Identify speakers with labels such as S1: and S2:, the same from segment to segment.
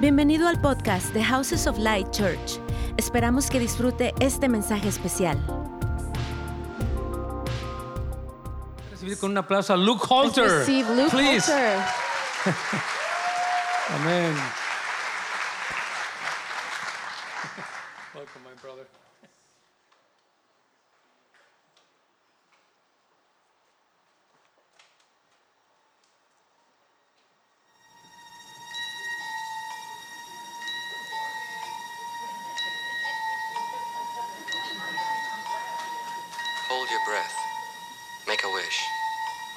S1: Bienvenido al podcast de Houses of Light Church. Esperamos que disfrute este mensaje especial.
S2: Recibir con un aplauso a Luke Halter.
S3: Receive Luke
S2: Please.
S3: Holter.
S2: Amén. Welcome, my brother.
S4: Hold your breath. Make a wish.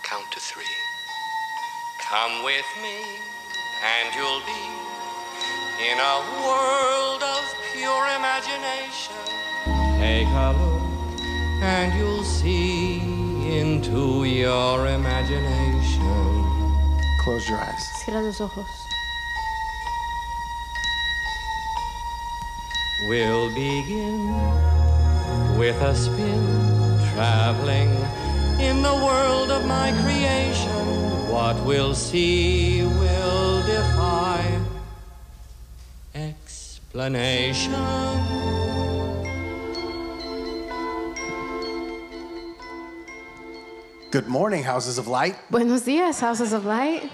S4: Count to three. Come with me, and you'll be in a world of pure imagination. Take a look, and you'll see into your imagination.
S5: Close your eyes.
S3: Cierra los ojos.
S4: We'll begin with a spin, traveling in the world of my creation. What we'll see will defy explanation.
S5: Good morning, Houses of Light.
S3: Buenos días, Houses of Light.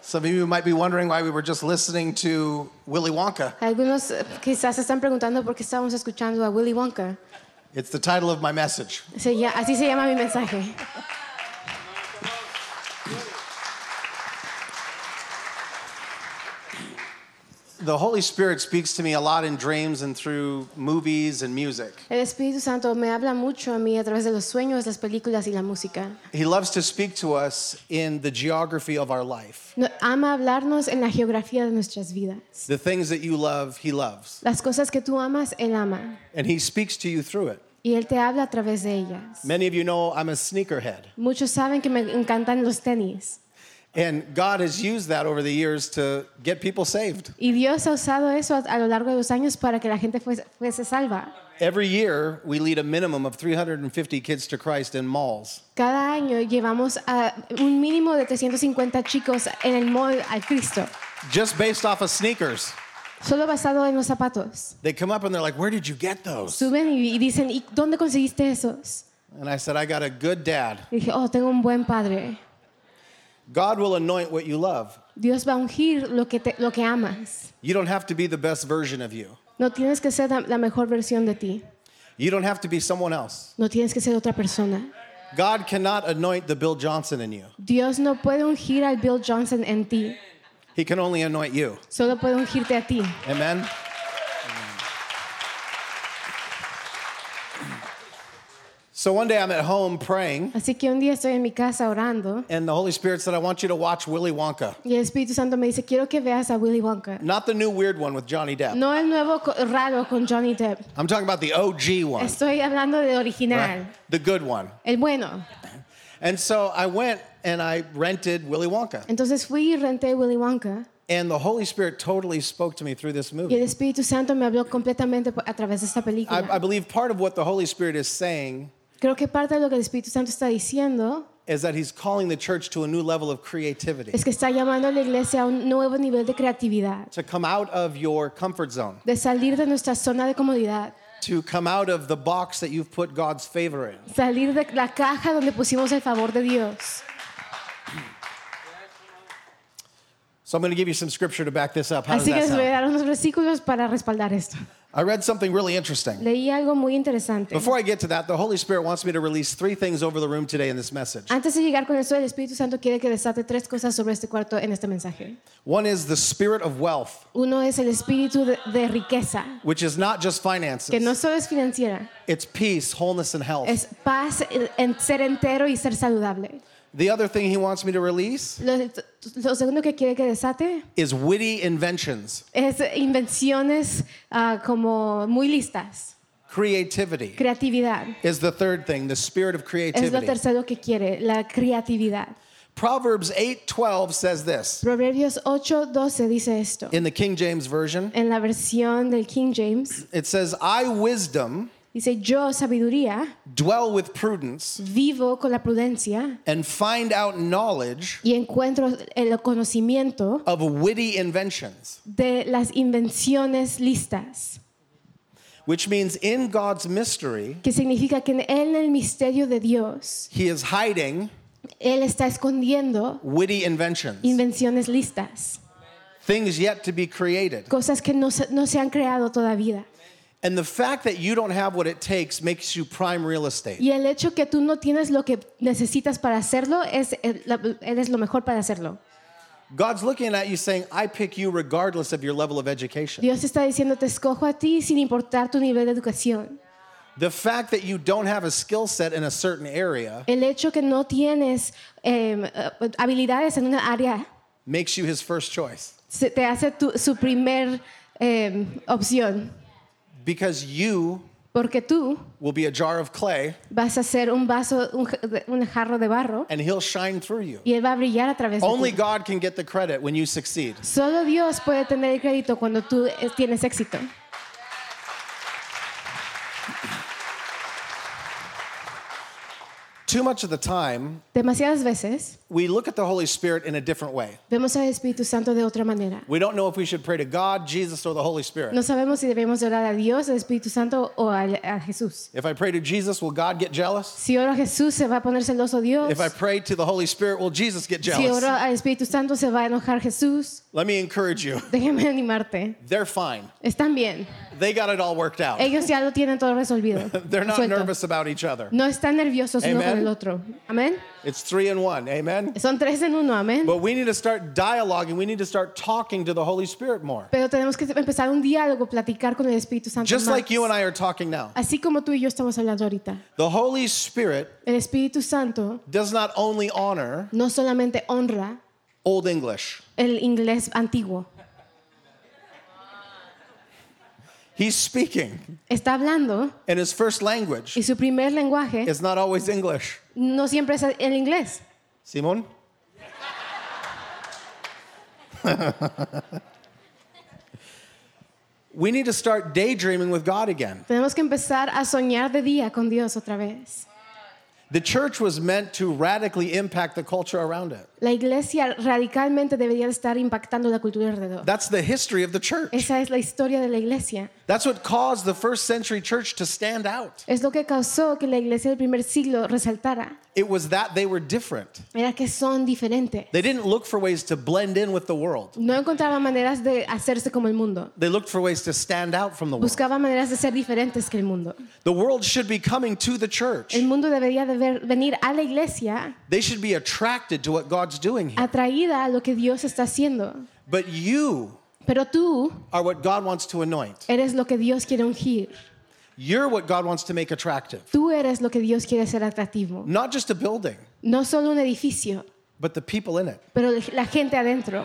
S5: Some of you might be wondering why we were just listening to Willy Wonka.
S3: Algunos eh, quizás se están preguntando por qué estábamos escuchando a Willy Wonka.
S5: It's the title of my message.
S3: Se lla- así se llama mi mensaje.
S5: The Holy Spirit speaks to me a lot in dreams and through movies and music.
S3: El Espíritu Santo me habla mucho a mí a través de los sueños, las películas y la música.
S5: He loves to speak to us in the geography of our life.
S3: No- ama hablarnos en la geografía de nuestras vidas.
S5: The things that you love, He loves.
S3: Las cosas que tú amas, Él ama.
S5: And He speaks to you through it.
S3: Y Él te habla a través de ellas.
S5: Many of you know I'm a sneakerhead.
S3: Muchos saben que me encantan los tenis.
S5: And God has used that over the years to get people saved.
S3: Y Dios ha usado eso a, a lo largo de los años para que la gente fuese, fuese salva.
S5: Every year, we lead a minimum of 350 kids to Christ in malls.
S3: Cada año llevamos a un mínimo de 350 chicos en el mall al Cristo,
S5: just based off of sneakers.
S3: solo basado en los zapatos.
S5: They come up and they're like, Where did you get those?
S3: Suben y y dicen, ¿y dónde conseguiste esos?
S5: And I said, I got a good dad.
S3: Y dije, oh, tengo un buen padre.
S5: God will anoint what you love.
S3: Dios va a ungir lo que, te- lo que amas.
S5: You don't have to be the best version of you,
S3: No tienes que ser la- la mejor versión de ti.
S5: you don't have to be someone else.
S3: No tienes que ser otra persona.
S5: God cannot anoint the Bill Johnson in you,
S3: Dios no puede ungir al Bill Johnson en ti.
S5: He can only anoint you.
S3: Solo puede ungirte a ti.
S5: Amen? So one day I'm at home praying,
S3: Así que un día estoy en mi casa orando
S5: and the Holy Spirit said, I want you to watch Willy Wonka.
S3: y el Espíritu Santo me dice, quiero que veas a Willy Wonka.
S5: Not the new weird one with Johnny Depp.
S3: No el nuevo co- raro con Johnny Depp.
S5: I'm talking about the OG one,
S3: Estoy hablando del
S5: right?
S3: original,
S5: the good one.
S3: el bueno.
S5: And so I went and I rented Willy Wonka.
S3: Entonces fui y renté Willy Wonka
S5: And the Holy Spirit totally spoke to me through this
S3: y el
S5: movie.
S3: Espíritu Santo me habló completamente po- a través de esta película.
S5: I, I believe part of what the Holy Spirit is saying
S3: Creo que parte de lo que el Espíritu Santo está diciendo
S5: is that He's calling the church to a new level of creativity,
S3: es que está llamando a la iglesia a un nuevo nivel de creatividad,
S5: to come out of your comfort zone,
S3: de salir de nuestra zona de comodidad,
S5: to come out of the box that you've put God's favor in.
S3: salir de la caja donde pusimos el favor de Dios.
S5: So I'm going to give you some scripture to back this up. How does
S3: Así que
S5: that
S3: les voy a
S5: sound?
S3: dar unos versículos para respaldar esto.
S5: I read something really interesting.
S3: Leí algo muy interesante.
S5: Before I get to that, the Holy Spirit wants me to release three things over the room today in this message.
S3: Antes de llegar con eso, el Espíritu Santo quiere que desate tres cosas sobre este cuarto en este mensaje.
S5: One is the spirit of wealth,
S3: Uno es el espíritu de, de riqueza,
S5: which is not just
S3: que no
S5: finances,
S3: solo es financiera,
S5: it's peace, wholeness, and health.
S3: es paz, el- en ser entero y ser saludable.
S5: The other thing he wants me to release
S3: Lo, lo segundo que quiere que desate
S5: is witty inventions,
S3: es invenciones ah, como muy listas.
S5: creativity.
S3: Creatividad
S5: Is the third thing, the spirit of
S3: es lo
S5: creativity.
S3: tercero que quiere, la creatividad.
S5: Proverbs 8:12 says this
S3: Proverbios 8:12 dice esto.
S5: in the King James version.
S3: En la versión del King James
S5: It says, "I wisdom
S3: Dice, yo sabiduría,
S5: dwell with prudence,
S3: vivo con la prudencia
S5: and find out knowledge
S3: y encuentro el conocimiento
S5: of witty inventions.
S3: de las invenciones listas,
S5: Which means in God's mystery,
S3: que significa que en él, en el misterio de Dios,
S5: He is hiding
S3: él está escondiendo
S5: witty inventions,
S3: invenciones listas,
S5: things yet to be created.
S3: cosas que no se, no se han creado todavía.
S5: And the fact that you don't have what it takes makes you prime real estate.
S3: Y el hecho que tú no tienes lo que necesitas para hacerlo, es, el- la- eres lo mejor para hacerlo.
S5: God's looking at you saying, I pick you regardless of your level of education.
S3: Dios está diciendo, te escojo a ti sin importar tu nivel de educación.
S5: The fact that you don't have a skill set in a certain area
S3: El hecho que no tienes em, eh, habilidades en una área
S5: makes you his first choice
S3: se- te hace tu- su primer em, opción,
S5: because you
S3: porque tú
S5: will be a jar of clay
S3: vas a ser un vaso, un, ja- de- un jarro de barro
S5: and he'll shine through you.
S3: y él va a brillar a través
S5: Only
S3: de ti.
S5: God can get the credit when you succeed.
S3: Solo Dios puede tener el crédito cuando tú eh, tienes éxito.
S5: Too much of the time,
S3: Demasiadas veces
S5: we look at the Holy Spirit in a different way.
S3: vemos al Espíritu Santo de otra manera.
S5: We don't know if we should pray to God, Jesus, or the Holy Spirit.
S3: No sabemos si debemos orar a Dios, al Espíritu Santo o al- a, Jesús.
S5: If I pray to Jesus, will God get jealous?
S3: Si oro a Jesús, se va a poner celoso Dios.
S5: If I pray to the Holy Spirit, will Jesus get
S3: Si oro
S5: jealous?
S3: al Espíritu Santo, se va a enojar Jesús.
S5: Let me encourage you.
S3: Déjeme animarte.
S5: They're fine.
S3: Están bien.
S5: They got it all worked out.
S3: Ellos ya lo tienen todo resolvido.
S5: They're not
S3: Suelto.
S5: nervous about each other.
S3: No están nerviosos uno
S5: Amen.
S3: con el otro. Amén.
S5: It's three and one. Amen.
S3: Son tres en uno. Amén.
S5: But we need to start dialoguing. We need to start talking to the Holy Spirit more.
S3: Pero tenemos que empezar un diálogo, platicar con el Espíritu Santo.
S5: Just
S3: más.
S5: like you and I are talking now.
S3: Así como tú y yo estamos hablando ahorita.
S5: The Holy Spirit
S3: El Espíritu Santo
S5: does not only honor
S3: no solamente honra
S5: Old English,
S3: el inglés antiguo.
S5: He's speaking.
S3: Está hablando
S5: And His first language
S3: y su primer lenguaje
S5: is not always English.
S3: no siempre es el inglés.
S5: Simon? we need to start daydreaming with God again.
S3: Tenemos que empezar a soñar de día con Dios otra vez.
S5: The church was meant to radically impact the culture around it.
S3: La iglesia radicalmente debería de estar impactando la cultura alrededor.
S5: That's the history of the church.
S3: Esa es la historia de la iglesia.
S5: That's what caused the first century church to stand out.
S3: Es lo que causó que la iglesia del primer siglo resaltara.
S5: It was that they were different.
S3: Era que son diferentes.
S5: They didn't look for ways to blend in with the world.
S3: No encontraban maneras de hacerse como el mundo.
S5: They looked for ways to stand out from the world.
S3: Buscaban maneras de ser diferentes que el mundo.
S5: The world should be coming to the church.
S3: El mundo debería de ver- venir a la iglesia
S5: They should be attracted to what God's doing here.
S3: atraída a lo que Dios está haciendo.
S5: But you
S3: Pero tú
S5: are what God wants to anoint.
S3: eres lo que Dios quiere ungir.
S5: You're what God wants to make attractive.
S3: Tú eres lo que Dios quiere hacer atractivo.
S5: Not just a building,
S3: No solo un edificio,
S5: but the people in it.
S3: pero la gente adentro.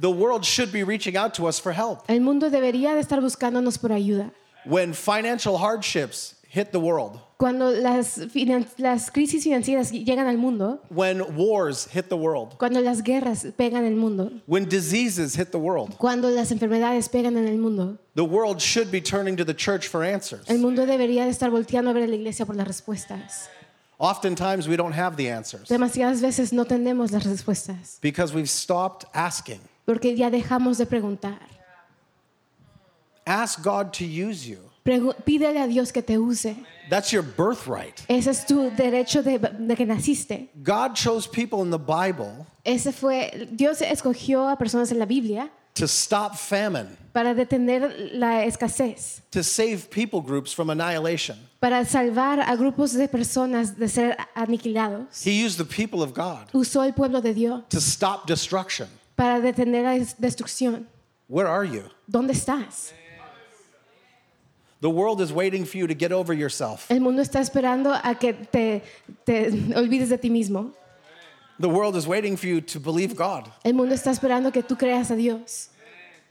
S5: The world should be reaching out to us for help.
S3: El mundo debería de estar buscándonos por ayuda.
S5: When financial hardships hit the world,
S3: Cuando las, finan- las crisis financieras llegan al mundo,
S5: when wars hit the world,
S3: cuando las guerras pegan el mundo,
S5: when diseases hit the world,
S3: cuando las enfermedades pegan en el mundo,
S5: the world should be turning to the church for answers.
S3: el mundo debería de estar volteando a ver a la iglesia por las respuestas.
S5: Oftentimes, we don't have the answers
S3: Demasiadas veces no tenemos las respuestas
S5: because we've stopped asking.
S3: porque ya dejamos de preguntar.
S5: Ask God to use you.
S3: Pregu- pídele a Dios que te use.
S5: That's your birthright.
S3: Ese es tu derecho de, de que naciste.
S5: God chose people in the Bible
S3: Ese fue Dios escogió a personas en la Biblia
S5: to stop famine,
S3: para detener la escasez,
S5: to save people groups from annihilation.
S3: para salvar a grupos de personas de ser aniquilados.
S5: He used the people of God
S3: Usó el pueblo de Dios
S5: to stop destruction.
S3: para detener la des- destrucción.
S5: Where are you?
S3: ¿Dónde estás?
S5: The world is waiting for you to get over yourself.
S3: El mundo está esperando a que te, te olvides de ti mismo.
S5: The world is waiting for you to believe God.
S3: El mundo está esperando que tú creas a Dios.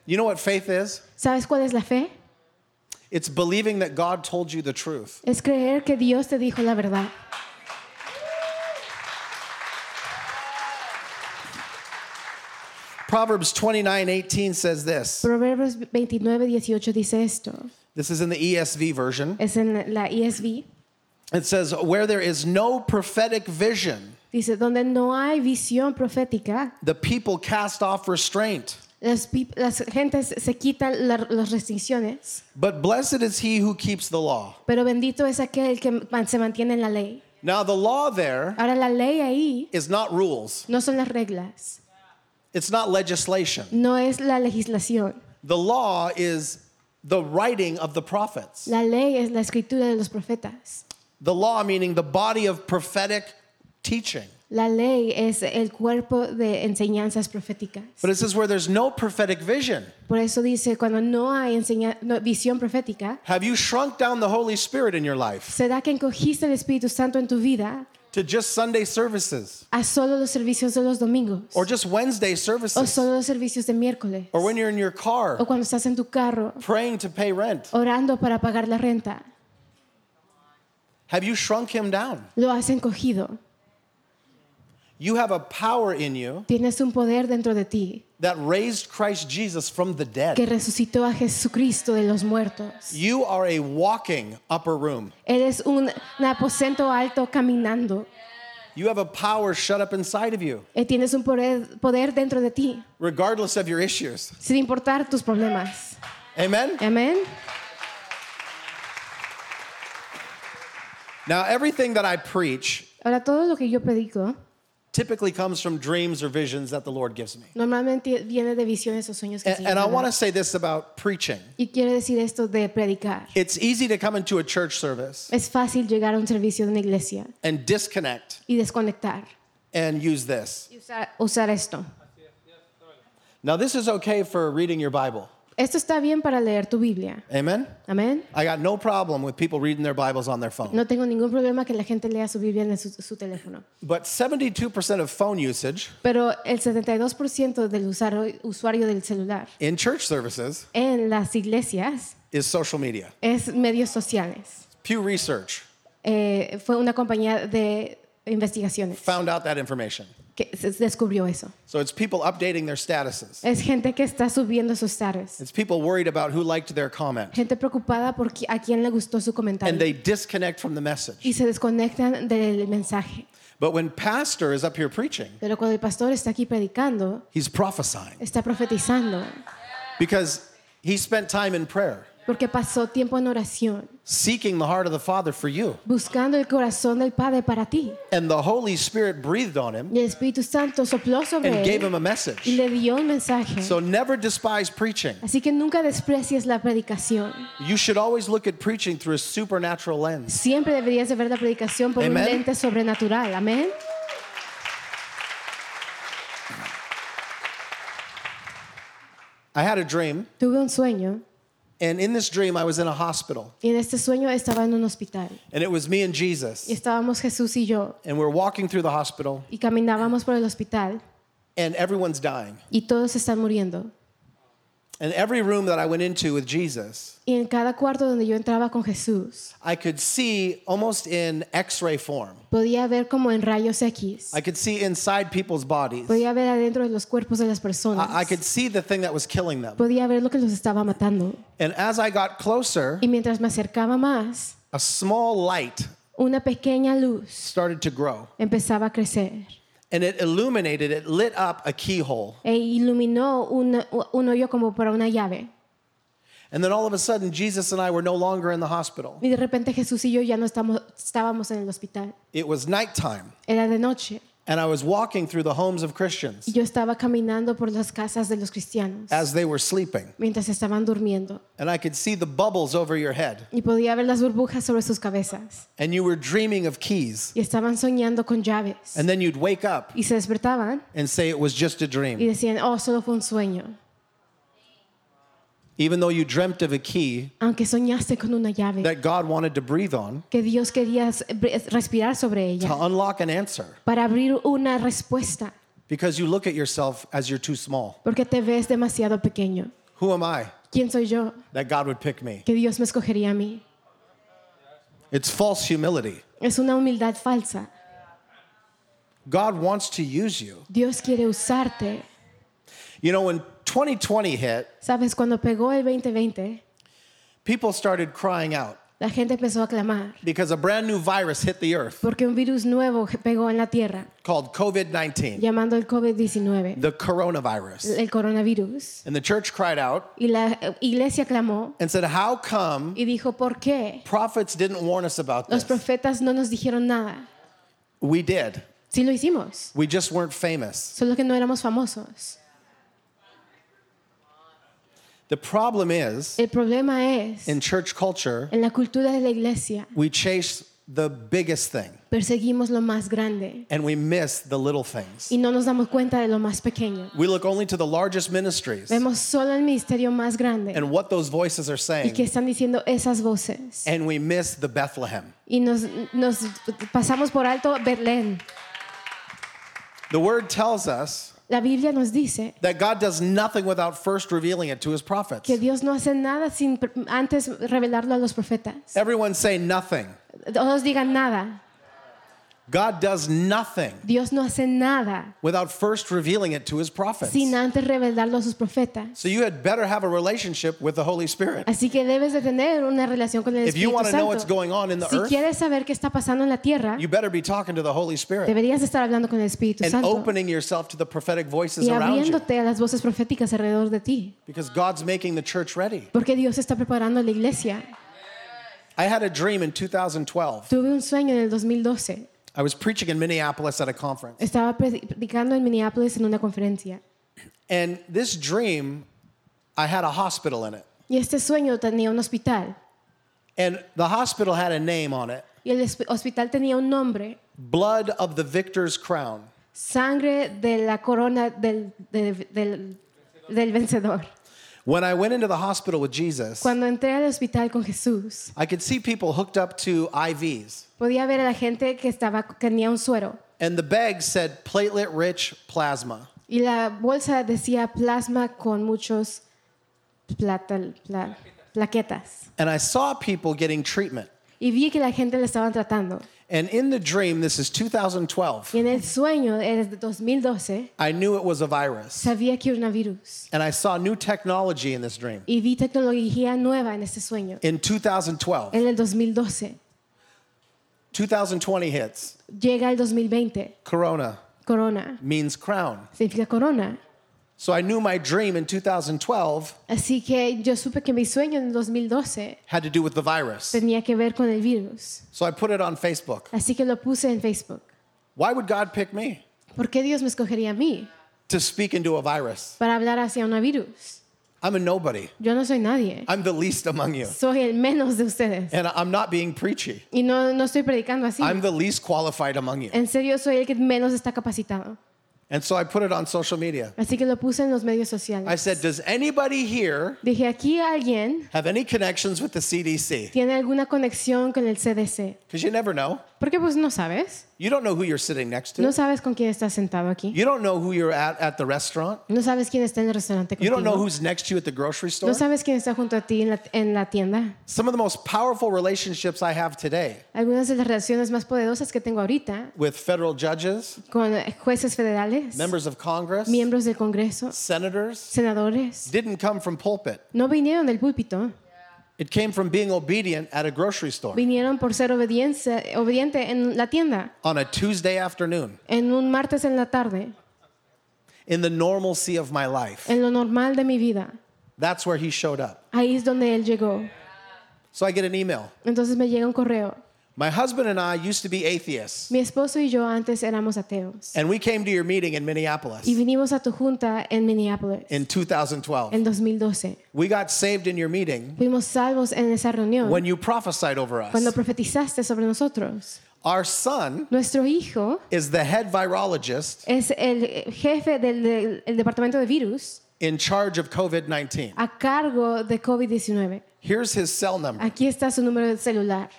S5: You know what faith is?
S3: ¿Sabes cuál es la fe?
S5: It's believing that God told you the truth.
S3: Es creer que Dios te dijo la verdad.
S5: Proverbs 29:18 says this
S3: Proverbios 29, 18 dice esto.
S5: This is in the ESV version.
S3: es en la E ESV.
S5: It says, Where there is no prophetic vision,
S3: Dice, donde no hay visión profética,
S5: the people cast off restraint.
S3: las, peop- las gentes se quitan la- las restricciones,
S5: But blessed is he who keeps the law.
S3: pero bendito es aquel que man- se mantiene en la ley.
S5: Now, the law there
S3: Ahora la ley ahí
S5: is not rules,
S3: no son las reglas,
S5: it's not legislation.
S3: no es la legislación.
S5: The law is the writing of the prophets.
S3: La ley es la escritura de los profetas.
S5: The law meaning the body of prophetic teaching.
S3: La ley es el cuerpo de enseñanzas proféticas.
S5: But it says, Where there's no prophetic vision,
S3: Por eso dice, cuando no hay enseña- no- visión profética,
S5: have you shrunk down the Holy Spirit in your life
S3: será que encogiste el Espíritu Santo en tu vida
S5: to just Sunday services
S3: a solo los servicios de los domingos
S5: or just Wednesday
S3: o
S5: services
S3: solo los servicios de miércoles
S5: or when you're in your car
S3: o cuando estás en tu carro
S5: praying to pay rent?
S3: orando para pagar la renta.
S5: Have you shrunk him down?
S3: Lo has encogido.
S5: You have a power in you
S3: Tienes un poder dentro de ti
S5: that raised Christ Jesus from the
S3: que
S5: dead.
S3: resucitó a Jesucristo de los muertos.
S5: You are a walking upper room.
S3: Eres un, un aposento alto caminando.
S5: You have a power shut up inside of you,
S3: Eh, Tienes un poder, poder dentro de ti,
S5: regardless of your issues.
S3: sin importar tus problemas.
S5: Amen?
S3: Amén.
S5: Now, everything that I preach
S3: Ahora, todo lo que yo predico
S5: typically comes from dreams or visions that the Lord gives me.
S3: normalmente viene de visiones o sueños que
S5: And,
S3: se
S5: and I want to
S3: llevan.
S5: say this about preaching
S3: Y quiero decir esto de predicar.
S5: it's easy to come into a church service
S3: Es fácil llegar a un servicio de una iglesia
S5: and disconnect
S3: y desconectar
S5: and use this.
S3: y usar, usar esto.
S5: Now, this is okay for reading your Bible.
S3: Esto está bien para leer tu Biblia.
S5: Amen?
S3: Amén.
S5: I got no problem with people reading their Bibles on their phone.
S3: No tengo ningún problema que la gente lea su Biblia en su, su teléfono.
S5: But 72% of phone usage
S3: Pero el 72% del usar- usuario del celular
S5: in church services
S3: en las iglesias
S5: is social media.
S3: es medios sociales.
S5: Pew Research
S3: Eh, fue una compañía de investigaciones
S5: found out that information.
S3: que se- se descubrió eso.
S5: So it's people updating their statuses.
S3: Es gente que está subiendo sus status.
S5: It's people worried about who liked their comment.
S3: Gente preocupada por qui- a quién le gustó su
S5: And
S3: comentario.
S5: they disconnect from the message.
S3: Y se desconectan del mensaje.
S5: But when pastor is up here preaching,
S3: Pero cuando el pastor está aquí predicando,
S5: he's prophesying
S3: está profetizando,
S5: because he spent time in prayer,
S3: porque pasó tiempo en oración,
S5: seeking the heart of the Father for you.
S3: buscando el corazón del Padre para ti.
S5: And the Holy Spirit breathed on him
S3: Y el Espíritu Santo sopló sobre
S5: and gave
S3: él
S5: him a
S3: y
S5: message.
S3: le dio un mensaje.
S5: So never despise preaching.
S3: Así que nunca desprecies la predicación.
S5: You should always look at preaching through a supernatural lens.
S3: Siempre deberías de ver la predicación por
S5: Amen.
S3: un lente sobrenatural. Amén.
S5: I had a dream,
S3: Tuve un sueño
S5: and in this dream, I was in a hospital,
S3: y en este sueño estaba en un hospital.
S5: and it was me and
S3: Y
S5: Jesus.
S3: estábamos Jesús y yo
S5: And we're walking through the hospital,
S3: y caminábamos por el hospital
S5: and everyone's dying.
S3: y todos están muriendo.
S5: And every room that I went into with Jesus,
S3: Y en cada cuarto donde yo entraba con Jesús,
S5: I could see almost in x ray form.
S3: podía ver como en rayos X,
S5: I could see inside people's bodies. I,
S3: podía ver adentro de los cuerpos de las personas,
S5: I could see the thing that was killing them.
S3: podía ver lo que los estaba matando.
S5: And as I got closer,
S3: Y mientras me acercaba más,
S5: a small light
S3: una pequeña luz
S5: started to grow.
S3: empezaba a crecer
S5: And it illuminated, it lit up a keyhole.
S3: e iluminó un, un hoyo como para una llave.
S5: And then all of a sudden, Jesus and I were no longer in the hospital.
S3: Y de repente Jesús y yo ya no estamos, estábamos en el hospital.
S5: It was nighttime,
S3: Era de noche
S5: and I was walking through the homes of
S3: y
S5: Christians
S3: yo estaba caminando por las casas de los cristianos
S5: as they were sleeping.
S3: mientras estaban durmiendo.
S5: And I could see the bubbles over your head,
S3: y podía ver las burbujas sobre sus cabezas
S5: and you were dreaming of keys.
S3: y estaban soñando con llaves
S5: And then you'd wake up
S3: y se despertaban
S5: and say it was just a
S3: y
S5: dream.
S3: decían, oh, solo fue un sueño,
S5: Even though you dreamt of a key
S3: aunque soñaste con una llave
S5: that God wanted to breathe on
S3: que Dios quería s- br- respirar sobre
S5: to
S3: ella
S5: unlock an answer
S3: para abrir una respuesta,
S5: because you look at yourself as you're too small.
S3: porque te ves demasiado pequeño.
S5: Who am I
S3: ¿Quién soy yo
S5: that God would pick me?
S3: que Dios me escogería a mí?
S5: It's false humility.
S3: Es una humildad falsa.
S5: God wants to use you.
S3: Dios quiere usarte.
S5: You know, when 2020 hit,
S3: Sabes, cuando pegó el 2020,
S5: people started crying out
S3: La gente empezó a clamar
S5: because a brand new virus hit the earth
S3: porque un virus nuevo que pegó en la tierra,
S5: called COVID 19,
S3: llamando el COVID-19,
S5: the coronavirus.
S3: el coronavirus.
S5: And the church cried out
S3: Y la eh, iglesia clamó
S5: and said, How come
S3: y dijo, ¿por qué?
S5: prophets didn't warn us about
S3: Los
S5: this?
S3: profetas no nos dijeron nada.
S5: We did.
S3: Sí lo hicimos,
S5: We just weren't famous.
S3: solo que no éramos famosos.
S5: The problem is
S3: El problema es,
S5: in church culture,
S3: en la cultura de la iglesia,
S5: we chase the biggest thing
S3: perseguimos lo más grande
S5: and we miss the little things.
S3: y no nos damos cuenta de lo más pequeño.
S5: We look only to the largest ministries
S3: Vemos solo el ministerio más grande
S5: and what those voices are
S3: y
S5: saying,
S3: que están diciendo esas voces.
S5: and we miss the Bethlehem.
S3: Y nos, nos pasamos por alto Berlín.
S5: The word tells us
S3: La Biblia nos dice
S5: that God does nothing without first revealing it to his prophets.
S3: que Dios no hace nada sin pr- antes revelarlo a los profetas.
S5: Everyone say nothing.
S3: Todos digan nada.
S5: God does nothing
S3: Dios no hace nada
S5: without first revealing it to his prophets.
S3: sin antes revelarlo a sus profetas.
S5: So you had better have a relationship with the Holy Spirit.
S3: Así que debes de tener una relación con el
S5: If you
S3: Espíritu
S5: want to know
S3: Santo.
S5: what's going on in the
S3: si
S5: earth,
S3: quieres saber qué está pasando en la tierra,
S5: You better be talking to the Holy Spirit
S3: deberías estar hablando con el Espíritu
S5: and
S3: Santo
S5: opening yourself to the prophetic voices
S3: y
S5: around you
S3: abriéndote a las voces proféticas alrededor de ti,
S5: because God's making the church ready.
S3: porque Dios está preparando a la iglesia.
S5: I had a dream in 2012.
S3: Tuve un sueño en el 2012.
S5: I was preaching in Minneapolis at a conference.
S3: Estaba predicando en Minneapolis en una conferencia
S5: And this dream, I had a hospital in it.
S3: y este sueño tenía un hospital
S5: And the hospital had a name on it
S3: y el esp- hospital tenía un nombre
S5: Blood of the Victor's Crown.
S3: sangre de la corona del, de- del- del vencedor.
S5: When I went into the hospital with Jesus,
S3: Cuando entré al hospital con Jesús,
S5: I could see people hooked up to IVs.
S3: podía ver a la gente que estaba que tenía un suero
S5: And the bag said platelet rich plasma.
S3: y la bolsa decía plasma con muchos platal- pla- plaquetas.
S5: And I saw people getting treatment.
S3: Y vi que la gente le estaban tratando.
S5: And in the dream, this is 2012.
S3: Y en el sueño desde 2012
S5: I knew it was a virus.
S3: sabía que era un virus
S5: And I saw new technology in this dream.
S3: y vi tecnología nueva en este sueño.
S5: In 2012,
S3: En el 2012
S5: 2020 hits.
S3: llega el 2020,
S5: Corona
S3: corona
S5: means crown.
S3: significa corona.
S5: So I knew my dream in 2012
S3: Así que yo supe que mi sueño en el 2012
S5: had to do with the virus.
S3: tenía que ver con el virus.
S5: So I put it on Facebook.
S3: Así que lo puse en Facebook.
S5: Why would God pick me
S3: ¿Por qué Dios me escogería a mí
S5: to speak into a virus?
S3: para hablar hacia un virus?
S5: I'm a nobody.
S3: Yo no soy nadie.
S5: I'm the least among you.
S3: Soy el menos de ustedes.
S5: And I'm not being preachy.
S3: Y no, no estoy predicando así.
S5: I'm the least qualified among you.
S3: En serio, soy el que menos está capacitado.
S5: And so I put it on social media.
S3: Así que lo puse en los medios
S5: I
S3: sociales.
S5: said, Does anybody here
S3: Dije, aquí alguien
S5: have any connections with the CDC?
S3: tiene alguna conexión con el CDC.
S5: Because you never know.
S3: Porque pues no sabes.
S5: You don't know who you're sitting next to.
S3: No sabes con quién estás sentado aquí.
S5: You don't know who you're at at the restaurant.
S3: No sabes quién está en el restaurante
S5: You don't know
S3: contigo.
S5: who's next to you at the grocery store.
S3: No sabes quién está junto a ti en la, en la tienda.
S5: Some of the most powerful relationships I have today
S3: Algunas de las relaciones más poderosas que tengo ahorita
S5: with federal judges,
S3: con jueces federales,
S5: members of Congress,
S3: miembros del Congreso,
S5: senators
S3: senadores,
S5: didn't come from pulpit.
S3: no vinieron del púlpito,
S5: It came from being obedient at a grocery store
S3: vinieron por ser obediencia- obediente en la tienda,
S5: on a Tuesday afternoon
S3: en un martes en la tarde,
S5: in the normalcy of my life.
S3: en lo normal de mi vida.
S5: That's where he showed up.
S3: Ahí es donde él llegó.
S5: So I get an email.
S3: Entonces me llega un correo.
S5: My husband and I used to be atheists,
S3: Mi esposo y yo antes éramos ateos
S5: and we came to your meeting in
S3: y
S5: Minneapolis
S3: vinimos a tu junta en Minneapolis
S5: in 2012.
S3: en 2012.
S5: We got saved in your meeting
S3: Fuimos salvos en esa reunión
S5: when you prophesied over us.
S3: cuando profetizaste sobre nosotros.
S5: Our son
S3: Nuestro hijo
S5: is the head virologist
S3: es el eh, jefe del, del- el departamento de virus
S5: in charge of COVID 19.
S3: a cargo de COVID-19.
S5: Here's his cell number.
S3: Aquí está su número de celular.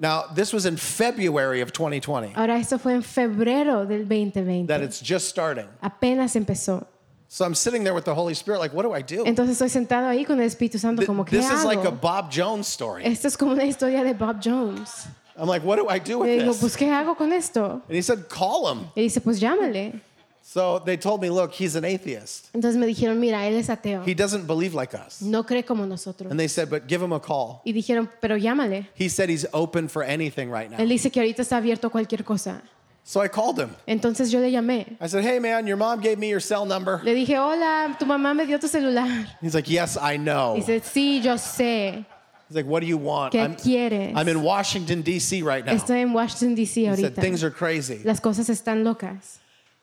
S5: Now, this was in February of 2020,
S3: Ahora esto fue en febrero del
S5: that
S3: 2020.
S5: it's just starting.
S3: Apenas empezó.
S5: So I'm sitting there with the Holy Spirit, like, what do I do?
S3: Entonces estoy sentado ahí con el Espíritu Santo
S5: Th-
S3: como que
S5: this is like a
S3: hago.
S5: Bob Jones story.
S3: Esto es como una historia de Bob Jones.
S5: I'm like, what do I do
S3: Le
S5: with
S3: digo,
S5: this?
S3: pues ¿qué hago con esto?
S5: And he said, call him.
S3: Y dice, pues llámale.
S5: So they told me, look, he's an atheist.
S3: Entonces me dijeron, mira, él es ateo.
S5: He doesn't believe like us.
S3: No cree como nosotros.
S5: And they said, but give him a call.
S3: Y dijeron, pero llámale.
S5: He said he's open for anything right
S3: Él
S5: now.
S3: dice que ahorita está abierto a cualquier cosa.
S5: So I called him.
S3: Entonces yo le llamé.
S5: I said, hey, man, your mom gave me your cell number.
S3: Le dije, hola, tu mamá me dio tu celular.
S5: He's like, yes, I know. He's
S3: Dice, sí, yo sé.
S5: like, what do you want?
S3: ¿Qué
S5: Oh. I'm,
S3: quieres?
S5: I'm in Washington, D.C. right now.
S3: Estoy en Washington, D.C.
S5: He said,
S3: ahorita.
S5: things are crazy.
S3: Las cosas están locas.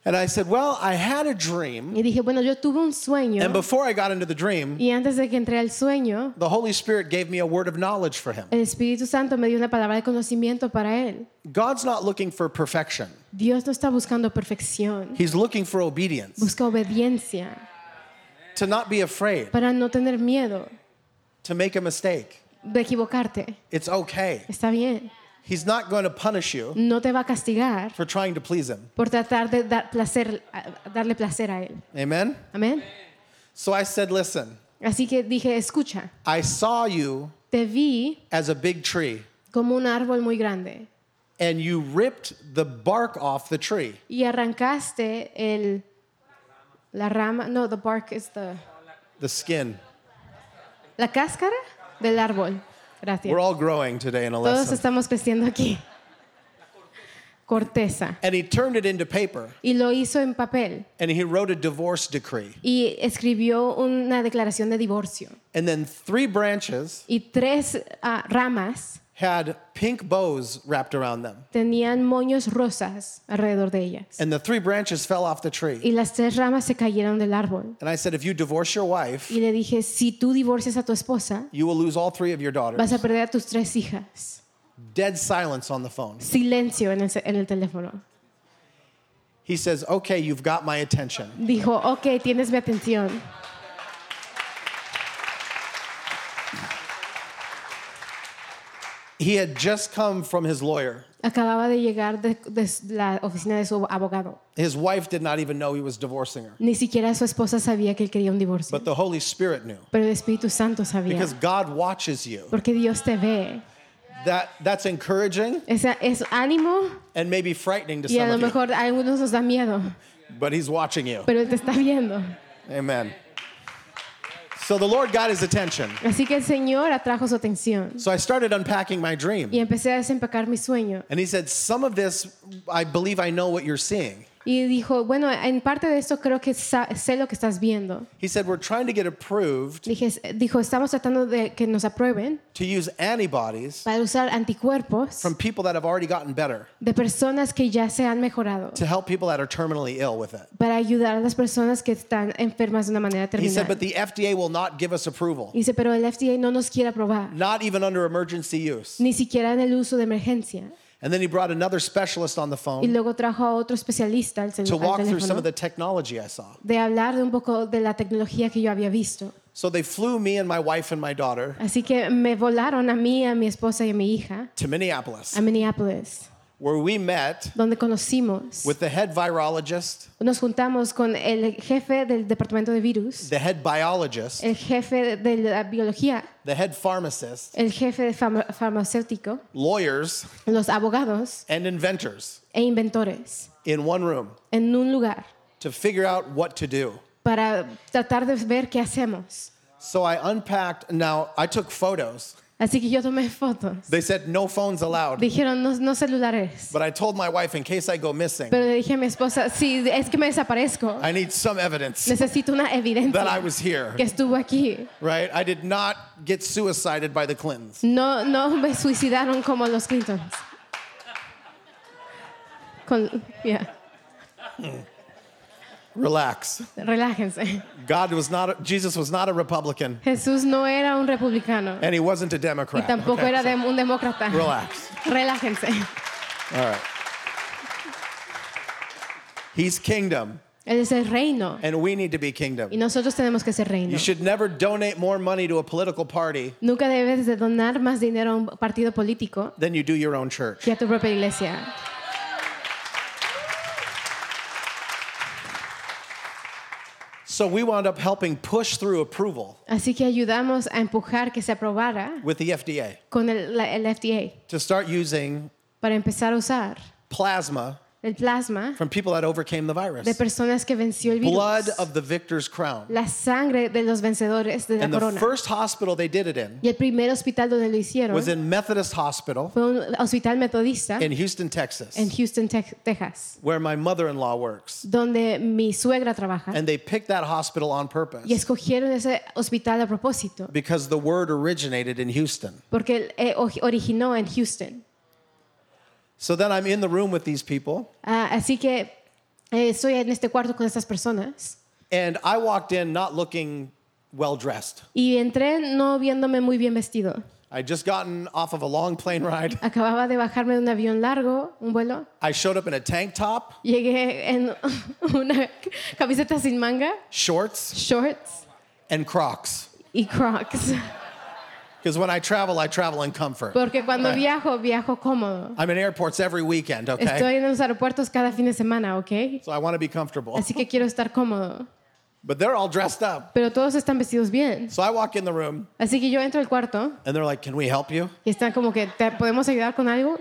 S5: And I said, well, I had a dream.
S3: Y dije, bueno, yo tuve un sueño.
S5: And before I got into the dream,
S3: Y antes de que entré al sueño,
S5: the Holy Spirit gave me a word of knowledge for him.
S3: el Espíritu Santo me dio una palabra de conocimiento para él.
S5: God's not looking for perfection.
S3: Dios no está buscando perfección.
S5: He's looking for obedience,
S3: Busca obediencia
S5: to not be afraid,
S3: para no tener miedo
S5: to make a mistake.
S3: de equivocarte.
S5: It's okay.
S3: Está bien.
S5: He's not going to punish you
S3: No te va a castigar
S5: for trying to please him.
S3: por tratar de dar placer, a- darle placer a él.
S5: Amen?
S3: Amén.
S5: So I said, listen,
S3: Así que dije, escucha,
S5: I saw you
S3: te vi
S5: as a big tree,
S3: como un árbol muy grande
S5: and you ripped the bark off the tree.
S3: y arrancaste el la rama, no, the bark is the
S5: The skin.
S3: la cáscara del árbol. Gracias.
S5: We're all growing today in a
S3: Todos
S5: lesson.
S3: estamos creciendo aquí. Corteza.
S5: And he turned it into paper
S3: Y lo hizo en papel
S5: and he wrote a divorce decree.
S3: y escribió una declaración de divorcio.
S5: And then three branches
S3: Y tres ah, ramas
S5: had pink bows wrapped around them.
S3: tenían moños rosas alrededor de ellas.
S5: And the three branches fell off the tree.
S3: Y las tres ramas se cayeron del árbol.
S5: And I said, if you divorce your wife,
S3: Y le dije, si tú divorcias a tu esposa,
S5: you will lose all three of your
S3: vas a
S5: daughters.
S3: perder a tus tres hijas.
S5: Dead silence on the phone.
S3: Silencio en el, ce- en el teléfono.
S5: He says, okay, you've got my attention.
S3: Dijo, ok, tienes mi atención.
S5: He had just come from his lawyer.
S3: Acababa de llegar de, de la oficina de su abogado.
S5: His wife did not even know he was divorcing her,
S3: Ni siquiera su esposa sabía que él quería un divorcio.
S5: but the Holy Spirit knew
S3: Pero el Espíritu Santo sabía.
S5: because God watches you.
S3: Porque Dios te ve.
S5: That that's encouraging
S3: Esa es ánimo
S5: and maybe frightening to
S3: y a
S5: some
S3: lo
S5: of you,
S3: mejor a algunos nos da miedo,
S5: but He's watching you.
S3: pero Él te está viendo.
S5: Amen. So the Lord got his attention.
S3: Así que el Señor atrajo su atención
S5: So I started unpacking my
S3: y
S5: dream,
S3: empecé a desempacar mi sueño.
S5: and He said, "Some of this, I believe I know what you're seeing."
S3: Y dijo, bueno, en parte de esto creo que sa- sé lo que estás viendo.
S5: He said, "We're trying to get approved
S3: Dije, dijo, estamos tratando de que nos aprueben
S5: to use antibodies
S3: para usar anticuerpos
S5: from people that have already gotten better
S3: de personas que ya se han mejorado
S5: to help people that are terminally ill with it."
S3: para ayudar a las personas que están enfermas de una manera
S5: He said,
S3: terminal.
S5: but the FDA will not give us approval,
S3: Dice, pero el FDA no nos quiere aprobar,
S5: not even under emergency use.
S3: ni siquiera en el uso de emergencia.
S5: And then he brought another specialist on the
S3: Y
S5: phone
S3: luego trajo a otro especialista al, cel-
S5: Um, to
S3: al
S5: walk through some
S3: teléfono
S5: of the technology I saw.
S3: de hablar de un poco de la tecnología que yo había visto.
S5: So they flew me and my wife and my daughter
S3: Así que me volaron a mí, a mi esposa y a mi hija
S5: to Minneapolis,
S3: a Minneapolis,
S5: where we met
S3: donde conocimos,
S5: with the head virologist,
S3: nos juntamos con el jefe del departamento de virus,
S5: the head biologist,
S3: el jefe de la biología,
S5: the head pharmacist,
S3: el jefe de farma- farmacéutico,
S5: lawyers,
S3: los abogados
S5: and inventors
S3: e inventores
S5: in one room
S3: en un lugar
S5: to figure out what to do.
S3: para tratar de ver qué hacemos.
S5: So I unpacked. Now, I took photos.
S3: Así que yo tomé fotos.
S5: They said no phones allowed.
S3: Dijeron, no, no celulares.
S5: But I told my wife, in case I go missing,
S3: Pero le dije a mi esposa, sí, es que me desaparezco.
S5: I need some evidence
S3: Necesito una
S5: that I
S3: evidencia
S5: was here,
S3: que estuvo aquí.
S5: right? I did not get suicided by the Clintons.
S3: No, no me suicidaron como los Clintons. Con- yeah,
S5: Relax.
S3: relájense.
S5: God was not, Jesus was not a Republican
S3: Jesús no era un republicano
S5: and he wasn't a
S3: y
S5: Democrat.
S3: tampoco
S5: okay?
S3: era de- un demócrata.
S5: Relax.
S3: Relájense.
S5: All right. He's kingdom
S3: Él es el reino
S5: and we need to be kingdom.
S3: y nosotros tenemos que ser reino.
S5: You should never donate more money to a political party
S3: Nunca debes de donar más dinero a un partido político
S5: than you do your own church.
S3: que a tu propia iglesia.
S5: So we wound up helping push through approval
S3: Así que ayudamos a empujar que se aprobara
S5: with the FDA
S3: con el, la- el FDA
S5: to start using
S3: para empezar a usar
S5: plasma
S3: el plasma
S5: from people that overcame the
S3: de
S5: virus.
S3: personas que venció el virus.
S5: Blood of the victor's crown.
S3: la sangre de los vencedores de la
S5: And the
S3: corona.
S5: first hospital they did it in
S3: y el primer hospital donde lo hicieron
S5: was in Methodist Hospital
S3: fue un hospital metodista
S5: in Houston, Texas,
S3: en Houston, Tex- Texas,
S5: where my mother-in-law works.
S3: donde mi suegra trabaja.
S5: And they picked that hospital on purpose
S3: y escogieron ese hospital a propósito
S5: because the word originated in Houston.
S3: porque eh, o- originó en Houston.
S5: So then I'm in the room with these people,
S3: Ah, así que eh, estoy en este cuarto con estas personas
S5: and I walked in not looking well dressed.
S3: y entré no viéndome muy bien vestido.
S5: I'd just gotten off of a long plane ride.
S3: Acababa de bajarme de un avión largo, un vuelo.
S5: I showed up in a tank top,
S3: Llegué en una camiseta sin manga,
S5: shorts,
S3: shorts
S5: and Crocs.
S3: y crocs.
S5: Because when I travel, I travel in comfort.
S3: Porque cuando
S5: Right.
S3: viajo, viajo cómodo.
S5: I'm in airports every weekend, okay?
S3: Estoy en los aeropuertos cada fin de semana, ¿ok?
S5: So I want to be comfortable.
S3: Así que quiero estar cómodo.
S5: But they're all dressed up.
S3: Pero todos están vestidos bien.
S5: So I walk in the room,
S3: Así que yo entro al cuarto
S5: and they're like, Can we help you?
S3: y están como que, ¿te podemos ayudar con algo?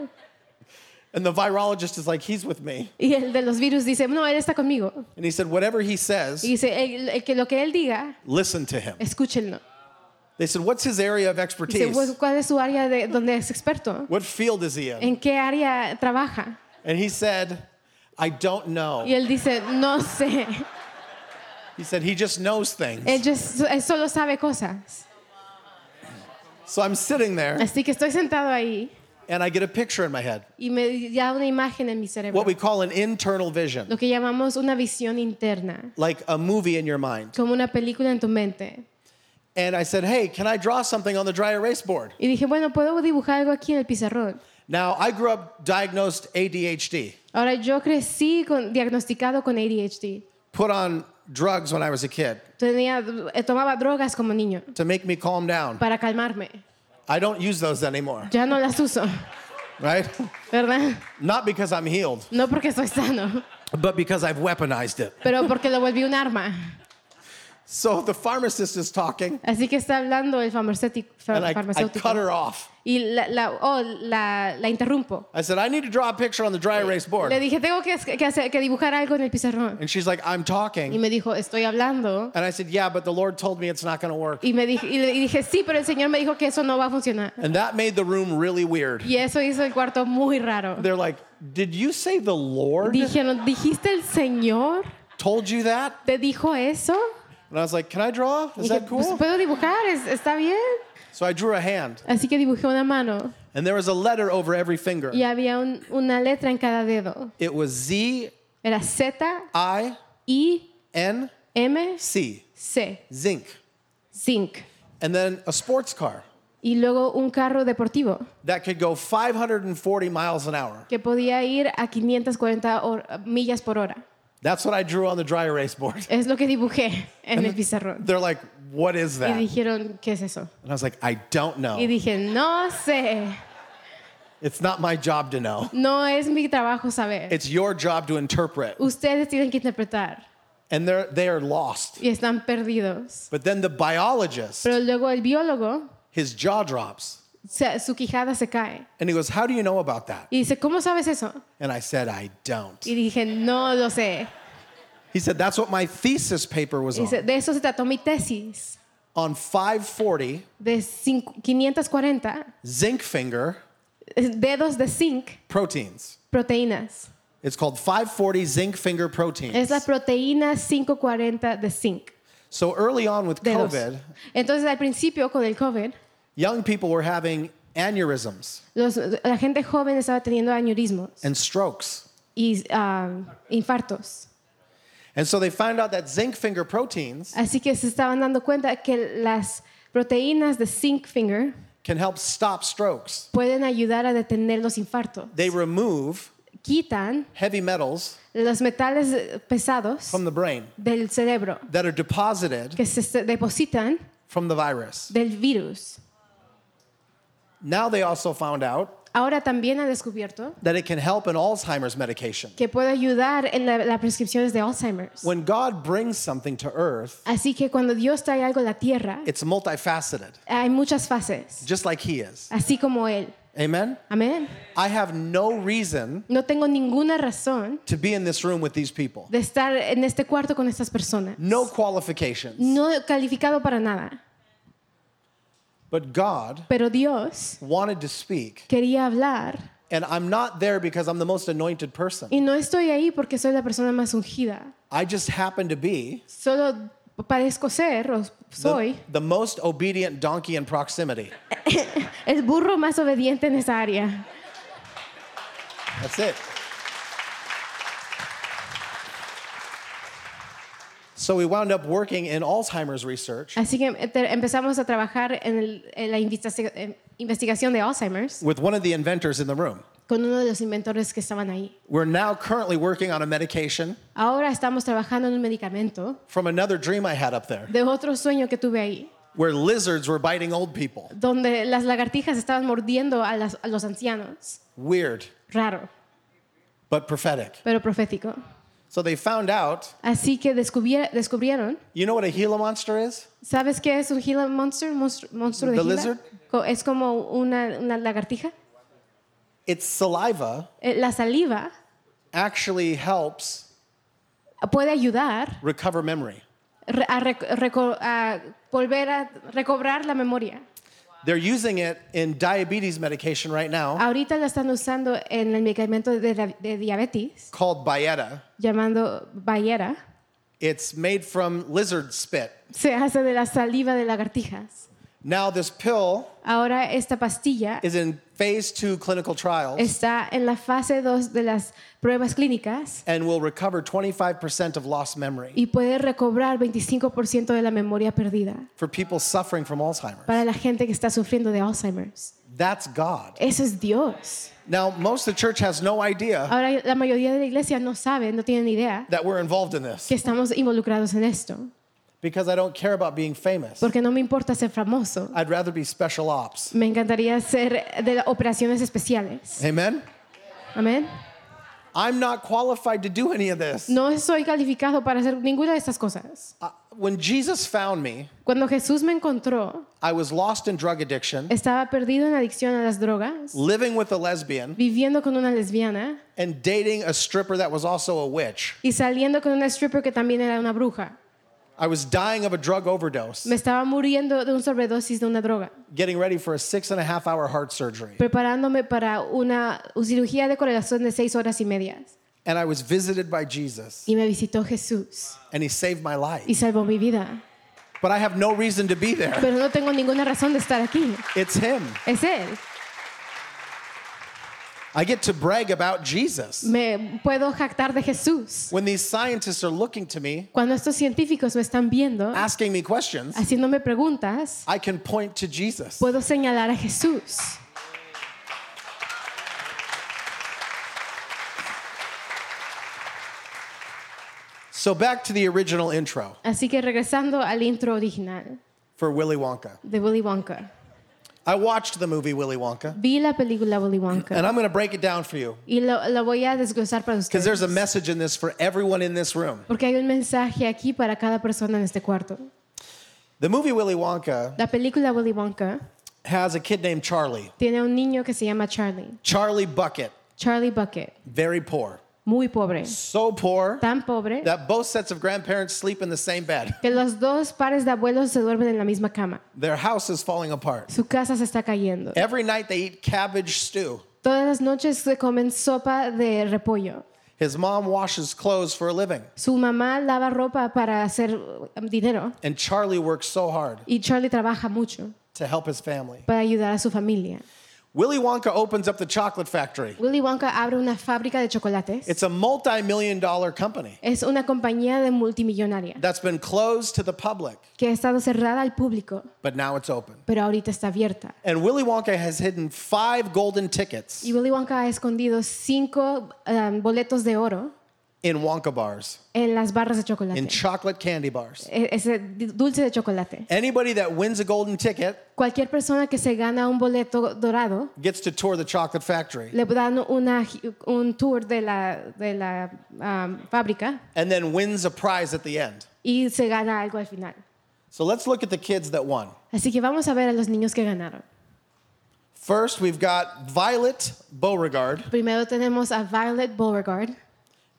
S5: And the virologist is like, He's with me.
S3: Y el de los virus dice, no, él está conmigo.
S5: And he said, Whatever he
S3: Y
S5: says,
S3: dice, "El- el que lo que él diga,
S5: listen to him.
S3: escúchenlo.
S5: They said, What's his area of
S3: Dice,
S5: expertise?
S3: "Pues, ¿cuál es su área de donde es experto?
S5: What field is he in?
S3: ¿En qué área trabaja?
S5: And he said, I don't know.
S3: Y él dice, no sé.
S5: He said, He just knows
S3: Él,
S5: things.
S3: just- él solo sabe cosas.
S5: So I'm sitting there,
S3: Así que estoy sentado ahí
S5: and I get a picture in my head,
S3: y me da una imagen en mi cerebro.
S5: what we call an internal vision,
S3: lo que llamamos una visión interna,
S5: like a movie in your mind.
S3: como una película en tu mente.
S5: And I said, Hey, can I draw something on the dry erase board?
S3: Y dije, bueno, puedo dibujar algo aquí en el pizarrón.
S5: Now, I grew up diagnosed ADHD,
S3: Ahora, yo crecí con, diagnosticado con ADHD.
S5: put on drugs when I was a kid
S3: Tenía, eh, tomaba drogas como niño
S5: to make me calm down.
S3: para calmarme.
S5: I don't use those anymore,
S3: Ya no las uso,
S5: right?
S3: ¿verdad?
S5: Not because I'm healed,
S3: No porque soy sano,
S5: but because I've weaponized it.
S3: pero porque lo volví un arma.
S5: So the pharmacist is talking,
S3: Así que está hablando el farmacéutico.
S5: and I, I
S3: farmacéutico.
S5: cut her off.
S3: y la, la, oh, la, la interrumpo.
S5: I said, I need to draw a picture on the dry erase
S3: Le
S5: board.
S3: dije, tengo que, que hacer- que dibujar algo en el pizarrón.
S5: And she's like, I'm
S3: Y
S5: talking.
S3: me dijo, estoy hablando.
S5: And I said, Yeah, but the Lord told me it's not going to work.
S3: Y, me dije, y le y dije, sí, pero el Señor me dijo que eso no va a funcionar.
S5: And that made the room really weird.
S3: Y eso hizo el cuarto muy raro.
S5: They're like, Did you say the Lord
S3: Dijeron, ¿dijiste el Señor?
S5: told you that?
S3: ¿Te dijo eso?
S5: And I was like, Can I draw? Is
S3: Dije,
S5: that
S3: "Pues,
S5: cool?
S3: ¿Puedo dibujar? ¿Es- ¿Está bien?
S5: So I drew a hand.
S3: Así que dibujé una mano
S5: And there was a letter over every finger.
S3: y había un- una letra en cada dedo.
S5: It was Z
S3: Era Z,
S5: I
S3: I,
S5: N
S3: M,
S5: C,
S3: C,
S5: zinc.
S3: zinc.
S5: And then a sports car
S3: Y luego un carro deportivo
S5: that could go 540 miles an hour.
S3: que podía ir a 540 hor- millas por hora.
S5: That's what I drew on the dry erase board.
S3: Es lo que dibujé en
S5: And
S3: el pizarrón.
S5: They're like, What is
S3: Y
S5: that? And
S3: dijeron, ¿qué es eso?
S5: I was like, I don't
S3: Y
S5: know.
S3: dije, no sé.
S5: It's not my job to know.
S3: No es mi trabajo saber.
S5: It's your job to interpret.
S3: Ustedes tienen que interpretar
S5: And they're they are lost.
S3: y están perdidos.
S5: But then the biologist,
S3: Pero luego el biólogo,
S5: his jaw drops.
S3: se- su quijada se cae.
S5: And he goes, How do you know about that?
S3: Y dice, ¿cómo sabes eso?
S5: And I said, I don't.
S3: Y dije, no lo sé.
S5: He said, That's what my thesis paper was
S3: Y dice,
S5: on.
S3: de eso se trató mi tesis.
S5: On 540,
S3: De cinco- 540
S5: zinc finger
S3: dedos de zinc,
S5: proteins.
S3: proteínas.
S5: It's called 540 zinc finger
S3: Es
S5: proteins.
S3: la proteína 540 de zinc.
S5: So early on with
S3: Dedos.
S5: COVID,
S3: Entonces, al principio con el COVID,
S5: young people were having aneurysms
S3: los- la gente joven estaba teniendo aneurismos
S5: and strokes.
S3: y ah, infartos.
S5: And so they found out that zinc finger proteins
S3: Así que se estaban dando cuenta que las proteínas de zinc finger
S5: can help stop strokes.
S3: pueden ayudar a detener los infartos.
S5: They remove
S3: Quitan
S5: heavy metals
S3: los metales eh, pesados
S5: from the brain
S3: del cerebro
S5: that are deposited
S3: que se- se depositan
S5: from the virus.
S3: del virus.
S5: Now they also found out
S3: Ahora también ha descubierto
S5: that it can help in Alzheimer's medication.
S3: que puede ayudar en la- las prescripciones de Alzheimer's.
S5: When God brings something to earth,
S3: Así que cuando Dios trae algo a la tierra,
S5: it's multifaceted,
S3: hay muchas fases,
S5: just like He is.
S3: así como Él.
S5: Amen?
S3: Amén.
S5: I have no reason
S3: No tengo ninguna razón
S5: to be in this room with these people.
S3: de estar en este cuarto con estas personas.
S5: No qualifications.
S3: No he calificado para nada.
S5: But God
S3: Pero Dios
S5: wanted to speak,
S3: quería hablar
S5: and I'm not there because I'm the most anointed person.
S3: y no estoy ahí porque soy la persona más ungida.
S5: I just happen to be
S3: Solo parezco ser o soy
S5: the, the most obedient donkey in proximity.
S3: el burro más obediente en esa área.
S5: That's it. So we wound up working in Alzheimer's research
S3: Así que te- empezamos a trabajar en, el- en la investiga- eh, investigación de Alzheimer's
S5: with one of the inventors in the room.
S3: con uno de los inventores que estaban ahí.
S5: We're now currently working on a medication
S3: Ahora estamos trabajando en un medicamento
S5: from another dream I had up there
S3: de otro sueño que tuve ahí,
S5: where lizards were biting old people.
S3: donde las lagartijas estaban mordiendo a, las- a los ancianos.
S5: Weird,
S3: Raro,
S5: but prophetic.
S3: pero profético.
S5: So they found out
S3: Así que descubier- descubrieron,
S5: you know what a Gila monster is?
S3: ¿sabes qué es un Gila Monster? Monstru- ¿Monstruo de
S5: The
S3: Gila?
S5: lizard?
S3: Co- Es como una, una lagartija.
S5: Its saliva
S3: Eh, La saliva
S5: actually helps
S3: puede ayudar
S5: recover memory.
S3: re- a, rec- reco- a volver a recobrar la memoria.
S5: They're using it in diabetes medication right now
S3: Ahorita la están usando en el medicamento de, dia- de diabetes,
S5: called Bayetta.
S3: llamando Bayera.
S5: It's made from lizard spit.
S3: Se hace de la saliva de lagartijas.
S5: Now, this pill
S3: Ahora esta pastilla
S5: is in phase two clinical trials
S3: está en la fase 2 de las pruebas clínicas
S5: and will recover 25% of lost memory
S3: y puede recobrar 25% de la memoria perdida
S5: for people suffering from Alzheimer's.
S3: para la gente que está sufriendo de Alzheimer's.
S5: That's God.
S3: Eso es Dios.
S5: Now, most of the church has no idea
S3: Ahora la mayoría de la iglesia no sabe, no tienen idea
S5: that we're involved in this
S3: que estamos involucrados en esto.
S5: because I don't care about being famous.
S3: porque no me importa ser famoso.
S5: I'd rather be special ops.
S3: Me encantaría ser de operaciones especiales.
S5: Amen?
S3: Amén.
S5: I'm not qualified to do any of this.
S3: No soy calificado para hacer ninguna de estas cosas.
S5: Uh, when Jesus found me,
S3: Cuando Jesús me encontró,
S5: I was lost in drug addiction,
S3: estaba perdido en adicción a las drogas,
S5: living with a lesbian,
S3: viviendo con una lesbiana
S5: and dating a stripper that was also a witch.
S3: y saliendo con una stripper que también era una bruja.
S5: I was dying of a drug overdose,
S3: Me estaba muriendo de una sobredosis de una droga,
S5: getting ready for a six and a half hour heart surgery.
S3: preparándome para una cirugía de corazón de seis horas y media.
S5: And I was visited by Jesus,
S3: Y me visitó Jesús
S5: and he saved my
S3: y
S5: life.
S3: salvó mi vida.
S5: But I have no reason to be there.
S3: Pero no tengo ninguna razón de estar aquí.
S5: It's him.
S3: Es Él.
S5: I get to brag about Jesus.
S3: me puedo jactar de Jesús.
S5: When these scientists are looking to me,
S3: Cuando estos científicos me están viendo,
S5: asking me questions,
S3: haciéndome preguntas,
S5: I can point to Jesus.
S3: puedo señalar a Jesús.
S5: So back to the original intro
S3: Así que regresando al intro original
S5: for Willy Wonka.
S3: de Willy Wonka.
S5: I watched the movie Willy Wonka,
S3: Vi la película Willy
S5: and
S3: Wonka
S5: I'm going to break it down for you
S3: y lo, lo voy a desglosar para
S5: because there's a
S3: ustedes.
S5: message in this for everyone in this room.
S3: Porque hay un mensaje aquí para cada persona en este cuarto.
S5: The movie Willy Wonka
S3: La película Willy Wonka
S5: has a kid named Charlie.
S3: tiene un niño que se llama Charlie.
S5: Charlie Bucket,
S3: Charlie Bucket.
S5: very poor.
S3: Muy pobre.
S5: So poor
S3: Tan pobre
S5: that both sets of grandparents sleep in the same bed.
S3: que los dos pares de abuelos se duermen en la misma cama.
S5: Their house is falling apart.
S3: Su casa se está cayendo.
S5: Every night they eat cabbage stew.
S3: Todas las noches se comen sopa de repollo.
S5: His mom washes clothes for a living,
S3: Su mamá lava ropa para hacer um, dinero
S5: and Charlie works so hard
S3: y Charlie trabaja mucho
S5: to help his family.
S3: para ayudar a su familia.
S5: Willy Wonka opens up the chocolate factory.
S3: Willy Wonka abre una fábrica de chocolates.
S5: It's a multi million dollar company
S3: es una compañía de multimillonaria
S5: that's been closed to the public,
S3: que ha estado cerrada al público,
S5: but now it's open.
S3: pero ahorita está abierta.
S5: And Willy Wonka has hidden five golden tickets
S3: Y Willy Wonka ha escondido cinco um, boletos de oro
S5: in Wonka bars,
S3: en las barras de chocolate.
S5: in chocolate candy bars.
S3: E- Ese di- dulce de chocolate.
S5: Anybody that wins a golden ticket
S3: Cualquier persona que se gana un boleto dorado
S5: gets to tour the chocolate factory.
S3: le dan una, un tour de la, de la um, fábrica
S5: and then wins a prize at the end.
S3: y se gana algo al final.
S5: So let's look at the kids that won.
S3: Así que vamos a ver a los niños que ganaron.
S5: First, we've got Violet Beauregard.
S3: Primero tenemos a Violet Beauregard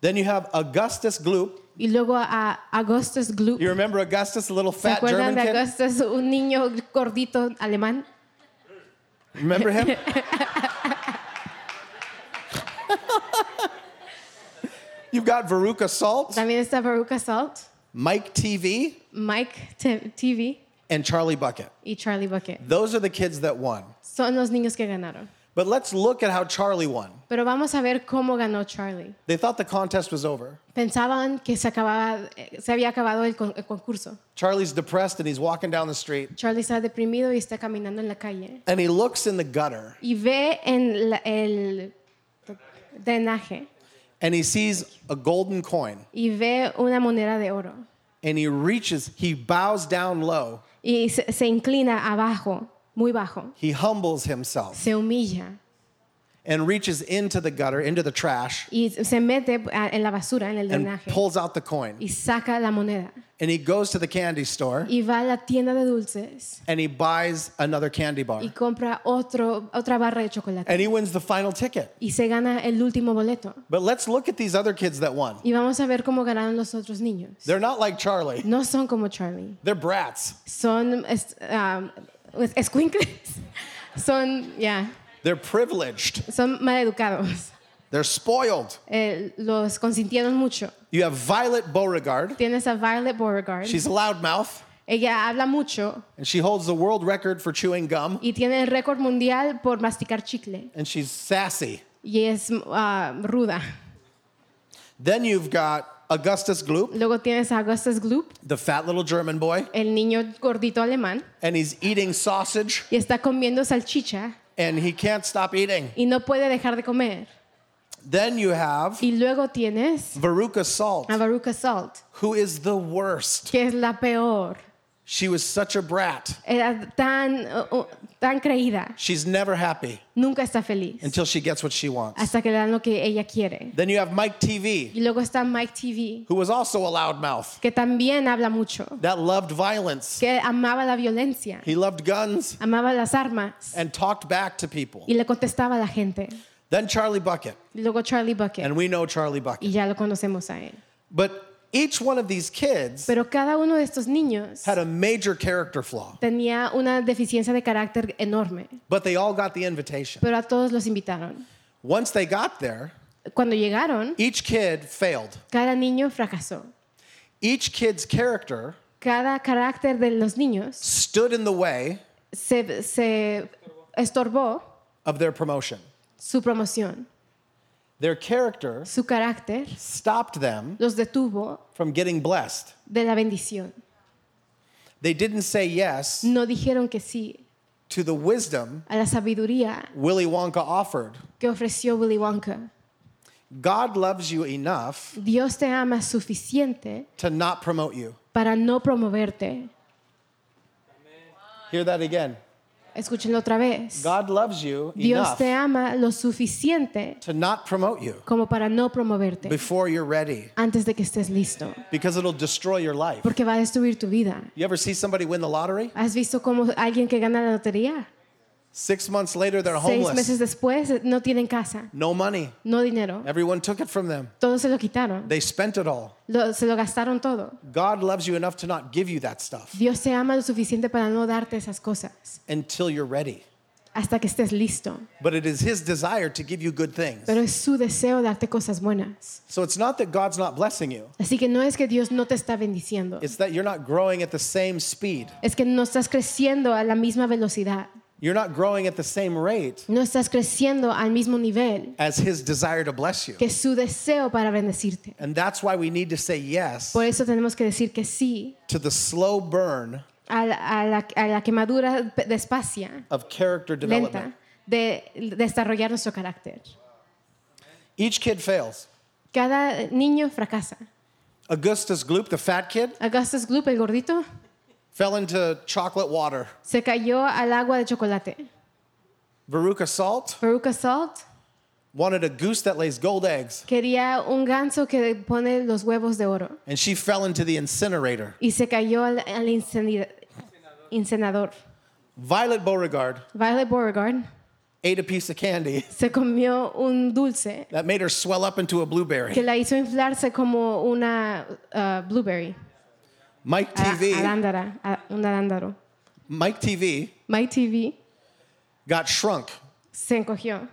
S5: Then you have Augustus Gloop.
S3: y luego a Augustus Gloop.
S5: You remember Augustus, the little
S3: ¿Se
S5: fat
S3: acuerdan
S5: German
S3: de
S5: kid?
S3: Augustus, un niño gordito alemán?
S5: Remember him? You've got Veruca Salt,
S3: También está Veruca Salt,
S5: Mike TV,
S3: Mike Te- TV
S5: and Charlie Bucket.
S3: y Charlie Bucket.
S5: Those are the kids that won.
S3: Son los niños que ganaron.
S5: But let's look at how Charlie won.
S3: Pero vamos a ver cómo ganó Charlie.
S5: They thought the contest was over.
S3: Pensaban que se, acababa, eh, se había acabado el, con- el concurso.
S5: Charlie's depressed and he's walking down the street
S3: Charlie está deprimido y está caminando en la calle
S5: and he looks in the gutter
S3: y ve en la- el drenaje
S5: and he sees a golden coin
S3: y ve una moneda de oro
S5: and he reaches, he bows down low,
S3: y se, se inclina abajo, muy bajo,
S5: he humbles himself
S3: se humilla
S5: and reaches into the gutter, into the trash,
S3: y se mete a- en la basura, en el
S5: and
S3: drenaje
S5: pulls out the coin.
S3: y saca la moneda
S5: and he goes to the candy store
S3: y va a la tienda de dulces
S5: and he buys another candy bar
S3: y compra otro, otra barra de chocolate
S5: and he wins the final ticket.
S3: y se gana el último boleto.
S5: But let's look at these other kids that won.
S3: Y vamos a ver cómo ganaron los otros niños.
S5: They're not like Charlie.
S3: No son como Charlie.
S5: They're brats.
S3: Son es- um, es- escuincles. Son, ya,
S5: They're privileged.
S3: son maleducados.
S5: They're spoiled.
S3: Eh, los consintieron mucho.
S5: You have Violet Beauregard.
S3: Tienes a Violet Beauregard.
S5: She's a loudmouth
S3: Ella habla mucho
S5: and she holds the world record for chewing gum
S3: y tiene el récord mundial por masticar chicle.
S5: and she's sassy.
S3: Y es ah, ruda.
S5: Then you've got Augustus Gloop,
S3: Luego tienes a Augustus Gloop,
S5: the fat little German boy,
S3: el niño gordito alemán,
S5: and he's eating sausage
S3: y está comiendo salchicha
S5: and he can't stop eating.
S3: y no puede dejar de comer.
S5: Then you have
S3: Y luego tienes
S5: Veruca Salt,
S3: a Baruca Salt,
S5: who is the worst.
S3: que es la peor.
S5: She was such a brat.
S3: Era tan, oh, oh, tan creída.
S5: She's never happy
S3: Nunca está feliz
S5: until she gets what she wants.
S3: hasta que le dan lo que ella quiere.
S5: Then you have Mike TV,
S3: Y luego está Mike TV,
S5: who was also a loudmouth
S3: que también habla mucho,
S5: that loved violence.
S3: que amaba la violencia,
S5: He loved guns
S3: amaba las armas
S5: and talked back to people.
S3: y le contestaba a la gente.
S5: Then Charlie Bucket,
S3: Y luego Charlie Bucket,
S5: and we know Charlie
S3: y
S5: Bucket.
S3: ya lo conocemos a él.
S5: But each one of these kids
S3: Pero cada uno de estos niños
S5: had a major character flaw,
S3: tenía una deficiencia de carácter enorme,
S5: but they all got the invitation.
S3: pero a todos los invitaron.
S5: Once they got there,
S3: Cuando llegaron,
S5: each kid failed.
S3: cada niño fracasó.
S5: Each kid's character
S3: Cada carácter de los niños
S5: stood in the way
S3: se, se estorbó
S5: of their promotion.
S3: su promoción.
S5: Their character
S3: Su carácter
S5: stopped them
S3: los detuvo
S5: from getting blessed.
S3: de la bendición.
S5: They didn't say yes
S3: No dijeron que sí
S5: to the wisdom
S3: a la sabiduría
S5: Willy Wonka offered.
S3: que ofreció Willy Wonka.
S5: God loves you enough
S3: Dios te ama suficiente
S5: to not promote you.
S3: para no promoverte.
S5: Hear that again.
S3: Escúchenlo otra vez.
S5: God loves you
S3: Dios
S5: enough
S3: te ama lo suficiente
S5: to not promote you
S3: como para no promoverte
S5: before you're ready
S3: antes de que estés listo,
S5: because it'll destroy your life.
S3: porque va a destruir tu vida.
S5: You ever see somebody win the lottery?
S3: ¿Has visto cómo alguien que gana la lotería?
S5: Six months later, they're
S3: Seis meses
S5: homeless.
S3: después no tienen casa,
S5: No money.
S3: no dinero.
S5: Everyone took it from them.
S3: Todo se lo quitaron.
S5: They spent it all.
S3: Lo- se lo gastaron todo.
S5: God loves you enough to not give you that stuff
S3: Dios te ama lo suficiente para no darte esas cosas
S5: until you're ready.
S3: hasta que estés listo.
S5: But it is His desire to give you good things.
S3: Pero es su deseo darte cosas buenas.
S5: So it's not that God's not blessing you,
S3: Así que no es que Dios no te está bendiciendo.
S5: it's that you're not growing at the same speed.
S3: Es que no estás creciendo a la misma velocidad.
S5: You're not growing at the same rate
S3: No estás creciendo al mismo nivel
S5: as His desire to bless you.
S3: que su deseo para bendecirte.
S5: And that's why we need to say yes
S3: Por eso tenemos que decir que sí
S5: to the slow burn
S3: a la, a la- a la quemadura despacia,
S5: of character development.
S3: lenta, de desarrollar nuestro carácter.
S5: Each kid fails.
S3: Cada niño fracasa.
S5: Augustus Gloop, the fat kid,
S3: Augustus Gloop, el gordito,
S5: fell into chocolate water.
S3: se cayó al agua de chocolate.
S5: Veruca Salt
S3: Veruca Salt
S5: wanted a goose that lays gold eggs,
S3: quería un ganso que pone los huevos de oro
S5: and she fell into the incinerator.
S3: y se cayó al, al incendi- incenador.
S5: Violet Beauregard
S3: Violet Beauregard
S5: ate a piece of candy
S3: se comió un dulce
S5: that made her swell up into a
S3: que
S5: blueberry.
S3: la hizo inflarse como una ah, blueberry,
S5: Mike
S3: a-
S5: TV,
S3: arándara, a- un arándaro.
S5: Mike TV
S3: My TV
S5: got shrunk.
S3: se encogió.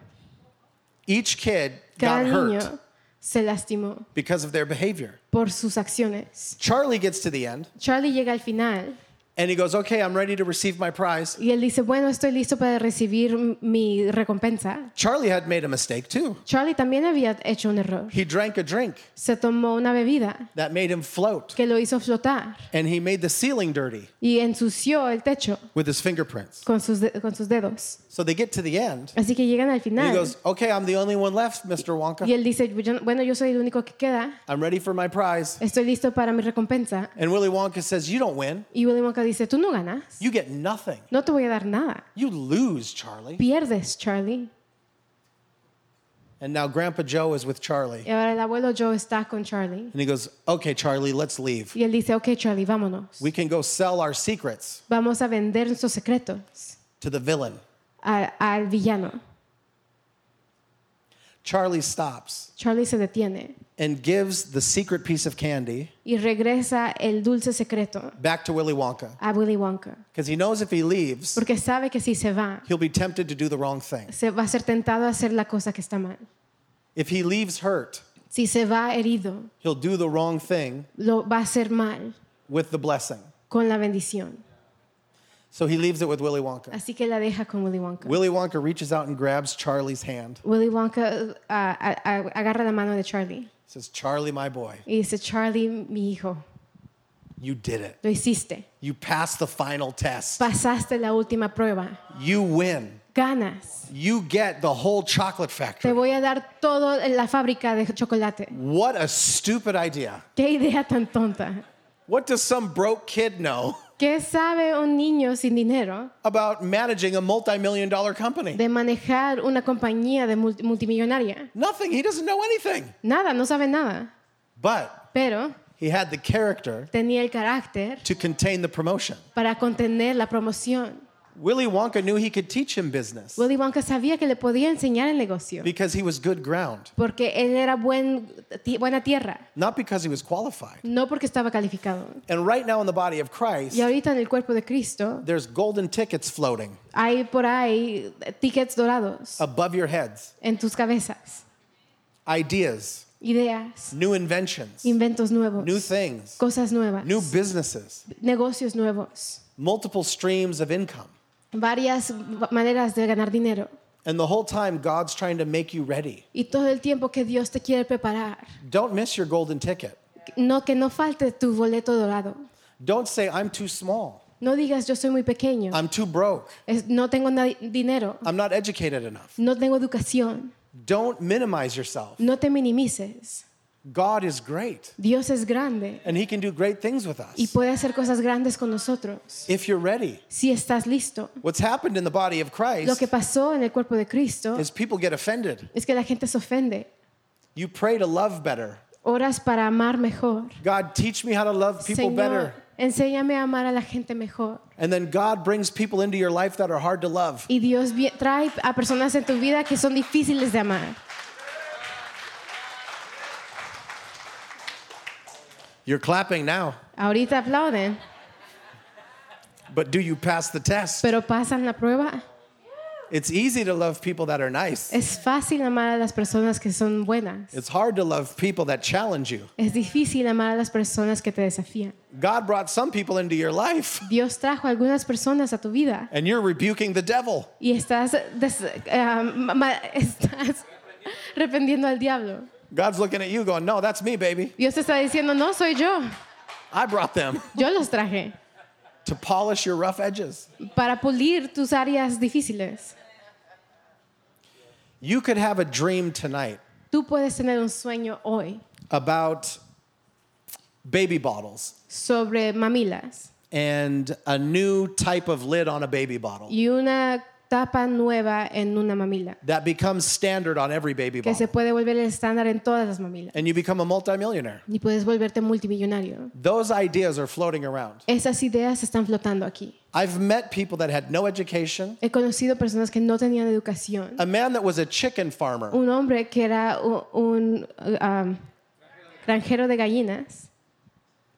S5: Each kid
S3: Cada
S5: got hurt
S3: niño se lastimó
S5: because of their behavior.
S3: por sus acciones.
S5: Charlie gets to the end
S3: Charlie llega al final
S5: and he goes, "Okay, I'm ready to receive my prize."
S3: y él dice, bueno, estoy listo para recibir m- mi recompensa.
S5: Charlie had made a mistake too.
S3: Charlie también había hecho un error.
S5: He drank a drink
S3: Se tomó una bebida
S5: that made him float
S3: que lo hizo flotar
S5: and he made the ceiling dirty
S3: y ensució el techo
S5: with his fingerprints.
S3: con sus, de- con sus dedos.
S5: So they get to the end
S3: Así que llegan al
S5: and he
S3: final
S5: goes, "Okay, I'm the only one left, Mr.
S3: y
S5: Wonka.
S3: él dice, "Yo- bueno, yo soy el único que queda,
S5: I'm ready for my prize."
S3: estoy listo para mi recompensa.
S5: And Willy Wonka says, "You don't win.
S3: Y Willy Wonka dice, tú no ganas,
S5: You get nothing.
S3: no te voy a dar nada.
S5: You lose, Charlie."
S3: Pierdes, Charlie.
S5: And now Grandpa Joe is with Charlie.
S3: Y ahora el abuelo Joe está con Charlie.
S5: And he goes, Okay, Charlie, let's leave.
S3: Y él dice, ok, Charlie, vámonos.
S5: We can go sell our secrets
S3: Vamos a vender nuestros secretos
S5: to the villain.
S3: a- al villano.
S5: Charlie stops
S3: Charlie se detiene
S5: and gives the secret piece of candy
S3: y regresa el dulce secreto
S5: back to Willy Wonka
S3: a Willy Wonka.
S5: because he knows if he leaves,
S3: Porque sabe que si se va,
S5: he'll be tempted to do the wrong thing.
S3: se va a ser tentado a hacer la cosa que está mal.
S5: If he leaves hurt,
S3: Si se va herido,
S5: he'll do the wrong thing
S3: lo va a hacer mal
S5: with the blessing.
S3: con la bendición.
S5: So he leaves it with Willy Wonka.
S3: Así que la deja con Willy Wonka.
S5: Willy Wonka reaches out and grabs Charlie's hand.
S3: Willy Wonka ah, ah, ah, agarra la mano de Charlie
S5: Says, Charlie, my boy,
S3: y dice, Charlie, mi hijo,
S5: you did it.
S3: lo hiciste.
S5: You passed the final test.
S3: Pasaste la última prueba.
S5: You win.
S3: Ganas.
S5: You get the whole chocolate
S3: Te
S5: factory.
S3: voy a dar toda la fábrica de chocolate.
S5: What a stupid idea.
S3: Qué idea tan tonta.
S5: What does some broke kid know
S3: ¿Qué sabe un niño sin dinero
S5: about managing a multi million dollar company?
S3: de manejar una compañía de multi- multimillonaria?
S5: Nothing. He doesn't know anything.
S3: Nada, no sabe nada.
S5: But
S3: Pero
S5: he had the character
S3: tenía el carácter
S5: to contain the promotion.
S3: para contener la promoción.
S5: Willy Wonka knew he could teach him business
S3: Willy Wonka sabía que le podía enseñar el negocio
S5: because he was good ground,
S3: porque él era buen, ti- buena tierra,
S5: not because he was qualified.
S3: no porque estaba calificado.
S5: And right now in the body of Christ,
S3: Y ahorita en el cuerpo de Cristo
S5: there's golden tickets floating
S3: hay por ahí tickets dorados
S5: above your heads,
S3: en tus cabezas,
S5: ideas,
S3: ideas,
S5: new inventions,
S3: inventos nuevos,
S5: new things,
S3: cosas nuevas,
S5: new businesses,
S3: negocios nuevos,
S5: multiple streams of income.
S3: varias va- maneras de ganar dinero.
S5: And the whole time, God's trying to make you ready.
S3: Y todo el tiempo que Dios te quiere preparar,
S5: Don't miss your golden ticket.
S3: no que no falte tu boleto dorado.
S5: Don't say, I'm too small.
S3: No digas yo soy muy pequeño,
S5: I'm too broke.
S3: es- no tengo na- dinero,
S5: I'm not educated enough.
S3: no tengo educación.
S5: Don't minimize yourself.
S3: No te minimices.
S5: God is great,
S3: Dios es grande
S5: and He can do great things with
S3: y
S5: us
S3: puede hacer cosas grandes con nosotros.
S5: if you're ready.
S3: Si estás listo.
S5: What's happened in the body of
S3: Lo
S5: Christ
S3: que pasó en el cuerpo de Cristo
S5: is people get offended.
S3: es que la gente se ofende.
S5: You pray to love better.
S3: Oras para amar mejor.
S5: God, teach me how to love people
S3: Señor,
S5: better.
S3: enséñame a amar a la gente mejor.
S5: And then God brings people into your life that are hard to love.
S3: Y Dios vi- trae a personas en tu vida que son difíciles de amar.
S5: You're clapping now,
S3: Ahorita aplauden,
S5: but do you pass the test?
S3: pero pasan la prueba.
S5: It's easy to love people that are nice.
S3: Es fácil amar a las personas que son buenas.
S5: It's hard to love people that challenge you.
S3: Es difícil amar a las personas que te desafían.
S5: God brought some people into your life,
S3: Dios trajo algunas personas a tu vida
S5: and you're rebuking the devil.
S3: y estás, des- ah, ma- ma- estás arrependiendo al diablo.
S5: God's looking at you going, No, that's me, baby.
S3: Dios te está diciendo, no soy yo,
S5: I brought them
S3: yo los traje
S5: to polish your rough edges.
S3: para pulir tus áreas difíciles.
S5: You could have a dream tonight
S3: Tú puedes tener un sueño hoy
S5: about baby bottles
S3: sobre mamilas
S5: and a new type of lid on a baby bottle.
S3: y un tapa nueva en una mamila,
S5: that becomes standard on every baby
S3: que se
S5: bottle.
S3: puede volver el estándar en todas las mamilas.
S5: And you become a multimillionaire.
S3: Y puedes volverte multimillonario.
S5: Those ideas are floating around.
S3: Esas ideas están flotando aquí.
S5: I've met people that had no education.
S3: He conocido personas que no tenían educación.
S5: A man that was a chicken farmer.
S3: Un hombre que era u- un uh, um, granjero de gallinas,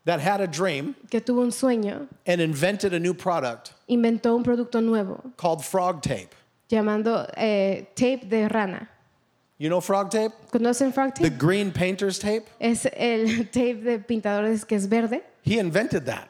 S5: that had a dream
S3: que tuvo un sueño,
S5: and invented a new product
S3: inventó un producto nuevo
S5: called frog tape.
S3: llamando eh, tape de rana.
S5: You know frog tape?
S3: ¿Conocen frog
S5: The
S3: tape?
S5: green painter's tape?
S3: Es el tape de pintadores que es verde.
S5: He invented that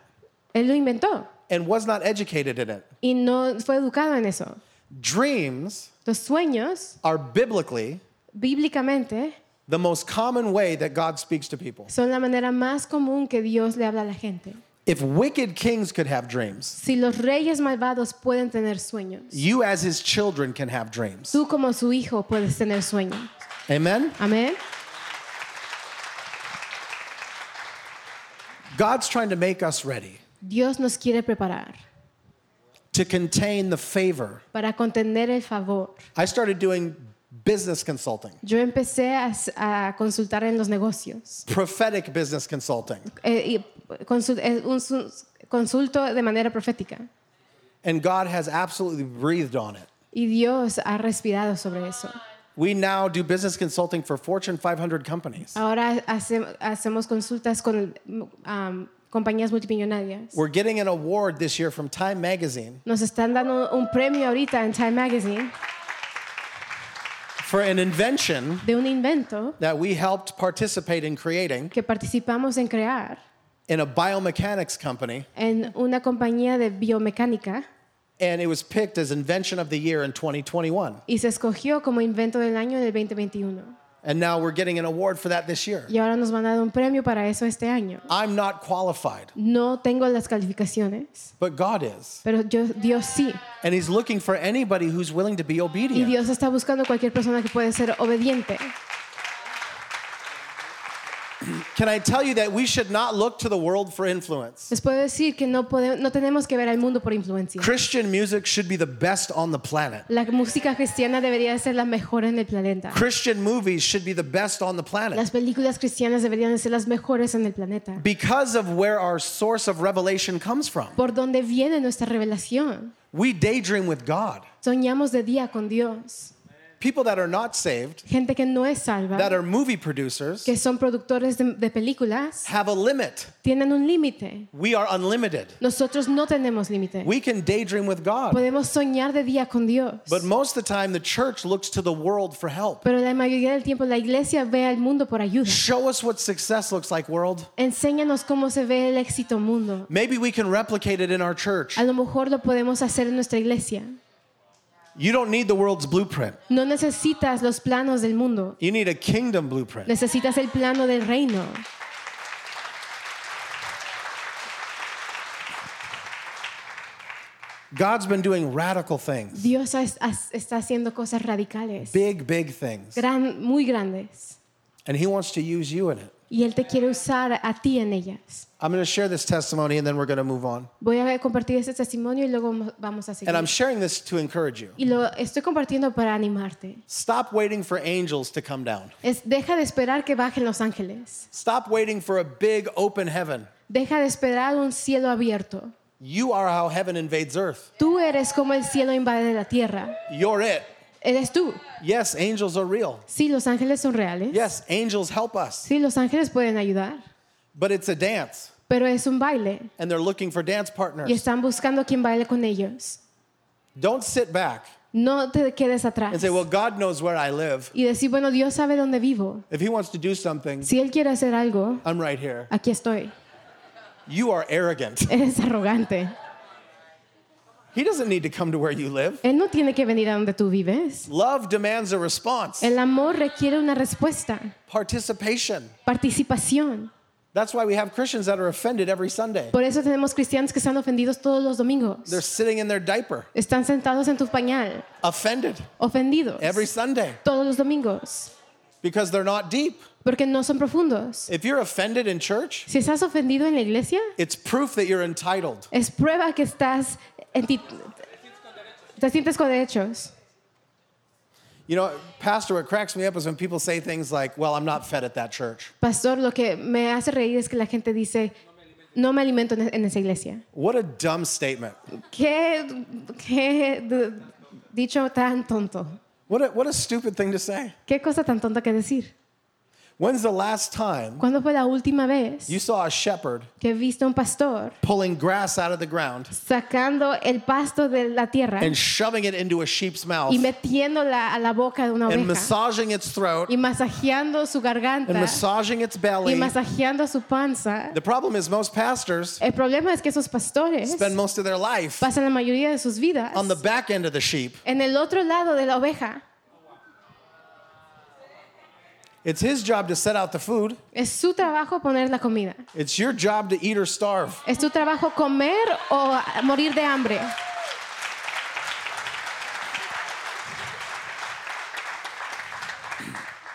S3: Él lo inventó
S5: and was not educated in it.
S3: y no fue educado en eso.
S5: Dreams
S3: Los sueños,
S5: are biblically
S3: bíblicamente,
S5: the most common way that God speaks to people.
S3: son la manera más común que Dios le habla a la gente.
S5: If wicked kings could have dreams,
S3: Si los reyes malvados pueden tener sueños,
S5: you as his children can have dreams.
S3: tú como su hijo puedes tener sueños.
S5: Amen?
S3: Amén.
S5: God's trying to make us ready
S3: Dios nos quiere preparar
S5: to contain the favor.
S3: para contener el favor.
S5: I started doing business consulting,
S3: Yo empecé a, s- a consultar en los negocios.
S5: prophetic business consulting.
S3: Eh, y consul- eh, un su- consulto de manera profética.
S5: and God has absolutely breathed on it.
S3: Y Dios ha respirado sobre eso.
S5: We now do business consulting for Fortune 500 companies.
S3: Ahora hace- hacemos consultas con um, compañías multimillonarias.
S5: We're getting an award this year from Time Magazine
S3: Nos están dando un premio ahorita en Time Magazine
S5: for an invention
S3: de un invento
S5: that we helped participate in creating
S3: que participamos en crear
S5: in a biomechanics company,
S3: en una compañía de biomecánica
S5: and it was picked as Invention of the Year in 2021.
S3: y se escogió como invento del año del 2021.
S5: And now we're getting an award for that this year.
S3: Y ahora nos van a dar un premio para eso este año.
S5: I'm not qualified,
S3: No tengo las calificaciones,
S5: but God is.
S3: pero yo- Dios sí.
S5: And He's looking for anybody who's willing to be
S3: Y
S5: obedient.
S3: Dios está buscando cualquier persona que puede ser obediente.
S5: Can I tell you that we should not look to the world for influence?
S3: Les puedo decir que no, podemos, no tenemos que ver al mundo por influencia.
S5: Christian music should be the best on the planet.
S3: La música cristiana debería ser la mejor en el planeta.
S5: Christian movies should be the best on the
S3: Las
S5: planet.
S3: películas cristianas deberían ser las mejores en el planeta.
S5: Because of where our source of revelation comes from.
S3: Por donde viene nuestra revelación.
S5: We daydream with God.
S3: Soñamos de día con Dios.
S5: People that are not saved,
S3: Gente que no es
S5: that
S3: salva,
S5: are movie producers,
S3: que son productores de, de películas,
S5: have a limit.
S3: tienen un límite.
S5: We are unlimited.
S3: Nosotros no tenemos límite.
S5: We can daydream with God.
S3: Podemos soñar de día con Dios.
S5: But most of the time, the church looks to the world for help.
S3: Pero la mayoría del tiempo la iglesia ve al mundo por ayuda.
S5: Show us what success looks like, world.
S3: Enséñanos cómo se ve el éxito mundo.
S5: Maybe we can replicate it in our church.
S3: A lo mejor lo podemos hacer en nuestra iglesia.
S5: You don't need the world's blueprint,
S3: No necesitas los planos del mundo.
S5: you need a kingdom blueprint.
S3: Necesitas el plano del reino.
S5: God's been doing radical things,
S3: Dios ha- ha- está haciendo cosas radicales,
S5: big, big things.
S3: gran, muy grandes.
S5: And He wants to use you in it.
S3: Y Él te quiere usar a ti en ellas.
S5: I'm going to share this testimony and then we're going to move on.
S3: Voy a compartir este testimonio y luego mo- vamos a seguir.
S5: And I'm sharing this to encourage you.
S3: Y lo estoy compartiendo para animarte.
S5: Stop waiting for angels to come down.
S3: Es, deja de esperar que bajen los ángeles.
S5: Stop waiting for a big open heaven.
S3: Deja de esperar un cielo abierto.
S5: You are how heaven invades earth.
S3: Tú eres como el cielo invade la tierra.
S5: You're it.
S3: Eres tú.
S5: Yes, angels are real.
S3: Sí, los ángeles son reales.
S5: Yes, angels help us.
S3: Sí, los ángeles pueden ayudar.
S5: But it's a dance
S3: Pero es un baile
S5: and they're looking for dance
S3: y
S5: partners.
S3: están buscando a quien baile con ellos.
S5: Don't sit back
S3: No te quedes atrás
S5: and say, well, God knows where I live.
S3: y decir, bueno, Dios sabe dónde vivo.
S5: If He wants to do something,
S3: Si Él quiere hacer algo,
S5: I'm right here.
S3: aquí estoy.
S5: You are arrogant.
S3: Eres arrogante.
S5: He doesn't need to come to where you live.
S3: Él no tiene que venir a donde tú vives.
S5: Love demands a response,
S3: El amor requiere una respuesta,
S5: participation.
S3: participación.
S5: That's why we have Christians that are offended every Sunday.
S3: Por eso tenemos cristianos que están ofendidos todos los
S5: They're
S3: domingos.
S5: sitting in their diaper,
S3: Están sentados en tu pañal,
S5: offended
S3: ofendidos
S5: every Sunday
S3: todos los domingos,
S5: because they're not deep.
S3: porque no son profundos.
S5: If you're offended in church,
S3: Si estás ofendido en la iglesia,
S5: it's proof that you're entitled.
S3: es prueba que estás enti- Te sientes con hechos.
S5: You know, Pastor, what cracks me up is when people say things like, well, I'm not fed at that church.
S3: Pastor, lo que me hace reír es que la gente dice, no me alimento en en esa iglesia.
S5: What a dumb statement.
S3: ¿Qué, qué d- dicho tan tonto?
S5: What a, what a stupid thing to say.
S3: ¿Qué cosa tan tonta que decir?
S5: When's the last time
S3: ¿Cuándo fue la última vez
S5: you saw a shepherd
S3: que viste a un pastor
S5: pulling grass out of the ground
S3: sacando el pasto de la tierra
S5: and shoving it into a sheep's mouth
S3: y metiéndola a la boca de una
S5: and
S3: oveja
S5: massaging its throat
S3: y masajeando su
S5: and
S3: garganta
S5: massaging its
S3: y
S5: belly?
S3: masajeando su panza?
S5: The problem is, most pastors
S3: El problema es que esos pastores
S5: spend most of their life
S3: pasan la mayoría de sus vidas
S5: on the back end of the sheep.
S3: en el otro lado de la oveja.
S5: It's his job to set out the food,
S3: Es su trabajo poner la comida.
S5: it's your job to eat or starve.
S3: Es tu trabajo comer o a- morir de hambre.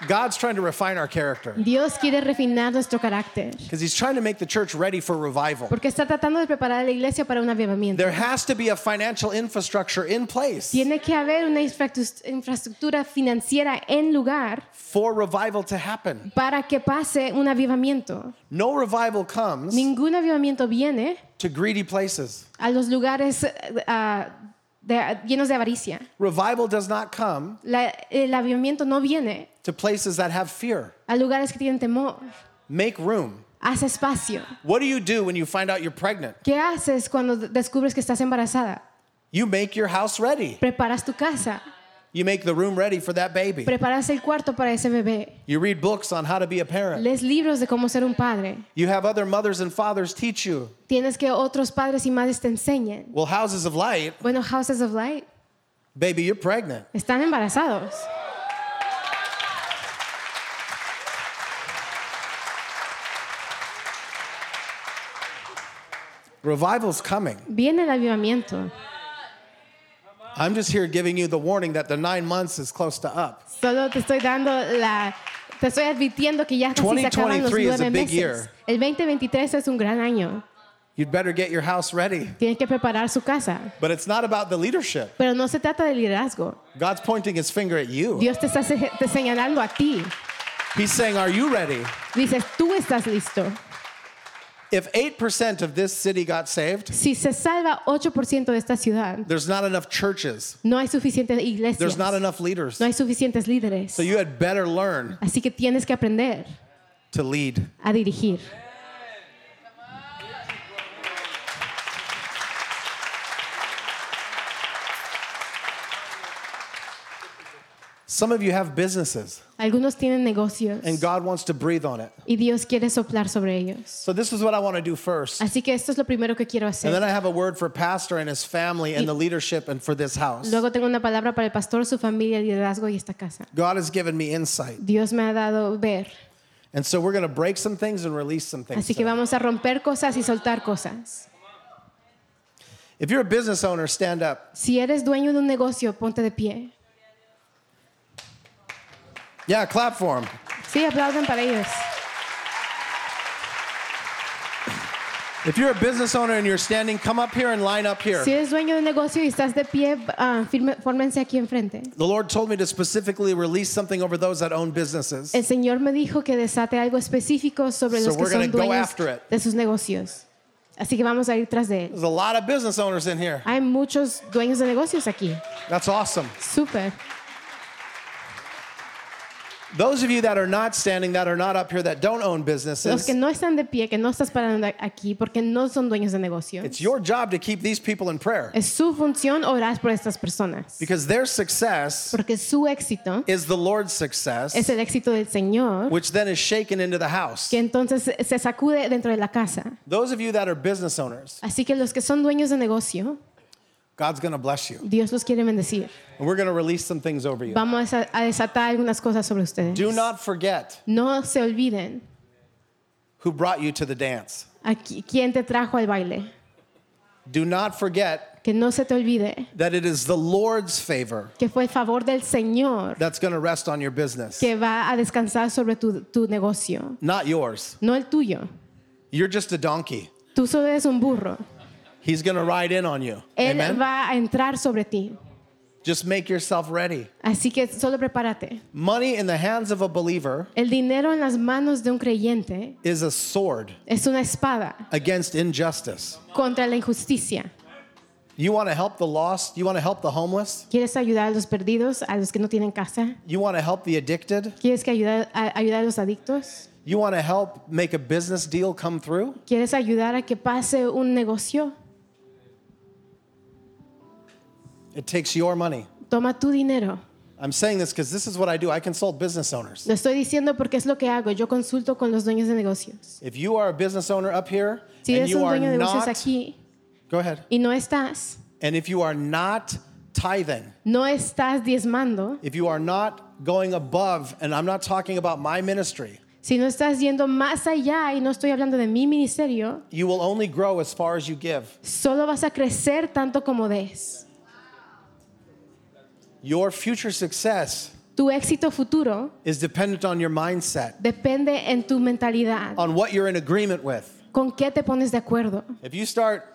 S5: God's trying to refine our character
S3: Dios quiere refinar nuestro carácter
S5: because he's trying to make the church ready for revival.
S3: porque está tratando de preparar a la iglesia para un avivamiento.
S5: There has to be a financial infrastructure in place
S3: Tiene que haber una infractus- infraestructura financiera en lugar
S5: for revival to happen.
S3: para que pase un avivamiento.
S5: No revival comes
S3: Ningún avivamiento viene
S5: to greedy places.
S3: a los lugares eh, ah, de- llenos de avaricia.
S5: Revival does not come
S3: La- el avivamiento no viene
S5: to places that have fear.
S3: a lugares que tienen temor.
S5: Make room.
S3: Haz espacio.
S5: What do you do when you find out you're pregnant?
S3: ¿Qué haces cuando d- descubres que estás embarazada?
S5: You make your house ready.
S3: Preparas tu casa.
S5: You make the room ready for that baby.
S3: Preparas el cuarto para ese bebé.
S5: You read books on how to be a parent.
S3: Lees libros de cómo ser un padre.
S5: You have other mothers and fathers teach you.
S3: Tienes que otros padres y madres te enseñen.
S5: Well, houses of light,
S3: Bueno, Houses of Light,
S5: baby, you're pregnant.
S3: están embarazados.
S5: Revival's coming.
S3: Viene el avivamiento.
S5: I'm just here giving you the warning that the nine months is close to up.
S3: Solo te estoy dando la... Te estoy advirtiendo que ya casi se acaban los
S5: 2023 is a
S3: nueve
S5: big
S3: meses.
S5: year.
S3: El 2023 es un gran año.
S5: You'd better get your house ready.
S3: Tienen que preparar su casa.
S5: But it's not about the leadership.
S3: Pero no se trata de liderazgo.
S5: God's pointing his finger at you.
S3: Dios te está se- te señalando a ti.
S5: He's saying, Are you ready?
S3: Dices, tú estás listo.
S5: If 8% of this city got saved,
S3: Si se salva 8% de esta ciudad,
S5: there's not enough churches,
S3: no hay suficientes iglesias.
S5: there's not
S3: No
S5: enough leaders.
S3: hay suficientes líderes.
S5: So you had better learn
S3: Así que tienes que aprender
S5: to lead.
S3: a dirigir.
S5: Some of you have businesses,
S3: Algunos tienen negocios
S5: and God wants to breathe on it.
S3: y Dios quiere soplar sobre ellos.
S5: So this is what I want to do first.
S3: Así que esto es lo primero que quiero
S5: And then
S3: hacer.
S5: I have a word for pastor and his family and the leadership and for this house.
S3: Luego tengo una palabra para el pastor, su familia, el liderazgo y esta casa.
S5: God has given me insight.
S3: Dios me ha dado ver.
S5: And so we're going to break some things and release some things.
S3: Así que
S5: today.
S3: vamos a romper cosas y soltar cosas.
S5: If you're a business owner, stand up.
S3: Si eres dueño de un negocio, ponte de pie.
S5: Yeah, clap for him.
S3: Sí, aplaudan para ellos.
S5: If you're a business owner and you're standing, come up here and line up here.
S3: Si eres dueño de un negocio y estás de pie, ah, firme- fórmense aquí enfrente.
S5: The Lord told me to specifically release something over those that own businesses.
S3: El Señor me dijo que desate algo específico sobre
S5: So
S3: los que
S5: we're gonna
S3: son
S5: go
S3: dueños
S5: after it.
S3: de sus negocios. Así que vamos a ir tras de él.
S5: There's a lot of business owners in here.
S3: Hay muchos dueños de negocios aquí.
S5: That's awesome.
S3: Súper.
S5: Those of you that are not standing, that are not up here, that don't own
S3: Los
S5: businesses,
S3: que no están de pie, que no estás parando aquí porque no son dueños de negocios.
S5: it's your job to keep these people in prayer
S3: Es su función orar por estas personas.
S5: because their success
S3: Porque su éxito
S5: is the Lord's
S3: es
S5: success,
S3: el éxito del Señor,
S5: which then is shaken into the house.
S3: que entonces se sacude dentro de la casa.
S5: Those of you that are business owners,
S3: Así que los que son dueños de negocio,
S5: God's going to bless you.
S3: Dios los quiere bendecir.
S5: And we're going to release some things over you.
S3: Vamos a desa- a desatar algunas cosas sobre ustedes.
S5: Do not forget
S3: No se olviden
S5: who brought you to the dance.
S3: a qui- quién te trajo al baile.
S5: Do not forget
S3: Que no se te olvide
S5: that it is the Lord's favor
S3: que fue el favor del Señor
S5: that's going to rest on your business,
S3: que va a descansar sobre tu, tu negocio,
S5: not yours.
S3: no el tuyo.
S5: You're just a donkey.
S3: Tú solo eres un burro.
S5: He's going to ride in on you.
S3: Él
S5: Amen.
S3: va a entrar sobre ti.
S5: Just make yourself ready.
S3: Así que solo prepárate.
S5: Money in the hands of a believer
S3: El dinero en las manos de un creyente
S5: is a sword
S3: es una espada
S5: against injustice.
S3: contra la injusticia.
S5: You want to help the lost, you want to help the homeless,
S3: ¿Quieres ayudar a los perdidos, a los que no tienen casa?
S5: you want to help the addicted,
S3: ¿Quieres que ayudar a, ayudar a los adictos?
S5: you want to help make a business deal come through.
S3: ¿Quieres ayudar a que pase un negocio?
S5: It takes your money.
S3: Toma tu dinero.
S5: I'm saying this because this is what I do. I consult business owners.
S3: Lo estoy diciendo porque es lo que hago. Yo consulto con los dueños de negocios.
S5: If you are a business owner up here
S3: Si
S5: and
S3: eres un
S5: you are
S3: dueño de
S5: not,
S3: negocios aquí
S5: go ahead.
S3: y no estás,
S5: And if you are not tithing,
S3: no estás diezmando,
S5: if you are not going above, and I'm not talking about my ministry,
S3: si no estás yendo más allá y no estoy hablando de mi ministerio,
S5: you will only grow as far as you give.
S3: solo vas a crecer tanto como des.
S5: Your future success
S3: Tu éxito futuro
S5: is dependent on your mindset,
S3: depende en tu mentalidad,
S5: on what you're in agreement with.
S3: con qué te pones de acuerdo.
S5: If you start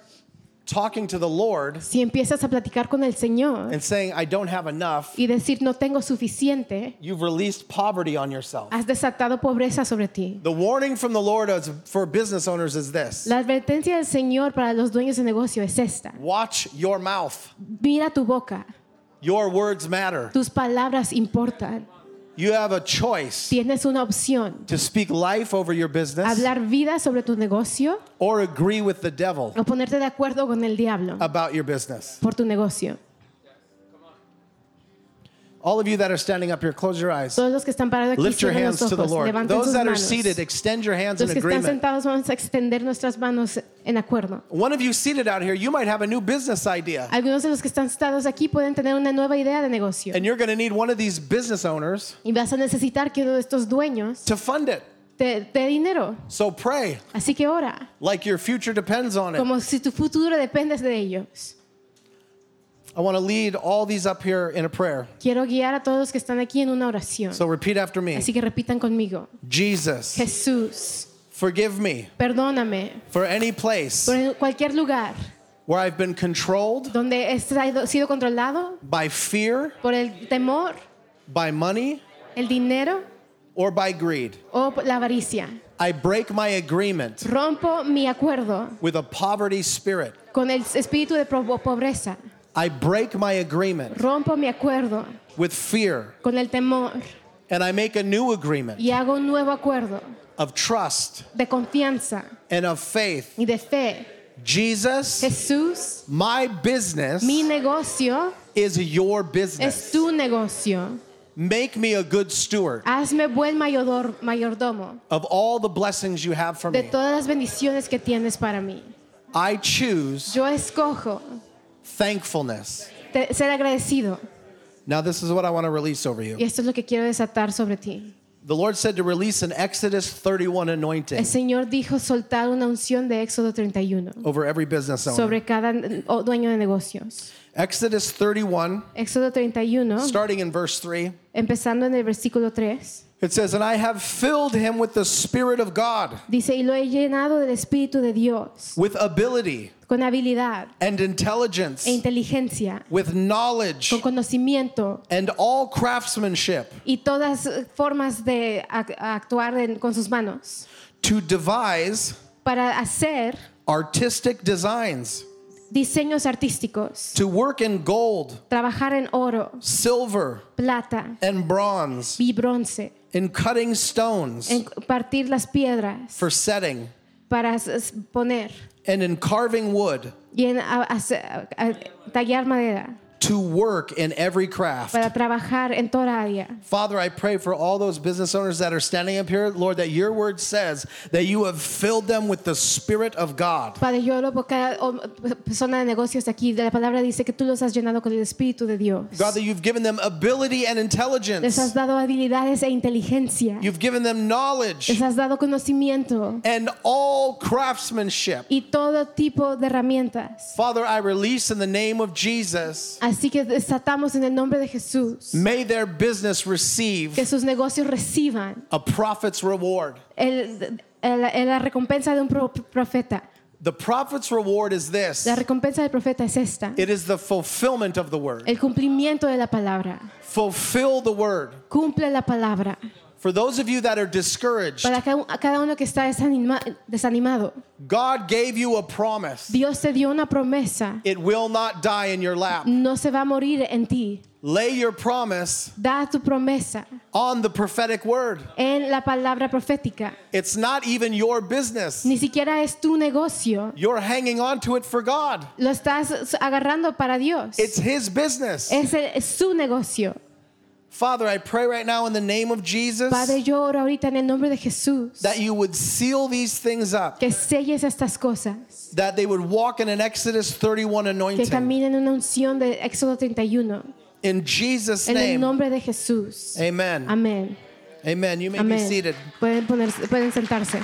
S5: talking to the Lord
S3: Si empiezas a platicar con el Señor
S5: and saying, I don't have enough,
S3: y decir no tengo suficiente,
S5: you've released poverty on yourself.
S3: has desatado pobreza sobre ti.
S5: The warning from the Lord as, for business owners is this
S3: La advertencia del Señor para los dueños de negocio es esta.
S5: watch your mouth.
S3: Mira tu boca,
S5: Your words matter.
S3: tus palabras importan.
S5: You have a choice
S3: Tienes una opción,
S5: to speak life over your business
S3: hablar vida sobre tu negocio
S5: or agree with the devil
S3: o ponerte de acuerdo con el diablo
S5: about your business.
S3: por tu negocio.
S5: All of you that are standing up here, close your eyes.
S3: Todos los que están parados aquí,
S5: Lift your
S3: cierren los
S5: hands to the
S3: ojos,
S5: Lord.
S3: levanten
S5: Those
S3: sus
S5: that are
S3: manos.
S5: seated, extend your hands in
S3: Los que están
S5: agreement.
S3: sentados vamos a extender nuestras manos en acuerdo.
S5: One of you seated out here, you might have a new business idea.
S3: Algunos de los que están sentados aquí pueden tener una nueva idea de negocio.
S5: And you're going to need one of these business owners
S3: Y vas a necesitar que uno de estos dueños
S5: to fund it.
S3: te te dé dinero.
S5: So pray
S3: Así que ora,
S5: like your future depends on it.
S3: como si tu futuro dependes de ellos.
S5: I want to lead all these up here in a prayer.
S3: Quiero guiar a todos los que están aquí en una oración.
S5: So repeat after me
S3: Así que repitan conmigo.
S5: Jesus,
S3: Jesús,
S5: forgive me
S3: perdóname
S5: for any place
S3: por en cualquier lugar
S5: where I've been controlled
S3: donde he sido- sido controlado
S5: by fear,
S3: por el temor,
S5: by money,
S3: el dinero
S5: or by greed.
S3: o por la avaricia.
S5: I break my agreement
S3: Rompo mi acuerdo
S5: with a poverty spirit.
S3: con el espíritu de pro- pobreza.
S5: I break my agreement
S3: Rompo mi acuerdo
S5: with fear.
S3: con el temor
S5: And I make a new agreement
S3: y hago un nuevo acuerdo
S5: of trust
S3: de confianza
S5: and of faith.
S3: y de fe.
S5: Jesus,
S3: Jesús,
S5: my business
S3: mi negocio
S5: is your
S3: es
S5: business.
S3: tu negocio.
S5: Make me a good steward
S3: Hazme buen mayordomo- mayordomo
S5: of all the blessings you have for
S3: de
S5: me.
S3: todas las bendiciones que tienes para mí.
S5: I choose
S3: Yo escojo
S5: thankfulness.
S3: te- ser agradecido
S5: Now, this is what I want to release over
S3: y
S5: you.
S3: esto es lo que quiero desatar sobre ti.
S5: The Lord said to release an Exodus 31 anointing
S3: El Señor dijo soltar una unción de Éxodo 31
S5: over every business owner.
S3: sobre cada eh, o- dueño de negocios.
S5: Exodus 31,
S3: Éxodo 31,
S5: starting in verse 3,
S3: empezando en el versículo 3,
S5: it says, And I have filled him with the Spirit of God,
S3: dice, y lo he llenado del Espíritu de Dios,
S5: with ability
S3: con habilidad
S5: and intelligence,
S3: e inteligencia,
S5: with knowledge
S3: con conocimiento
S5: and all craftsmanship
S3: y todas eh, formas de ac- actuar en- con sus manos,
S5: to devise
S3: para hacer
S5: artistic designs,
S3: diseños artísticos,
S5: to work in gold,
S3: trabajar en oro,
S5: silver,
S3: plata
S5: and bronze,
S3: y bronce,
S5: in cutting stones
S3: en partir las piedras
S5: for setting,
S3: para s- s- poner
S5: and in carving wood
S3: y en a- hace- a- a- tallar madera,
S5: to work in every craft.
S3: para trabajar en toda área.
S5: Father, I pray for all those business owners that are standing up here, Lord, that your word says that you have filled them with the Spirit of God.
S3: Padre, yo oro por cada hom- persona de negocios de aquí. La palabra dice que tú los has llenado con el Espíritu de Dios.
S5: God, that you've given them ability and
S3: Les has
S5: intelligence,
S3: dado habilidades e inteligencia.
S5: you've given them knowledge
S3: Les has dado conocimiento
S5: and all craftsmanship.
S3: y todo tipo de herramientas.
S5: Father, I release in the name of Jesus,
S3: Así que desatamos en el nombre de Jesús
S5: may their business
S3: que
S5: receive
S3: sus negocios reciban
S5: a prophet's reward.
S3: el- el- la recompensa de un pro- profeta.
S5: The prophet's reward is this
S3: La recompensa del profeta es esta,
S5: it is the fulfillment of the word.
S3: el cumplimiento de la palabra.
S5: Fulfill the word.
S3: Cumple la palabra.
S5: For those of you that are discouraged,
S3: Para ca- a cada uno que está desanima- desanimado,
S5: God gave you a promise.
S3: Dios te dio una promesa.
S5: It will not die in your lap.
S3: No se va a morir en ti.
S5: Lay your promise
S3: Da tu promesa
S5: on the prophetic word.
S3: en la palabra profética.
S5: It's not even your business.
S3: Ni siquiera es tu negocio.
S5: You're hanging on to it for God.
S3: Lo estás agarrando para Dios.
S5: It's His business.
S3: Es, el- es su negocio.
S5: Father, I pray right now in the name of Jesus
S3: Padre, yo oro ahorita en el nombre de Jesús
S5: that you would seal these things up,
S3: que selles estas cosas,
S5: that they would walk in an Exodus 31
S3: que
S5: anointing.
S3: caminen en una unción de Éxodo 31,
S5: In Jesus'
S3: en el
S5: name.
S3: nombre de Jesús.
S5: Amen.
S3: Amén.
S5: Amen. You may be
S3: Amén.
S5: seated.
S3: Pueden, ponerse, pueden sentarse.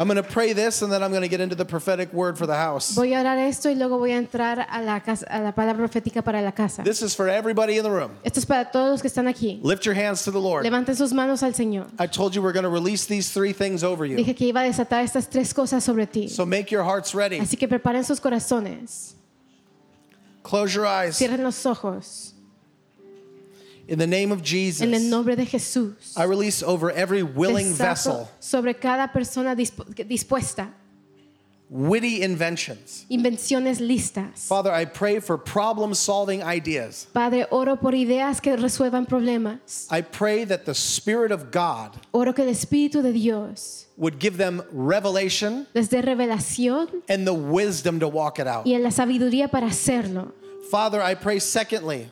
S5: I'm going to pray this and then I'm going to get into the prophetic word for the house.
S3: Voy a orar esto y luego voy a entrar a la, casa, a la palabra profética para la casa.
S5: This is for everybody in the room.
S3: Esto es para todos los que están aquí.
S5: Lift your hands to the Lord.
S3: Levanten sus manos al Señor.
S5: I told you we're going to release these three things over you.
S3: Dije que iba a desatar estas tres cosas sobre ti.
S5: So make your hearts ready.
S3: Así que preparen sus corazones.
S5: Close your eyes.
S3: Cierren los ojos.
S5: In the name of
S3: En el
S5: Jesus,
S3: nombre de Jesús.
S5: I release over every willing
S3: Desato
S5: vessel
S3: sobre cada persona dispu- que- dispuesta.
S5: witty inventions.
S3: Invenciones listas.
S5: Father, I pray for problem solving ideas.
S3: Padre, oro por ideas que resuelvan problemas.
S5: I pray that the Spirit of God
S3: Oro que el Espíritu de Dios
S5: would give them revelation
S3: les dé revelación
S5: and the wisdom to walk it out.
S3: y en la sabiduría para hacerlo.
S5: Father, I pray, secondly,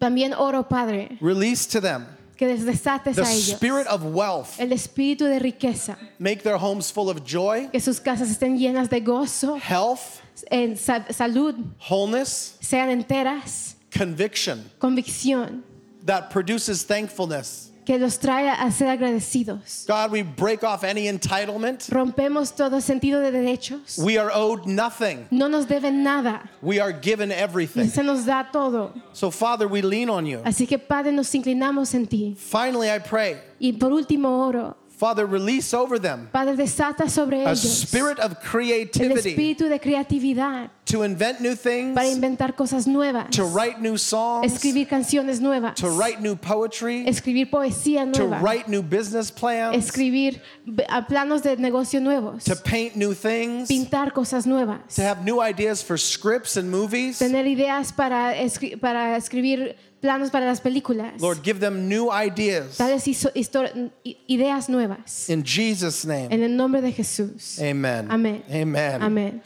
S3: También oro, Padre,
S5: release to them
S3: que les desates
S5: the
S3: a ellos
S5: spirit of wealth.
S3: el espíritu de riqueza,
S5: Make their homes full of joy,
S3: que sus casas estén llenas de gozo,
S5: health,
S3: en sa- salud,
S5: wholeness,
S3: sean enteras,
S5: conviction
S3: convicción,
S5: that produces thankfulness.
S3: que los trae a ser agradecidos.
S5: God, we break off any entitlement.
S3: Rompemos todo sentido de derechos.
S5: We are owed nothing.
S3: No nos deben nada.
S5: We are given everything.
S3: Se nos da todo.
S5: So, Father, we lean on you.
S3: Así que Padre, nos inclinamos en ti.
S5: Finally, I pray,
S3: Y por último oro.
S5: Father, release over them
S3: Padre, desata sobre
S5: a
S3: ellos
S5: spirit of
S3: el
S5: creativity
S3: espíritu de creatividad
S5: to invent new
S3: para
S5: things,
S3: inventar cosas nuevas,
S5: to write new songs,
S3: escribir canciones nuevas,
S5: to write new poetry,
S3: escribir poesía
S5: to
S3: nueva,
S5: write new business plans,
S3: escribir b- a planos de negocio nuevos,
S5: to paint new things, to
S3: pintar cosas nuevas,
S5: have new ideas for scripts and movies.
S3: tener ideas para, escri- para escribir planos para las películas,
S5: Lord, give them new ideas
S3: tales hiso- histo- i- ideas nuevas.
S5: in Jesus' name.
S3: En el nombre de Jesús.
S5: Amen.
S3: Amén.
S5: Amen.
S3: Amén.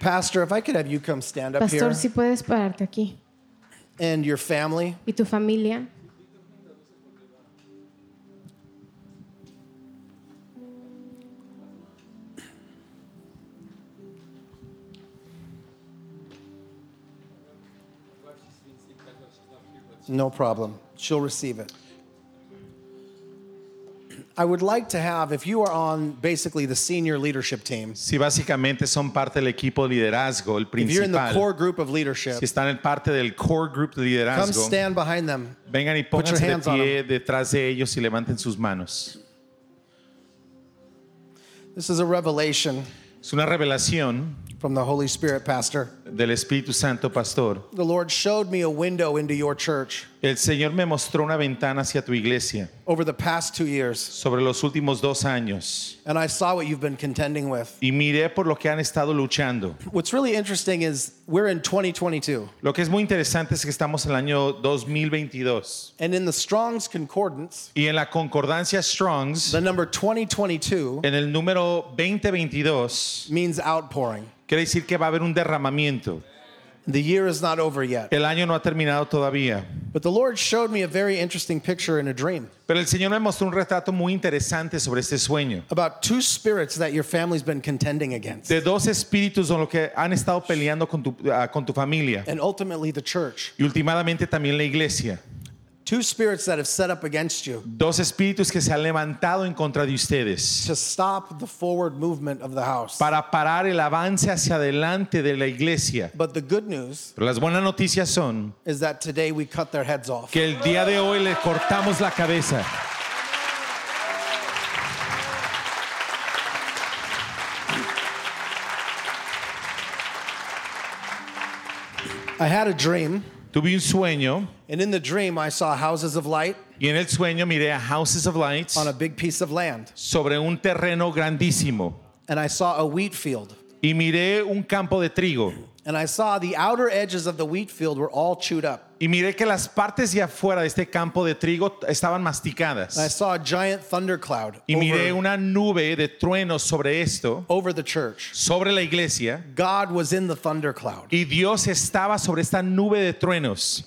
S5: Pastor, if I could have you come stand up
S3: Pastor,
S5: here
S3: si puedes pararte aquí.
S5: and your family.
S3: Y tu familia.
S5: No problem. She'll receive it. I would like to have, if you are on basically the senior leadership team,
S6: Si básicamente son parte del equipo de liderazgo, el
S5: if you're in the
S6: principal,
S5: core group of leadership,
S6: si están en parte del core group de
S5: come
S6: liderazgo,
S5: stand behind them.
S6: vengan y
S5: Put your
S6: pónganse de
S5: hands on
S6: pie detrás de ellos y levanten sus manos.
S5: This is a revelation
S6: Es una revelación
S5: from the Holy Spirit, Pastor.
S6: del Espíritu Santo, pastor.
S5: The Lord showed me a window into your church
S6: El Señor me mostró una ventana hacia tu iglesia
S5: over the past two years,
S6: sobre los últimos dos años
S5: and I saw what you've been contending with.
S6: y miré por lo que han estado luchando.
S5: What's really interesting is we're in 2022,
S6: Lo que es muy interesante es que estamos en el año 2022
S5: and in the Strong's Concordance,
S6: y en la concordancia Strongs,
S5: the number 2022
S6: en el número 2022,
S5: means outpouring.
S6: Quiere decir que va a haber un derramamiento.
S5: The year is not over yet.
S6: El año no ha terminado todavía.
S5: But the Lord showed me a very interesting picture in a dream
S6: Pero el Señor me mostró un retrato muy interesante sobre este sueño.
S5: about two spirits that your family's been contending against,
S6: De dos espíritus con los que han estado peleando con tu, ah, con tu familia.
S5: and ultimately the church.
S6: Y últimamente también la iglesia.
S5: Two spirits that have set up against you
S6: Dos espíritus que se han levantado en contra de ustedes
S5: to stop the forward movement of the house.
S6: para parar el avance hacia adelante de la iglesia.
S5: But the good news
S6: Pero las buenas noticias son
S5: is that today we cut their heads off.
S6: que el día de hoy le cortamos la cabeza.
S5: I had a dream,
S6: Tuve un sueño
S5: and in the dream I saw houses of light
S6: y en el sueño miré a Houses of Lights
S5: on a big piece of land,
S6: sobre un terreno grandísimo
S5: and I saw a wheat field.
S6: y miré un campo de trigo
S5: And I saw the outer edges of the wheat field were all chewed up.
S6: y miré que las partes de afuera de este campo de trigo estaban
S5: And I
S6: masticadas
S5: saw a giant thundercloud
S6: y miré
S5: over,
S6: una nube de truenos sobre esto,
S5: over the church.
S6: sobre la iglesia
S5: God was in the thundercloud.
S6: y Dios estaba sobre esta nube de truenos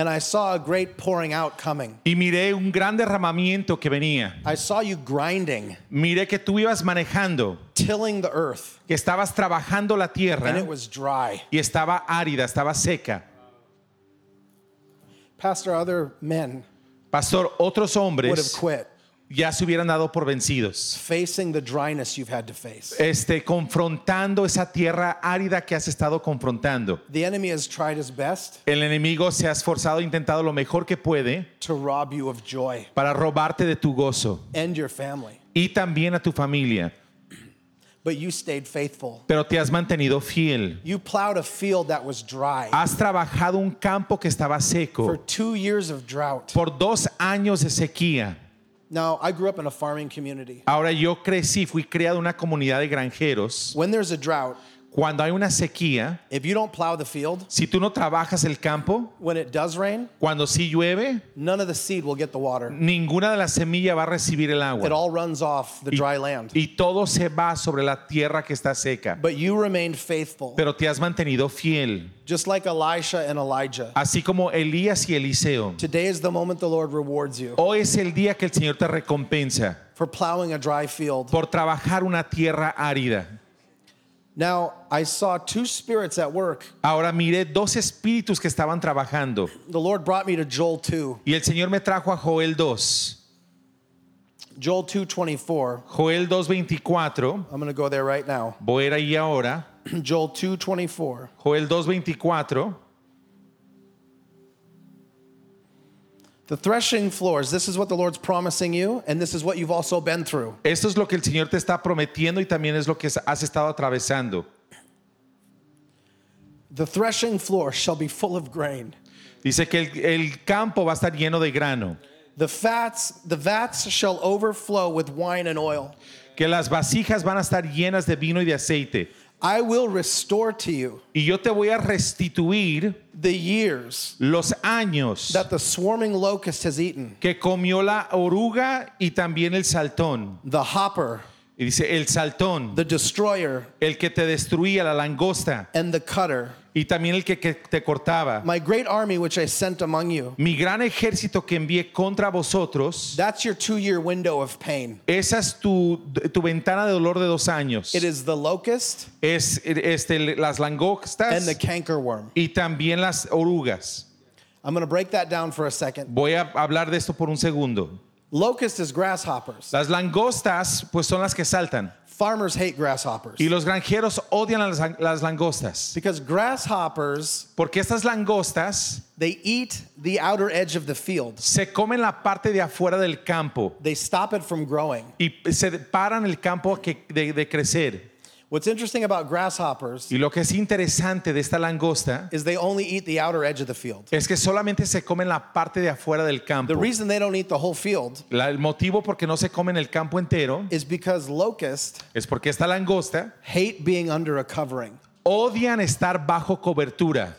S5: And I saw a great pouring out coming.
S6: y miré un gran derramamiento que venía.
S5: I saw you grinding,
S6: Miré que tú ibas manejando,
S5: tilling the earth,
S6: que estabas trabajando la
S5: and
S6: tierra
S5: it was dry.
S6: y estaba árida, estaba seca.
S5: Pastor, other men
S6: Pastor, otros
S5: would have
S6: hombres
S5: quit
S6: ya se hubieran dado por vencidos.
S5: facing the dryness you've had to face.
S6: Este, confrontando esa tierra árida que has estado confrontando.
S5: The enemy has tried his best
S6: El enemigo se ha esforzado, intentado lo mejor que puede
S5: to rob you of joy
S6: para robarte de tu gozo
S5: and your family,
S6: y también a tu familia,
S5: but you stayed faithful.
S6: pero te has mantenido fiel.
S5: You plowed a field that was dry.
S6: Has trabajado un campo que estaba
S5: for
S6: seco
S5: two years of drought.
S6: por dos años de sequía.
S5: Now, I grew up in a farming community.
S6: Ahora yo crecí, fui criado en una comunidad de granjeros.
S5: When there's a drought,
S6: Cuando hay una sequía,
S5: if you don't plow the field,
S6: si tú no trabajas el campo,
S5: when it does rain,
S6: cuando sí llueve,
S5: none of the seed will get the water.
S6: ninguna de las semillas va a recibir el
S5: It
S6: agua.
S5: all runs off the
S6: Y,
S5: dry land.
S6: y todo se va sobre la tierra que está seca.
S5: But you remained faithful,
S6: Pero te has mantenido fiel,
S5: just like Elisha and Elijah.
S6: así como Elías y Eliseo.
S5: Today is the moment the Lord rewards you
S6: Hoy es el día que el Señor te recompensa
S5: for plowing a dry field.
S6: por trabajar una tierra árida.
S5: Now, I saw two spirits at work.
S6: Ahora miré dos espíritus que estaban trabajando
S5: The Lord brought me to Joel 2.
S6: y el Señor me trajo a Joel 2.
S5: Joel 2:24.
S6: Joel 2.24,
S5: I'm going to go there right now.
S6: voy a ir ahí ahora.
S5: Joel 2:24.
S6: Joel 2.24,
S5: The threshing floors, this is what the Lord's promising you, and this is what you've also been through.
S6: esto es lo que el Señor te está prometiendo y también es lo que has estado atravesando.
S5: The threshing floor shall be full of grain.
S6: Dice que el, el campo va a estar lleno de grano,
S5: The fats, the vats shall overflow with wine and oil.
S6: que las vasijas van a estar llenas de vino y de aceite.
S5: I will restore to you
S6: Y yo te voy a restituir
S5: the years
S6: los años
S5: that the swarming locust has eaten,
S6: que comió la oruga y también el saltón.
S5: the hopper,
S6: Y dice, el saltón,
S5: the destroyer,
S6: el que te destruía, la langosta,
S5: and the cutter.
S6: y también el que, que te cortaba.
S5: My great army which I sent among you.
S6: Mi gran ejército que envié contra vosotros,
S5: That's your two year window of pain.
S6: esa es tu, tu ventana de dolor de dos años.
S5: It is the locust
S6: Es este, las
S5: and the
S6: langostas
S5: cankerworm.
S6: y también las orugas.
S5: I'm going to break that down for a second.
S6: Voy a hablar de esto por un segundo.
S5: Locust is grasshoppers.
S6: Las langostas, pues son las que saltan.
S5: Farmers hate grasshoppers
S6: Y los granjeros odian a las, las langostas.
S5: because grasshoppers
S6: Porque estas langostas
S5: they eat the outer edge of the field.
S6: se comen la parte de afuera del campo
S5: They stop it from growing.
S6: y se paran el campo a que- de, de crecer.
S5: What's interesting about grasshoppers
S6: Y lo que es interesante de esta langosta
S5: is they only eat the outer edge of the field.
S6: es que solamente se comen la parte de afuera del campo.
S5: The reason they don't eat the whole field
S6: La- el motivo por qué no se comen el campo entero
S5: is because locusts
S6: es porque esta langosta
S5: hate being under a covering.
S6: odian estar bajo cobertura.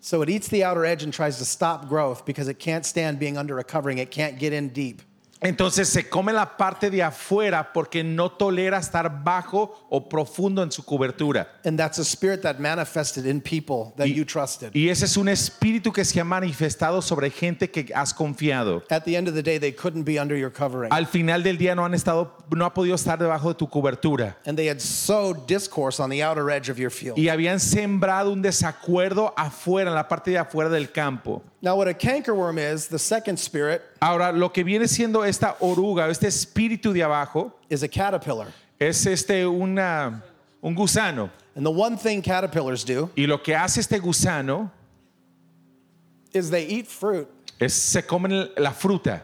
S5: So it eats the outer edge and tries to stop growth because it can't stand being under a covering. It can't get in deep.
S6: Entonces se come la parte de afuera porque no tolera estar bajo o profundo en su cobertura.
S5: And that's a spirit that manifested in people that you trusted.
S6: Y ese es un espíritu que se ha manifestado sobre gente que has confiado.
S5: At the end of the day, they couldn't be under your covering.
S6: Al final del día no han estado, no ha podido estar debajo de tu cobertura.
S5: And they had sowed discourse on the outer edge of your field.
S6: Y habían sembrado un desacuerdo afuera, en la parte de afuera del campo.
S5: Now, what a cankerworm is, the second spirit,
S6: Ahora, lo que viene siendo esta oruga, este espíritu de abajo,
S5: is a caterpillar.
S6: es este una, un gusano.
S5: And the one thing caterpillars do
S6: Y lo que hace este gusano
S5: is they eat fruit,
S6: es se comen la fruta,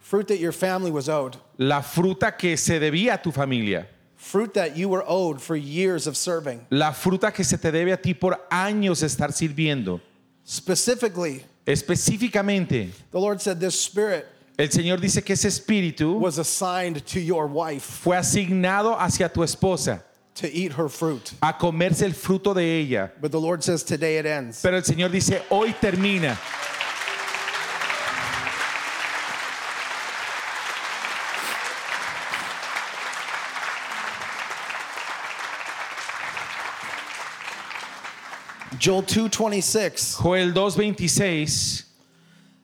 S5: fruit that your family was owed,
S6: la fruta que se debía a tu familia,
S5: fruit that you were owed for years of serving.
S6: la fruta que se te debe a ti por años de estar sirviendo.
S5: Specifically,
S6: Específicamente,
S5: the Lord said this spirit
S6: el Señor dice que ese espíritu
S5: was assigned to your wife
S6: fue asignado hacia tu esposa
S5: to eat her fruit.
S6: a comerse el fruto de ella.
S5: But the Lord says today it ends.
S6: Pero el Señor dice, hoy termina.
S5: Joel 2:26
S6: Joel 2.26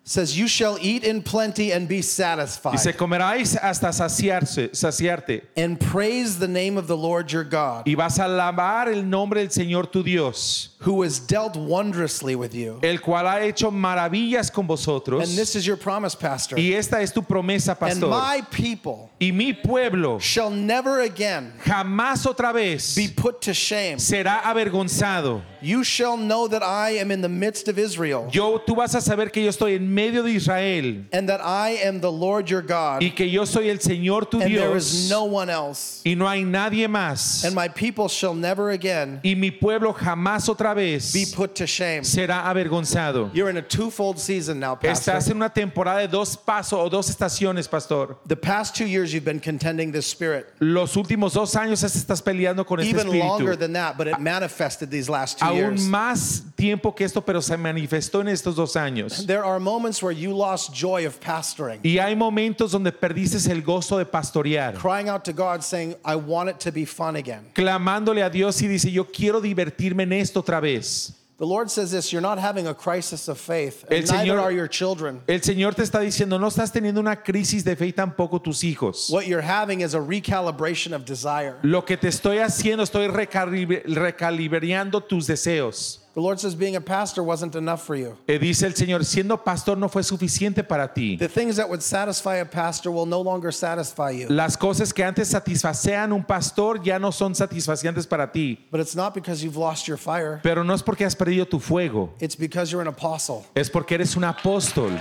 S5: says, "You shall eat in plenty and be satisfied,
S6: dice, comeráis hasta saciarse, saciarte
S5: and praise the name of the Lord your God,
S6: y vas a alabar el nombre del Señor tu Dios,
S5: who has dealt wondrously with you."
S6: el cual ha hecho maravillas con vosotros.
S5: And this is your promise, pastor.
S6: Y esta es tu promesa,
S5: And
S6: pastor.
S5: my people
S6: y mi pueblo
S5: shall never again
S6: jamás otra vez
S5: be put to shame.
S6: será avergonzado.
S5: You shall know that I am in the midst of Israel,
S6: Yo, tú vas a saber que yo estoy en medio de Israel
S5: and that I am the Lord your God,
S6: y que yo soy el Señor tu
S5: and there
S6: Dios
S5: is no one else.
S6: y no hay nadie más.
S5: And my people shall never again
S6: y mi pueblo jamás otra
S5: be
S6: vez
S5: put to shame.
S6: será avergonzado.
S5: You're in a twofold season now,
S6: Estás
S5: pastor.
S6: en una temporada de dos pasos o dos estaciones, pastor.
S5: The past two years you've been contending this spirit,
S6: Los últimos dos años estás peleando con este
S5: even longer
S6: espíritu.
S5: than that, but it manifested these last two
S6: aún
S5: years.
S6: más tiempo que esto, pero se manifestó en estos dos años.
S5: There are moments where you lost joy of pastoring,
S6: Y hay momentos donde perdiste el gozo de pastorear,
S5: crying out to God, saying, "I want it to be fun again."
S6: clamándole a Dios y dice, yo quiero divertirme en esto otra vez.
S5: The Lord says this: You're not having a crisis of faith,
S6: El
S5: and neither
S6: Señor-
S5: are your children.
S6: El Señor te está diciendo, no estás teniendo una crisis de fe y tampoco tus hijos.
S5: What you're having is a recalibration of desire.
S6: Lo que te estoy haciendo, estoy recalib- recalibrando tus deseos.
S5: The Lord says being a pastor wasn't enough for you.
S6: Eh, dice el Señor, siendo pastor no fue suficiente para ti.
S5: The things that would satisfy a pastor will no longer satisfy you.
S6: Las cosas que antes satisfacían un pastor ya no son satisfacientes para ti.
S5: But it's not because you've lost your fire.
S6: Pero no es porque has perdido tu fuego.
S5: It's because you're an apostle.
S6: es porque eres un apóstol.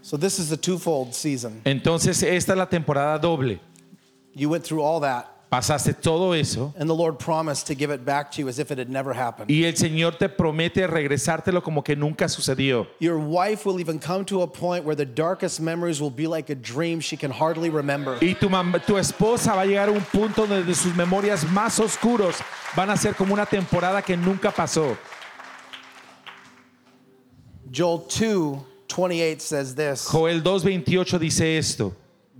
S5: So this is the twofold season.
S6: Entonces esta es la temporada doble.
S5: You went through all that,
S6: Pasaste todo eso
S5: and the Lord promised to give it back to you as if it had never happened.
S6: y el Señor te promete regresártelo como que nunca sucedió.
S5: Your wife will even come to a point where the darkest memories will be like a dream she can hardly remember.
S6: Y tu, mam- tu esposa va a llegar a un punto donde sus memorias más oscuros van a ser como una temporada que nunca pasó.
S5: Joel 2 28 says this
S6: Joel 2.28 dice esto.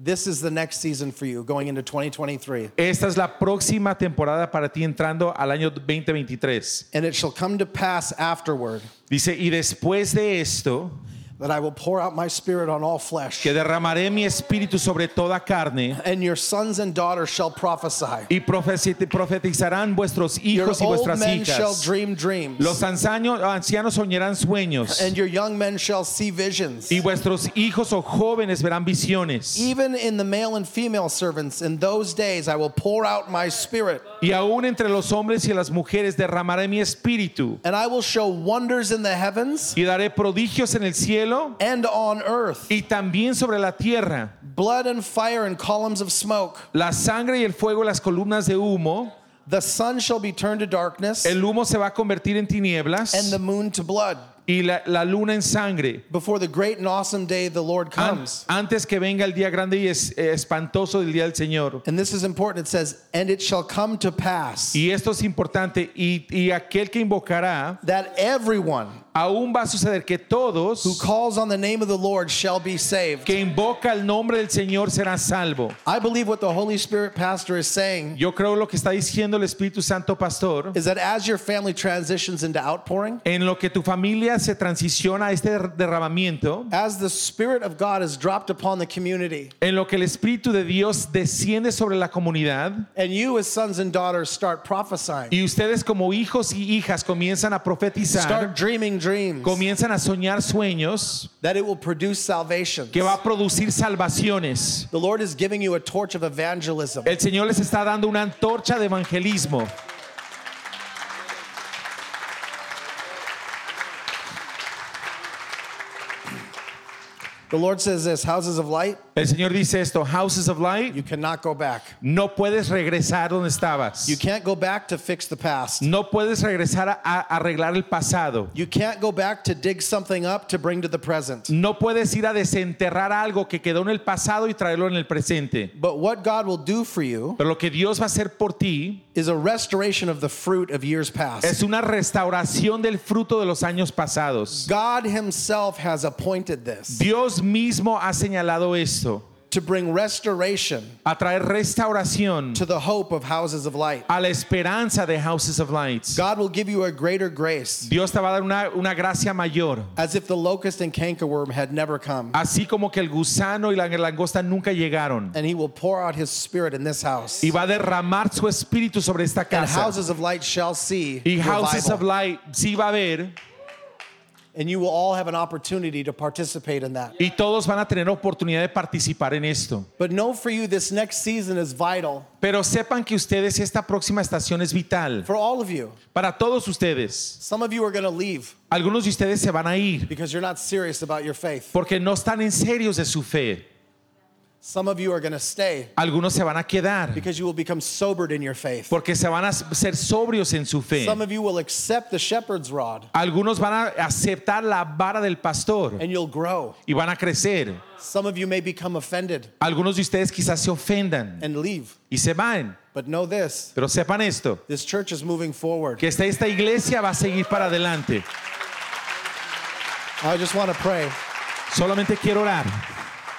S5: This is the next season for you going into 2023.
S6: Esta es la próxima temporada para ti entrando al año 2023.
S5: And it shall come to pass afterward
S6: Dice, y después de esto,
S5: that I will pour out my spirit on all flesh,
S6: que derramaré mi espíritu sobre toda carne.
S5: and your sons and daughters shall prophesy.
S6: Y profeti- profetizarán vuestros
S5: Your
S6: hijos y
S5: old
S6: vuestras
S5: men shall
S6: hijas.
S5: dream dreams,
S6: Los anzaño- ancianos soñarán sueños.
S5: and your young men shall see visions.
S6: Y vuestros hijos o jóvenes verán visiones.
S5: Even in the male and female servants, in those days I will pour out my spirit,
S6: Y aún entre los hombres y las mujeres derramaré mi espíritu.
S5: and I will show wonders in the heavens
S6: Y daré prodigios en el cielo
S5: and on earth,
S6: y también sobre la tierra.
S5: blood and fire and columns of smoke.
S6: La sangre y el fuego, las columnas de humo.
S5: The sun shall be turned to darkness,
S6: El humo se va a convertir en tinieblas
S5: and the moon to blood
S6: y la, la luna en sangre.
S5: before the great and awesome day the Lord
S6: an-
S5: comes.
S6: antes que venga el día grande y es- eh, espantoso del día del Señor.
S5: And this is important. It says, and it shall come to pass
S6: Y esto es importante. Y, y aquel que invocará,
S5: that everyone
S6: aún va a suceder que
S5: who
S6: todos
S5: calls on the name of the Lord shall be saved.
S6: que invoca el nombre del Señor serán salvo.
S5: I believe what the Holy Spirit pastor is saying
S6: Yo creo lo que está diciendo el Espíritu Santo Pastor.
S5: is that as your family transitions into outpouring,
S6: En lo que tu familia se transiciona a este derramamiento,
S5: as the Spirit of God is dropped upon the community,
S6: en lo que el Espíritu de Dios desciende sobre la comunidad
S5: and you as sons and daughters start prophesying,
S6: y ustedes como hijos y hijas comienzan a
S5: start
S6: profetizar,
S5: dreaming dreams,
S6: comienzan a soñar sueños
S5: that it will produce salvation.
S6: que va a producir salvaciones.
S5: The Lord is giving you a torch of evangelism.
S6: El Señor les está dando una antorcha de evangelismo.
S5: The Lord says this houses of light,
S6: El Señor dice esto, Houses of
S5: you
S6: Light,
S5: cannot go back.
S6: no puedes regresar donde estabas.
S5: You can't go back to fix the past.
S6: No puedes regresar a, a arreglar el pasado.
S5: You can't go back to dig something up to bring to the present.
S6: No puedes ir a desenterrar algo que quedó en el pasado y traerlo en el presente.
S5: But what God will do for you
S6: Pero lo que Dios va a hacer por ti
S5: is a restoration of the fruit of years
S6: es
S5: past.
S6: una restauración del fruto de los años pasados.
S5: God Himself has appointed this
S6: Dios mismo ha señalado esto,
S5: to bring restoration
S6: a traer restauración
S5: to the hope of houses of light.
S6: a la esperanza de Houses of Lights.
S5: God will give you a greater grace,
S6: Dios te va a dar una, una gracia mayor,
S5: as if the locust and cankerworm had never come.
S6: así como que el gusano y la langosta nunca llegaron.
S5: And He will pour out His Spirit in this house.
S6: Y va a derramar su espíritu sobre esta
S5: And
S6: casa.
S5: houses of light shall see
S6: Y Houses of
S5: revival.
S6: Light sí va a haber
S5: And you will all have an opportunity to participate in that.
S6: y todos van a tener oportunidad de participar en esto.
S5: But know for you, this next season is vital
S6: Pero sepan que ustedes esta próxima estación es vital
S5: for all of you.
S6: para todos ustedes.
S5: Some of you are going to leave
S6: Algunos de ustedes se van a ir
S5: because you're not serious about your faith.
S6: porque no están en serios de su fe.
S5: Some of you are going to stay
S6: Algunos se van a quedar
S5: because you will become sobered in your faith.
S6: porque se van a ser sobrios en su fe.
S5: Some of you will accept the shepherd's rod
S6: Algunos van a aceptar la vara del pastor
S5: and you'll grow.
S6: y van a crecer.
S5: Some of you may become offended
S6: Algunos de ustedes quizás se ofendan
S5: and leave.
S6: y se van,
S5: But know this
S6: pero sepan esto,
S5: this church is moving forward.
S6: que esta, esta iglesia va a seguir para adelante.
S5: I just want to pray.
S6: Solamente quiero orar.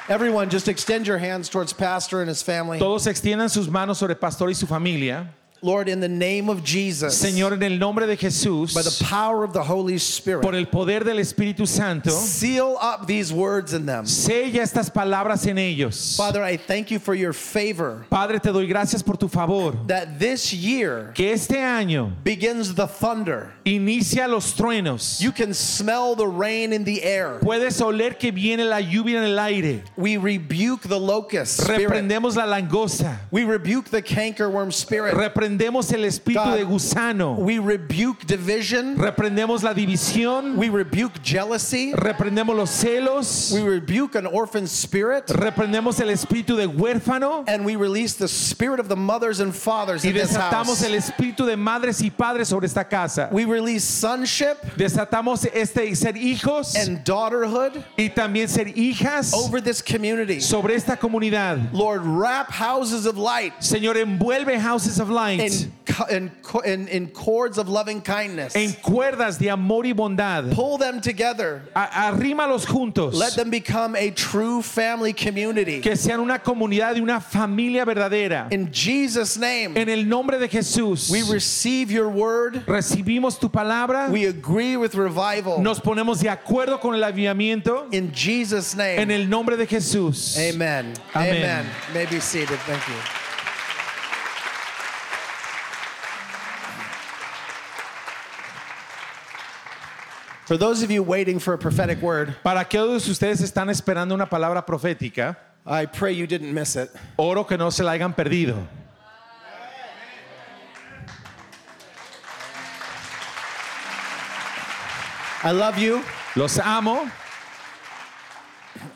S5: Everyone, just extend your hands towards Pastor and his family.
S6: Todos extiendan sus manos sobre pastor y su familia.
S5: Lord, in the name of Jesus,
S6: Señor, en el nombre de Jesús,
S5: by the power of the Holy Spirit,
S6: por el poder del Espíritu Santo,
S5: seal up these words in them.
S6: sella estas palabras en ellos.
S5: Father, I thank you for your favor
S6: Padre, te doy gracias por tu favor.
S5: that this year
S6: Que este año
S5: begins the thunder.
S6: inicia los truenos.
S5: You can smell the rain in the air.
S6: Puedes oler que viene la lluvia en el aire.
S5: We rebuke the locust spirit.
S6: Reprendemos la langosta.
S5: We rebuke the cankerworm spirit.
S6: Reprendemos el espíritu
S5: God,
S6: de gusano.
S5: We rebuke division.
S6: Reprendemos la división.
S5: We rebuke jealousy.
S6: Reprendemos los celos.
S5: We rebuke an orphan spirit.
S6: Reprendemos el espíritu de huérfano.
S5: And we release the spirit of the mothers and fathers
S6: Y
S5: in this
S6: desatamos
S5: house.
S6: el espíritu de madres y padres sobre esta casa.
S5: We release sonship
S6: Desatamos este ser hijos
S5: and daughterhood
S6: y también ser hijas
S5: over this community.
S6: sobre esta comunidad.
S5: Lord, wrap houses of light
S6: Señor, envuelve Houses of
S5: in,
S6: Light
S5: co- in, co- in, in cords of loving kindness.
S6: en cuerdas de amor y bondad.
S5: Pull them together.
S6: A- Arrímalos juntos.
S5: Let them become a true family community.
S6: que sean una comunidad y una familia verdadera.
S5: In Jesus' name,
S6: En el nombre de Jesús,
S5: we receive your word.
S6: recibimos tu palabra,
S5: We agree with revival.
S6: nos ponemos de acuerdo con el avivamiento.
S5: In Jesus'
S6: En
S5: name.
S6: el nombre de Jesús.
S5: Amen.
S6: Amen.
S5: Amen. May be seated. Thank you. For those of you waiting for a prophetic word,
S6: Para aquellos de ustedes que están esperando una palabra profética,
S5: I pray you didn't miss it.
S6: oro que no se la hayan perdido.
S5: I love you,
S6: Los amo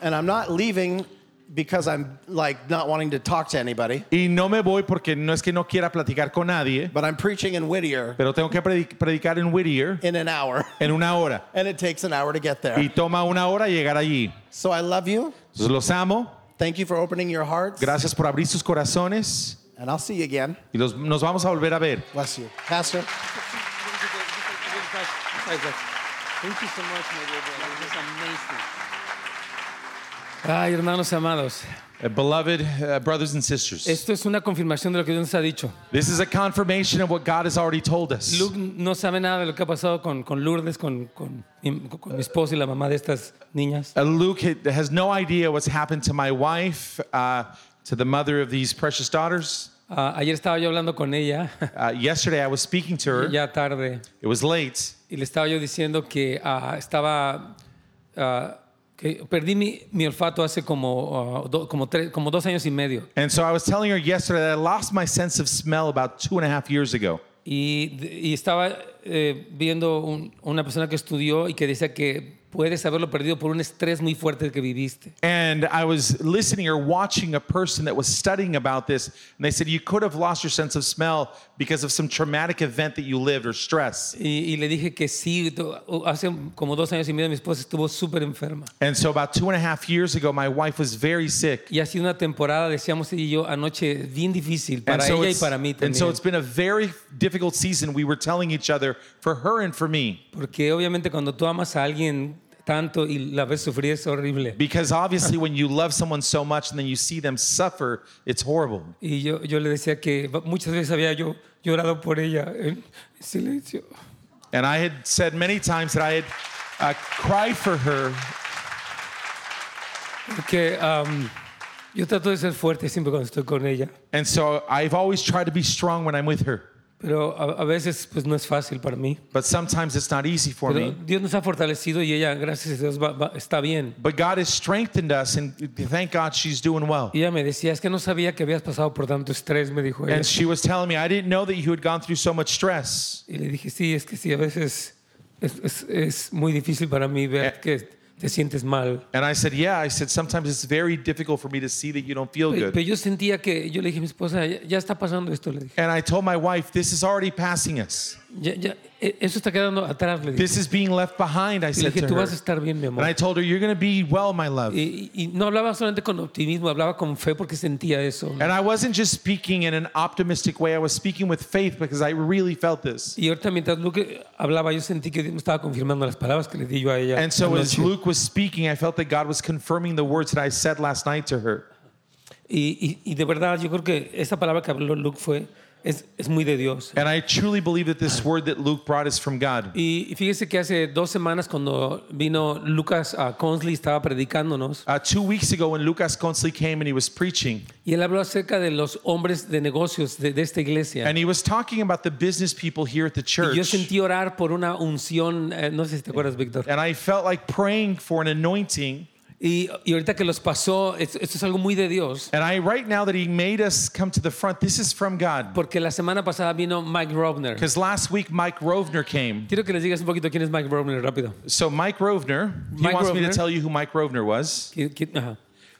S5: and I'm not leaving because I'm like not wanting to talk to anybody,
S6: Y no me voy porque no es que no quiera platicar con nadie,
S5: but I'm preaching in Whittier
S6: pero tengo que predi- predicar en Whittier
S5: in an hour,
S6: en una hora.
S5: and it takes an hour to get
S6: Y
S5: there.
S6: toma una hora llegar allí.
S5: So I love you.
S6: Entonces, los amo.
S5: Thank you for opening your hearts.
S6: Gracias por abrir sus corazones.
S5: And I'll see you again.
S6: Y los- nos vamos a volver a ver.
S5: Bless you. Pastor.
S2: Thank you so much, my dear brother. This is amazing. Ay, hermanos amados,
S6: Uh, beloved uh, brothers and sisters,
S2: esto es una confirmación de lo que Dios nos ha dicho.
S6: this is a confirmation of what God has already told us.
S2: Luke no sabe nada de lo que ha pasado con, con Lourdes, con, con, mi- con mi esposa y la mamá de estas niñas.
S6: Uh, Luke ha- has no idea what's happened to my wife, uh, to the mother of these precious daughters.
S2: Ah, ayer estaba yo hablando con ella,
S6: Uh, yesterday, I was speaking to her.
S2: ya tarde,
S6: It was late,
S2: y le estaba yo diciendo que ah, estaba... ah, que perdí mi, mi olfato hace como, ah, do- como, tres- como dos años y medio.
S6: and so I was telling her yesterday that I lost my sense of smell about two and a half years ago.
S2: Y, y estaba eh, viendo un- una persona que estudió y que decía que puedes haberlo perdido por un estrés muy fuerte que viviste.
S6: And I was listening or watching a person that was studying about this, and they said you could have lost your sense of smell because of some traumatic event that you lived or stress.
S2: Y, y le dije que sí, to- hace como dos años y medio mi esposa estuvo súper enferma.
S6: And so about two and a half years ago, my wife was very sick.
S2: Y ha sido una temporada, decíamos ella y yo anoche, bien difícil
S6: And
S2: para
S6: so,
S2: ella y
S6: it's,
S2: para mí
S6: and
S2: también.
S6: so it's been a very difficult season. We were telling each other for her and for me.
S2: Porque obviamente cuando tú amas a alguien tanto y la ves sufrir es horrible.
S6: Because obviously, when you love someone so much and then you see them suffer, it's horrible.
S2: Y yo, yo le decía que va- muchas veces había yo llorado por ella en silencio.
S6: And I had said many times that I had uh, cried for her
S2: Porque am, yo trato de ser fuerte siempre cuando estoy con ella.
S6: And so I've always tried to be strong when I'm with her,
S2: Pero a, a veces pues no es fácil para mí.
S6: but sometimes it's not easy for
S2: Pero
S6: me.
S2: Dios nos ha fortalecido y ella, gracias a Dios, va- va- está bien.
S6: But God has strengthened us, and thank God she's doing well.
S2: Y ella me decía, es que no sabía que habías pasado por tanto estrés, me dijo ella.
S6: And she was telling me, I didn't know that you had gone through so much stress.
S2: Y le dije, sí, es que sí, a veces es, es- es muy difícil para mí ver
S6: Eh.
S2: que te sientes mal.
S6: And I said, Yeah, I said, sometimes it's very difficult for me to see that you don't feel
S2: Pero, pero
S6: good.
S2: yo sentía que, yo le dije a mi esposa, ya, ya está pasando esto, le dije.
S6: And I told my wife, This is already passing us.
S2: Ya, ya, e- eso está quedando atrás, le dije.
S6: This is being left behind,
S2: Y
S6: I
S2: le
S6: said
S2: dije,
S6: to
S2: tú vas a
S6: her.
S2: estar bien, mi
S6: And I
S2: amor.
S6: told her, You're going to be well, my love.
S2: Y, y- y no hablaba solamente con optimismo, hablaba con fe porque sentía eso.
S6: And I wasn't just speaking in an optimistic way, I was speaking with faith because I really felt this.
S2: Y ahorita mientras Luke hablaba, yo sentí que Dios me estaba confirmando las palabras que le di yo a ella.
S6: And so as
S2: anoche.
S6: Luke was speaking, I felt that God was confirming the words that I said last night to her.
S2: Y, y- y de verdad, yo creo que esa palabra que habló Luke fue, es, es muy de Dios.
S6: And I truly believe that this word that Luke brought is from God.
S2: Y y fíjese que hace dos semanas cuando vino Lucas a Consley, estaba predicándonos,
S6: Uh, two weeks ago, when Lucas Consley came and he was preaching,
S2: y él habló acerca de los hombres de negocios de, de esta iglesia.
S6: and he was talking about the business people here at the
S2: Y yo
S6: church,
S2: sentí orar por una unción, eh, no sé si te acuerdas, Víctor.
S6: and I felt like praying for an anointing.
S2: Y, y ahorita que los pasó, es- esto es algo muy de Dios.
S6: And I right now that he made us come to the front, this is from God.
S2: Porque la semana pasada vino Mike Robner.
S6: Because last week Mike Rovner came.
S2: Quiero que les digas un poquito quién es Mike Robner, rápido.
S6: So Mike Rovner, he
S2: Mike
S6: wants me to
S2: Rovner.
S6: tell you who Mike Rovner was.
S2: ¿Qui- qui- ajá.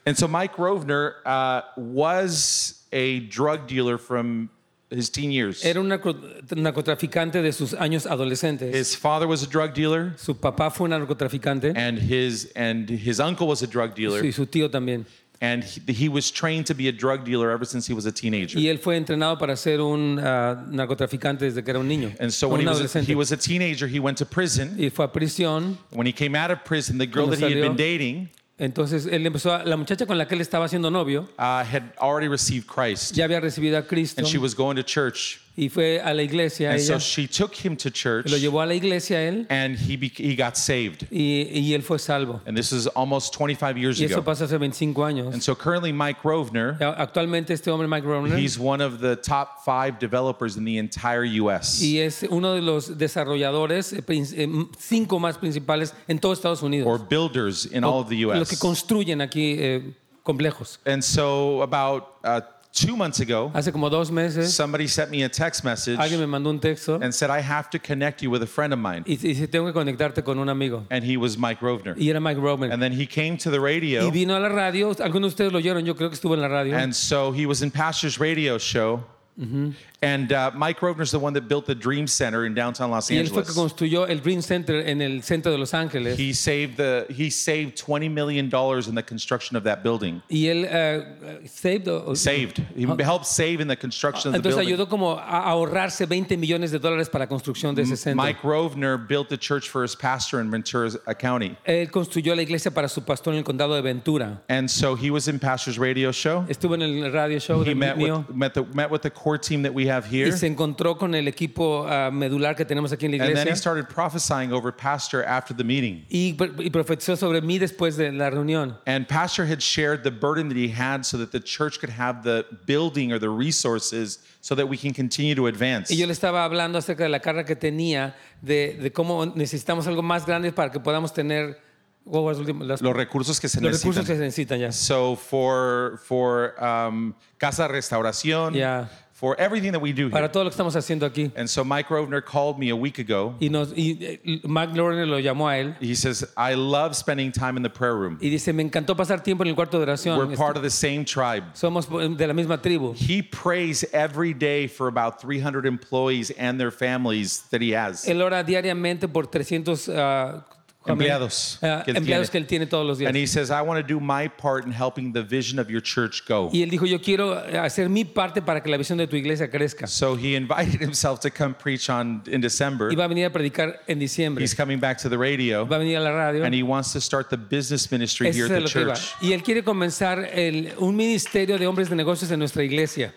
S6: And so Mike Rovner uh, was a drug dealer from his teen years.
S2: Era un narco- narcotraficante de sus años adolescentes.
S6: His father was a drug dealer,
S2: Su papá fue un narcotraficante
S6: and his and his uncle was a drug dealer,
S2: y su tío también.
S6: and he, he was trained to be a drug dealer ever since he was a teenager.
S2: Y él fue entrenado para ser un ah, narcotraficante desde que era un niño,
S6: And so
S2: un
S6: when he was, a,
S2: adolescente.
S6: he was a teenager, he went to prison.
S2: y fue a prisión.
S6: When he came out of prison, the girl
S2: Cuando
S6: that he had
S2: salió-
S6: been dating
S2: Entonces él empezó, a- la muchacha con la que él estaba siendo novio
S6: uh, had already received Christ,
S2: ya había recibido a Cristo
S6: and she was going to church,
S2: y fue a la iglesia.
S6: and so
S2: Ella,
S6: she took him to church,
S2: lo llevó a la iglesia él
S6: and he bec he got saved.
S2: y, y él fue salvo.
S6: And this is almost 25 years
S2: Y eso
S6: ago.
S2: pasa hace 25 años.
S6: And so currently, Mike Rovner,
S2: Actualmente este hombre Mike Romner
S6: he's one of the top five developers in the entire U.S.
S2: y es uno de los desarrolladores eh, prin- eh, m- cinco más principales en todo Estados Unidos.
S6: or builders in all of the
S2: Los que
S6: U.S.
S2: construyen aquí eh, complejos.
S6: And so, about uh, two months ago,
S2: Hace como dos meses
S6: somebody sent me a text message
S2: alguien me mandó un texto
S6: and said, I have to connect you with a friend of mine.
S2: y y dice, tengo que conectarte con un amigo.
S6: And he was Mike Rovner.
S2: Y era Mike Roman.
S6: And then he came to the radio.
S2: Y vino a la radio, algunos de ustedes lo oyeron, yo creo que estuvo en la radio.
S6: And so he was in Pastor's radio show.
S2: Mm-hmm.
S6: And uh, Mike Rovner's the one that built the Dream Center in downtown Los
S2: Y él fue que
S6: Angeles.
S2: construyó el Dream Center en el centro de Los Ángeles.
S6: He saved the he saved 20 million dollars in the construction of that building.
S2: Y él eh, saved, o-
S6: Saved. He helped save in the construction of the
S2: Ah, Entonces
S6: building.
S2: ayudó como a ahorrarse 20 millones de dólares para la construcción de ese centro.
S6: Mike Rovner built the church for his pastor in Ventura uh, County.
S2: Él construyó la iglesia para su pastor en el condado de Ventura.
S6: And so he was in Pastor's radio show.
S2: Estuvo en el radio show
S6: He
S2: de
S6: met
S2: mío
S6: with, met, the, met with the core team that we have
S2: y
S6: here.
S2: se encontró con el equipo ah, medular que tenemos aquí en la
S6: And then he
S2: iglesia
S6: started prophesying over Pastor after the meeting.
S2: y, pr- y profetizó sobre mí después de la reunión.
S6: And Pastor had shared the burden that he had so that the church could have the building or the resources so that we can continue to advance.
S2: Y yo le estaba hablando acerca de la carga que tenía, de, de cómo necesitamos algo más grande para que podamos tener ¿cuál fue el último? Las-
S6: Los recursos que se
S2: los recursos que se necesitan
S6: necesitan.
S2: ya.
S6: So for for um, Casa Restauración,
S2: Yeah.
S6: for everything that we do
S2: Para
S6: here.
S2: todo lo que estamos haciendo aquí.
S6: And so Mike Rovner called me a week ago.
S2: Y, nos, y eh, Mark Lorner lo llamó a él
S6: He says, I love spending time in the prayer room.
S2: y dice, me encantó pasar tiempo en el cuarto de oración. este,
S6: We're part of the same tribe.
S2: Somos de la misma tribu.
S6: He prays every day for about 300 employees and their families that he has.
S2: Él ora diariamente por 300 ah,
S6: Empleados
S2: ah,
S6: que él
S2: empleados
S6: tiene.
S2: que él tiene todos los días.
S6: And he says, I want to do my part in helping the vision of your church go.
S2: Y él dijo, yo quiero hacer mi parte para que la visión de tu iglesia crezca.
S6: So he invited himself to come preach on in December.
S2: Y va a venir a predicar en diciembre.
S6: He's coming back to the
S2: Va a
S6: radio
S2: venir a la radio.
S6: and he wants to start the business ministry
S2: Eso
S6: here
S2: es
S6: at
S2: lo
S6: the
S2: que iba.
S6: church.
S2: Y él quiere comenzar el- un ministerio de hombres de negocios en nuestra iglesia.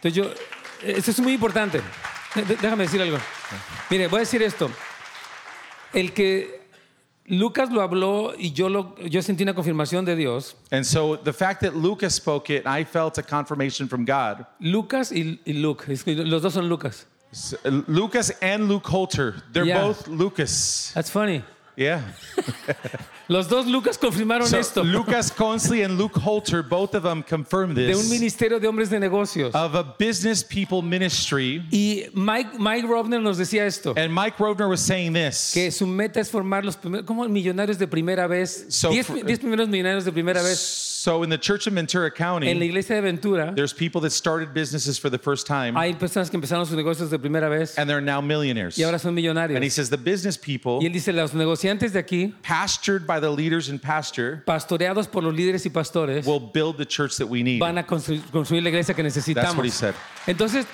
S2: Entonces yo, esto es muy importante. Eh, dé- Déjame decir algo. Mire, voy a decir esto. El que Lucas lo habló y yo, lo, yo sentí una confirmación de Dios.
S6: And so the fact that Lucas spoke it, I felt a confirmation from God.
S2: Lucas y, y Luke, es que los dos son Lucas.
S6: S- uh, Lucas and Luke Holter, they're
S2: Yeah.
S6: both Lucas.
S2: That's funny.
S6: Yeah.
S2: Los dos Lucas confirmaron
S6: So
S2: esto.
S6: Lucas Consley and Luke Holter, both of them confirmed
S2: de un
S6: this
S2: ministerio de hombres de negocios.
S6: of a business people ministry.
S2: y Mike, Mike Robner nos decía esto.
S6: And Mike Rovner was saying this.
S2: que su meta es formar los primeros, como millonarios de primera vez,
S6: So
S2: 10
S6: for-
S2: primeros millonarios de primera vez.
S6: So in the church of Ventura
S2: En la
S6: County,
S2: iglesia de Ventura
S6: there's people that started businesses for the first time
S2: hay personas que empezaron sus negocios de primera vez
S6: and they're now millionaires.
S2: y ahora son
S6: And he
S2: millonarios.
S6: says the business people
S2: Y él dice, los negociantes de aquí,
S6: pastored by the leaders and pastor
S2: pastoreados por los líderes y pastores,
S6: will build the church that we need.
S2: van a constru- construir la iglesia que
S6: That's what he
S2: necesitamos.
S6: said.
S2: Entonces,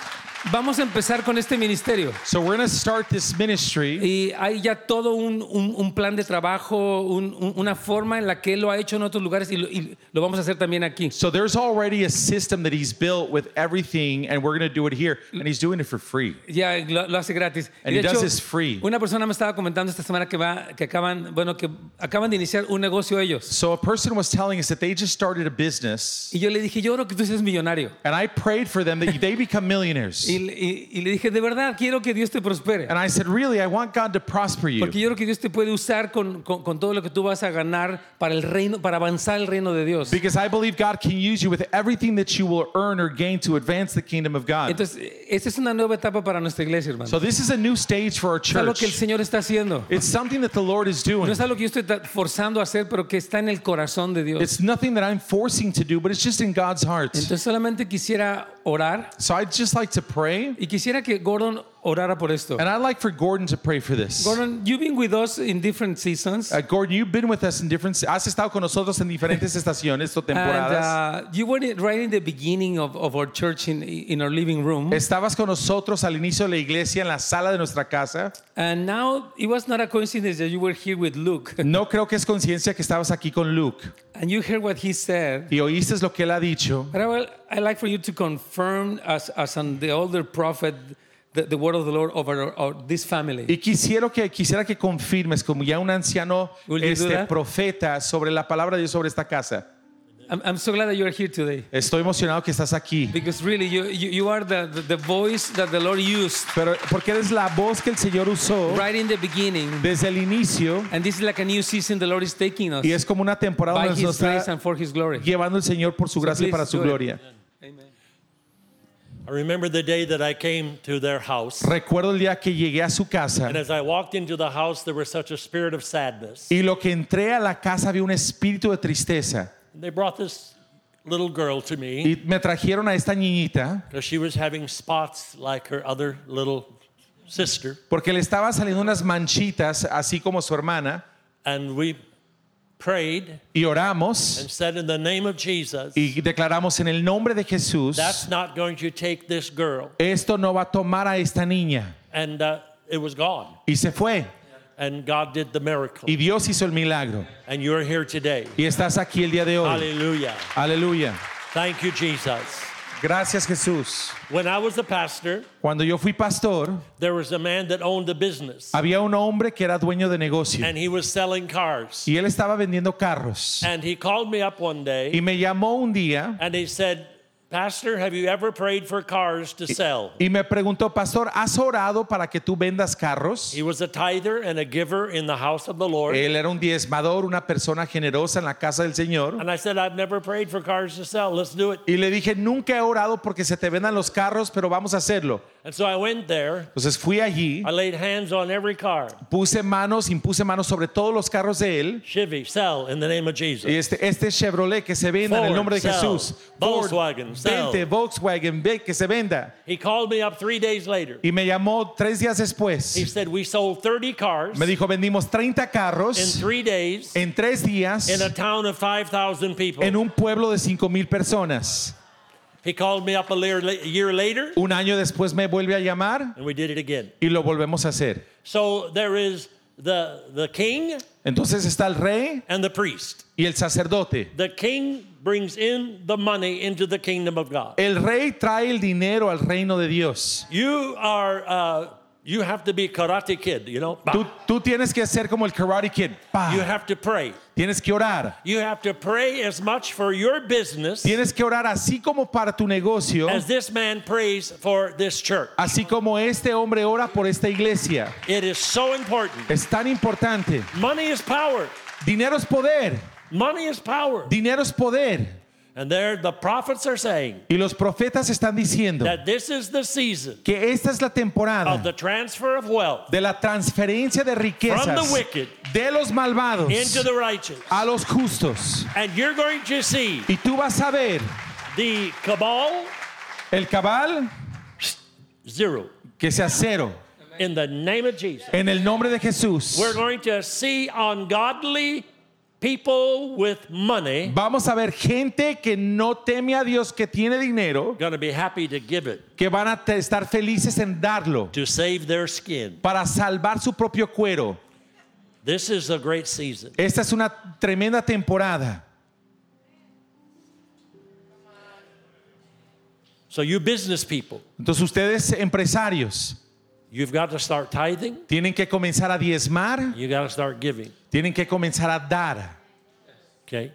S2: vamos a empezar con este ministerio.
S6: So we're going to start this ministry
S2: Y hay ya todo un, un- un plan de trabajo, un- un- una forma en la que él lo ha hecho en otros lugares y lo- y lo vamos a hacer también aquí.
S6: so there's already a system that he's built with everything, and we're going to do it here. And he's doing it for free.
S2: Ya lo, lo hace gratis.
S6: And he does this free.
S2: una persona me estaba comentando esta semana que va, que acaban, bueno, que acaban de iniciar un negocio ellos.
S6: So a person was telling us that they just started a business,
S2: Y yo le dije, yo creo que tú seas millonario.
S6: and I prayed for them that they become millionaires.
S2: Y, le- y- y le dije, de verdad, quiero que Dios te prospere.
S6: And I said, really, I want God to prosper you.
S2: Porque yo creo que Dios te puede usar con, con- con todo lo que tú vas a ganar para el reino, para avanzar el reino de Dios.
S6: Because I believe God can use you with everything that you will earn or gain to advance the kingdom of God.
S2: Entonces, esta es una nueva etapa para nuestra iglesia, hermano.
S6: So this is a new stage for our
S2: es algo que el
S6: church.
S2: Señor está haciendo.
S6: It's something that the Lord is
S2: No
S6: doing.
S2: es algo que yo estoy ta- forzando a hacer, pero que está en el corazón de Dios.
S6: It's nothing that I'm forcing to do, but it's just in God's heart.
S2: Entonces, solamente quisiera orar
S6: So I'd just like to pray,
S2: Y quisiera que Gordon orara por esto.
S6: and I'd like for Gordon to pray for this.
S2: Gordon, you've been with us in different seasons.
S6: Uh, Gordon, you've been with us in different. Has estado con nosotros en diferentes estaciones o
S2: And
S6: temporadas.
S2: uh, you were in- right in the beginning of, of our church in, in our living room.
S6: Estabas con nosotros al inicio de la iglesia en la sala de nuestra casa.
S2: And now it was not a coincidence that you were here with Luke.
S6: No creo que es conciencia que estabas aquí con Luke
S2: And you heard what he said.
S6: y oíste lo que él ha dicho.
S2: But I will, I'd like for you to confirm, as, as on the older prophet, the, the word of the Lord over our, our- this family.
S6: Y quisiera que, quisiera que confirmes, como ya un anciano
S2: Will you do
S6: este,
S2: that?
S6: profeta, sobre la palabra de Dios sobre esta casa.
S2: I'm, I'm so glad that you're here today.
S6: Estoy emocionado que estás aquí.
S2: Because really, you, you, you are the, the, the voice that the Lord used
S6: Pero, porque eres la voz que el Señor usó
S2: right in the beginning.
S6: desde el inicio
S2: And this is like a new season the Lord is taking us
S6: y es como una temporada
S2: by
S6: donde
S2: His
S6: nos
S2: grace
S6: está
S2: and for His glory.
S6: llevando el Señor por su gracia
S2: please
S6: y para su
S2: do it.
S6: gloria.
S2: Amen.
S7: I remember the day that I came to their house.
S6: Recuerdo el día que llegué a su casa
S7: And as I walked into the house, there was such a spirit of sadness.
S6: y lo que entré a la casa había un espíritu de tristeza.
S7: They brought this little girl to me
S6: Y me trajeron a esta niñita
S7: because she was having spots like her other little sister.
S6: porque le estaba saliendo unas manchitas, así como su hermana,
S7: And we prayed
S6: y oramos
S7: and said, In the name of Jesus,
S6: y declaramos en el nombre de Jesús,
S7: that's not going to take this girl.
S6: esto no va a tomar a esta niña.
S7: And uh, it was gone.
S6: Y se fue.
S7: And God did the miracle.
S6: Y Dios hizo el milagro.
S7: And you're here today.
S6: Y estás aquí el día de hoy.
S7: Hallelujah.
S6: Aleluya.
S7: Thank you, Jesus.
S6: Gracias Jesús.
S7: When I was a pastor,
S6: Cuando yo fui pastor,
S7: there was a man that owned a business
S6: había un hombre que era dueño de negocio
S7: and he was selling cars.
S6: y él estaba vendiendo carros.
S7: And he called me up one
S6: Y
S7: day
S6: me llamó un día
S7: and he said, Pastor, have you ever prayed for cars to sell?
S6: y me preguntó, pastor, ¿has orado para que tú vendas carros?
S7: He was a tither and a giver in the house of the Lord.
S6: Él era un diezmador, una persona generosa en la casa del Señor.
S7: And I said, I've never prayed for cars to sell. Let's do it.
S6: Y le dije, nunca he orado porque se te vendan los carros, pero vamos a hacerlo.
S7: And so I went there.
S6: Entonces fui allí,
S7: I laid hands on every car.
S6: puse manos, impuse manos sobre todos los carros de él.
S7: Chevy, sell in the name of
S6: Y
S7: Jesus.
S6: este, este Chevrolet que se venda en el
S7: Ford,
S6: nombre de
S7: sell.
S6: Jesús. Ford,
S7: Volkswagen, sell.
S6: vente, Volkswagen, ve que se venda.
S7: He called me up three days later.
S6: Y me llamó tres días
S7: He
S6: después.
S7: said, We sold 30 cars
S6: Me dijo, vendimos 30
S7: in
S6: carros
S7: three days
S6: en tres días
S7: in a town of 5,000 people.
S6: en un pueblo de 5 mil personas.
S7: He called me up a lear- a year later
S6: Un año después me vuelve a llamar
S7: and we did it again.
S6: y lo volvemos a hacer.
S7: So there is the, the king
S6: Entonces está el rey
S7: and the priest.
S6: y el sacerdote.
S7: The king brings in the money into the kingdom of God.
S6: El rey trae el dinero al reino de Dios.
S7: You are, uh, you have to be karate kid, you know?
S6: Tú, tú tienes que ser como el Karate Kid. Pa.
S7: You have to pray.
S6: Tienes que orar.
S7: You have to pray as much for your business
S6: Tienes que orar así como para tu negocio,
S7: as this man prays for this church.
S6: así como este hombre ora por esta iglesia.
S7: It is so important.
S6: Es tan importante.
S7: Money is power.
S6: Dinero es poder.
S7: Money is power.
S6: Dinero es poder.
S7: And there the prophets are saying
S6: Y los profetas están diciendo
S7: that this is the season
S6: que esta es la
S7: of the
S6: temporada
S7: transfer of wealth
S6: de la transferencia de riquezas
S7: the wicked
S6: de los malvados
S7: into the righteous.
S6: a los justos.
S7: And you're going to see
S6: Y tú vas a ver
S7: the cabal
S6: el cabal
S7: zero
S6: que sea cero.
S7: in the name of Jesus.
S6: En el nombre de Jesús.
S7: We're going to see ungodly people with money
S6: Vamos a ver gente que no teme a Dios, que tiene dinero,
S7: going to be happy to give it
S6: que van a te- estar felices en darlo
S7: to save their skin.
S6: para salvar su propio cuero.
S7: This is a great season.
S6: Esta es una tremenda temporada.
S7: So you business people,
S6: Entonces ustedes empresarios
S7: you've got to start tithing,
S6: tienen que comenzar a diezmar,
S7: you got to start giving,
S6: tienen que comenzar a dar.
S7: okay?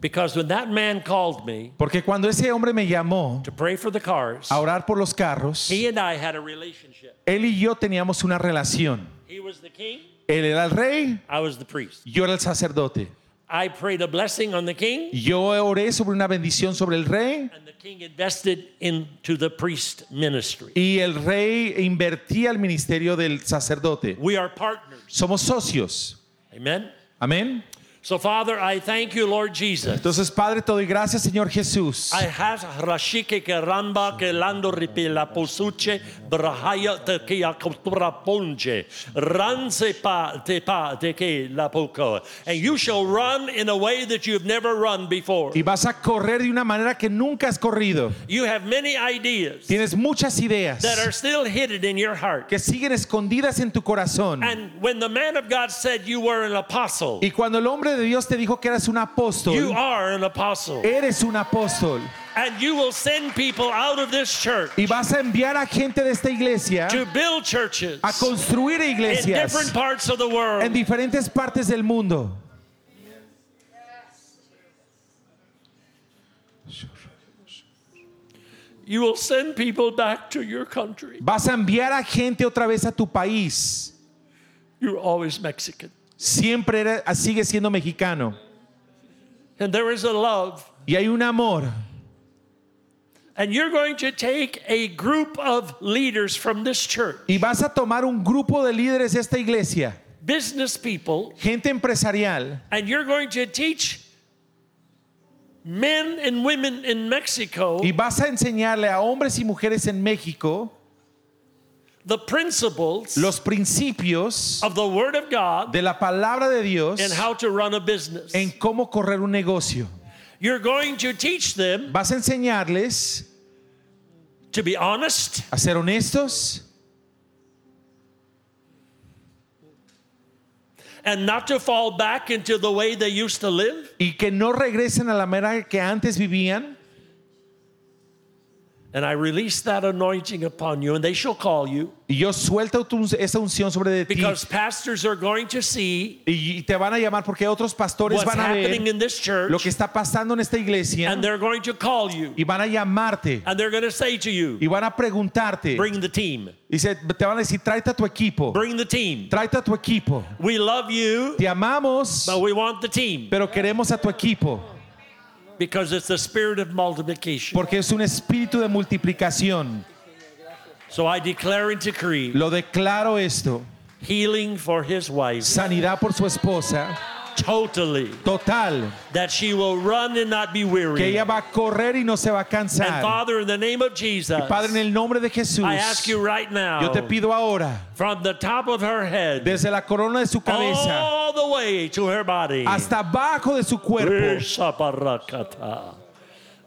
S7: Because when that man called me
S6: Porque cuando ese hombre me llamó
S7: to pray for the cars,
S6: a orar por los carros,
S7: he and I had a relationship.
S6: él y yo teníamos una relación.
S7: He was the king,
S6: Él era el rey,
S7: I was the priest.
S6: yo era el sacerdote.
S7: I prayed a blessing on the king,
S6: Yo oré sobre una bendición sobre el rey
S7: and the king invested into the priest ministry.
S6: Y el rey invertía el ministerio del sacerdote.
S7: We are partners.
S6: Somos socios.
S7: Amen.
S6: Amén.
S7: So, Father, I thank you, Lord Jesus.
S6: Entonces, Padre, te doy gracias, Señor Jesús.
S7: I has rashike que ramba que lando ripela posuche brahaya te que a cultura ponche ranse pa te pa te que la poco and you shall run in a way that you've never run before.
S6: Y vas a correr de una manera que nunca has corrido.
S7: You have many ideas
S6: Tienes muchas ideas
S7: that are still hidden in your heart.
S6: que siguen escondidas en tu corazón.
S7: And when the man of God said you were an apostle,
S6: Y cuando el hombre de Dios te dijo que eras un
S7: you
S6: apóstol,
S7: are an apostle.
S6: eres un apóstol.
S7: And you will send people out of this church
S6: Y vas a enviar a gente de esta iglesia
S7: to build churches
S6: a construir
S7: in different
S6: iglesias
S7: parts of the
S6: en
S7: world.
S6: diferentes partes del mundo.
S7: You will send people back to your country.
S6: Vas a enviar a gente otra vez a tu país.
S7: You're always Mexican.
S6: siempre era- sigue siendo mexicano.
S7: and there is a love.
S6: Y hay un amor.
S7: And you're going to take a group of leaders from this church,
S6: Y vas a tomar un grupo de líderes de esta iglesia,
S7: business people,
S6: gente empresarial,
S7: and you're going to teach men and women in Mexico
S6: y vas a enseñarle a hombres y mujeres en México
S7: the principles
S6: los principios
S7: of the Word of God
S6: de la palabra de Dios
S7: and how to run a business.
S6: en cómo correr un negocio.
S7: You're going to teach them
S6: Vas a enseñarles
S7: to be honest,
S6: a ser honestos
S7: and not to fall back into the way they used to live.
S6: y que no regresen a la manera que antes vivían.
S7: And I release that anointing upon you, and they shall call you
S6: Y yo suelto tu- esa unción sobre de ti.
S7: because pastors are going to see
S6: Y te van a llamar porque otros pastores
S7: what's
S6: van a
S7: happening
S6: ver
S7: in this
S6: lo
S7: church,
S6: que está pasando en esta iglesia
S7: and they're going to call you,
S6: y van a llamarte
S7: and they're going to say to you,
S6: y van a preguntarte.
S7: Bring the team,
S6: Y se- te van a decir, tráete a tu equipo,
S7: bring the team.
S6: tráete a tu equipo.
S7: We love you,
S6: Te amamos,
S7: but we want the team
S6: pero queremos a tu equipo
S7: because it's the spirit of multiplication.
S6: porque es un espíritu de multiplicación.
S7: So I declare and decree
S6: Lo declaro esto.
S7: healing for his wife
S6: Sanidad por su esposa,
S7: totally,
S6: total.
S7: that she will run and not be
S6: Que
S7: weary.
S6: ella va a correr y no se va a
S7: And
S6: cansar.
S7: Father, in the name of Jesus,
S6: Padre, en el nombre de Jesús,
S7: I ask you right
S6: yo te
S7: now,
S6: pido ahora,
S7: from the top of her head
S6: desde la corona de su cabeza
S7: all the way to her body.
S6: hasta abajo de su cuerpo,
S7: Pues. Rishabarakata.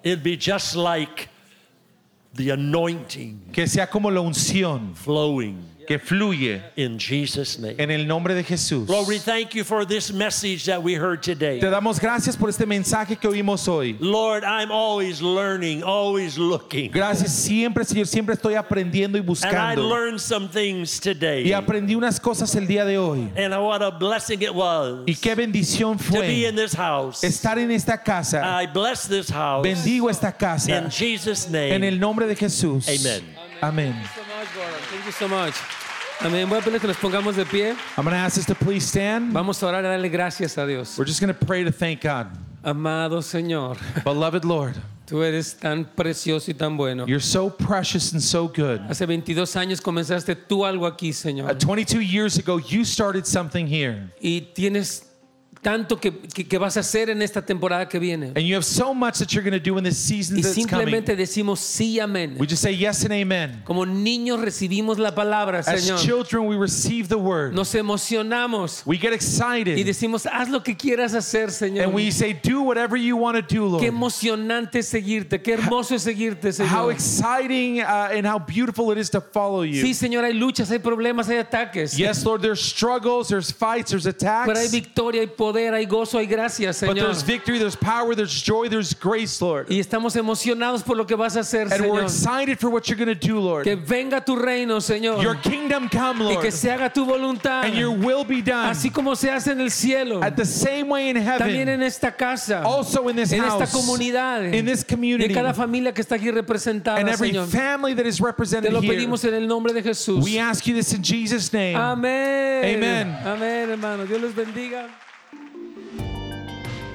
S7: It'd be just like the anointing
S6: que sea como la unción
S7: flowing
S6: que fluye
S7: in Jesus' name.
S6: en el nombre de Jesús.
S7: Lord, we thank you for this message that we heard
S6: Te
S7: today.
S6: damos gracias por este mensaje que oímos hoy.
S7: Lord, I'm always learning, always looking.
S6: Gracias siempre, Señor. Siempre estoy aprendiendo y
S7: And I
S6: buscando.
S7: learned some things
S6: Y
S7: today.
S6: aprendí unas cosas el día de hoy.
S7: And what a blessing it was
S6: Y qué bendición
S7: to be in
S6: fue
S7: this house.
S6: estar en esta casa.
S7: I bless this house
S6: Bendigo esta casa
S7: in Jesus'
S6: en el
S7: name.
S6: nombre de Jesús.
S7: Amen.
S6: Amén.
S2: Thank you so much. Amén. Voy a pedirles que nos pongamos de pie.
S6: I'm going to ask us to please stand.
S2: Vamos a orar a darle gracias a Dios.
S6: We're just going to pray to thank God.
S2: Amado Señor,
S6: Beloved Lord,
S2: tú eres tan precioso y tan bueno.
S6: you're so precious and so good.
S2: Hace 22 años comenzaste tú algo aquí,
S6: Uh,
S2: Señor.
S6: 22 years ago, you started something here.
S2: Y tienes tanto que, que- que vas a hacer en esta temporada que viene.
S6: And you have so much that you're going to do in this season
S2: Y
S6: that's coming.
S2: simplemente decimos sí, amén.
S6: We just say yes and amen.
S2: Como niños recibimos la palabra,
S6: As
S2: Señor.
S6: children, we receive the word.
S2: Nos emocionamos
S6: We get
S2: y
S6: excited
S2: decimos, haz lo que quieras hacer, Señor.
S6: and we say, Do whatever you want to do,
S2: Qué
S6: Lord.
S2: emocionante es seguirte, qué hermoso es seguirte,
S6: How
S2: Señor.
S6: exciting uh, and how beautiful it is to follow
S2: Sí,
S6: you.
S2: Señor, hay luchas, hay problemas, hay ataques.
S6: Yes, Lord, there's struggles, there's fights, there's
S2: Pero hay
S6: attacks,
S2: victoria, hay poder, hay gozo, hay gracia,
S6: but
S2: Señor.
S6: there's victory, there's power, there's joy, there's grace, Lord.
S2: Y estamos emocionados por lo que vas a hacer,
S6: And we're
S2: Señor.
S6: excited for what you're going to do,
S2: Que
S6: Lord.
S2: venga tu reino,
S6: Your
S2: Señor.
S6: kingdom come,
S2: Y que
S6: Lord,
S2: se haga tu voluntad.
S6: and your will be done.
S2: Así como se hace en el cielo.
S6: At the same way in
S2: También en
S6: heaven,
S2: esta casa.
S6: also in this
S2: en esta
S6: house,
S2: comunidad.
S6: in this
S2: y en
S6: community,
S2: cada familia que está aquí representada,
S6: and every
S2: Señor.
S6: family that is
S2: Te
S6: represented
S2: lo
S6: here.
S2: pedimos en el nombre de Jesús.
S6: We ask you this in Jesus' name.
S2: Amén.
S6: Amen.
S2: Amén, hermano. Dios les bendiga.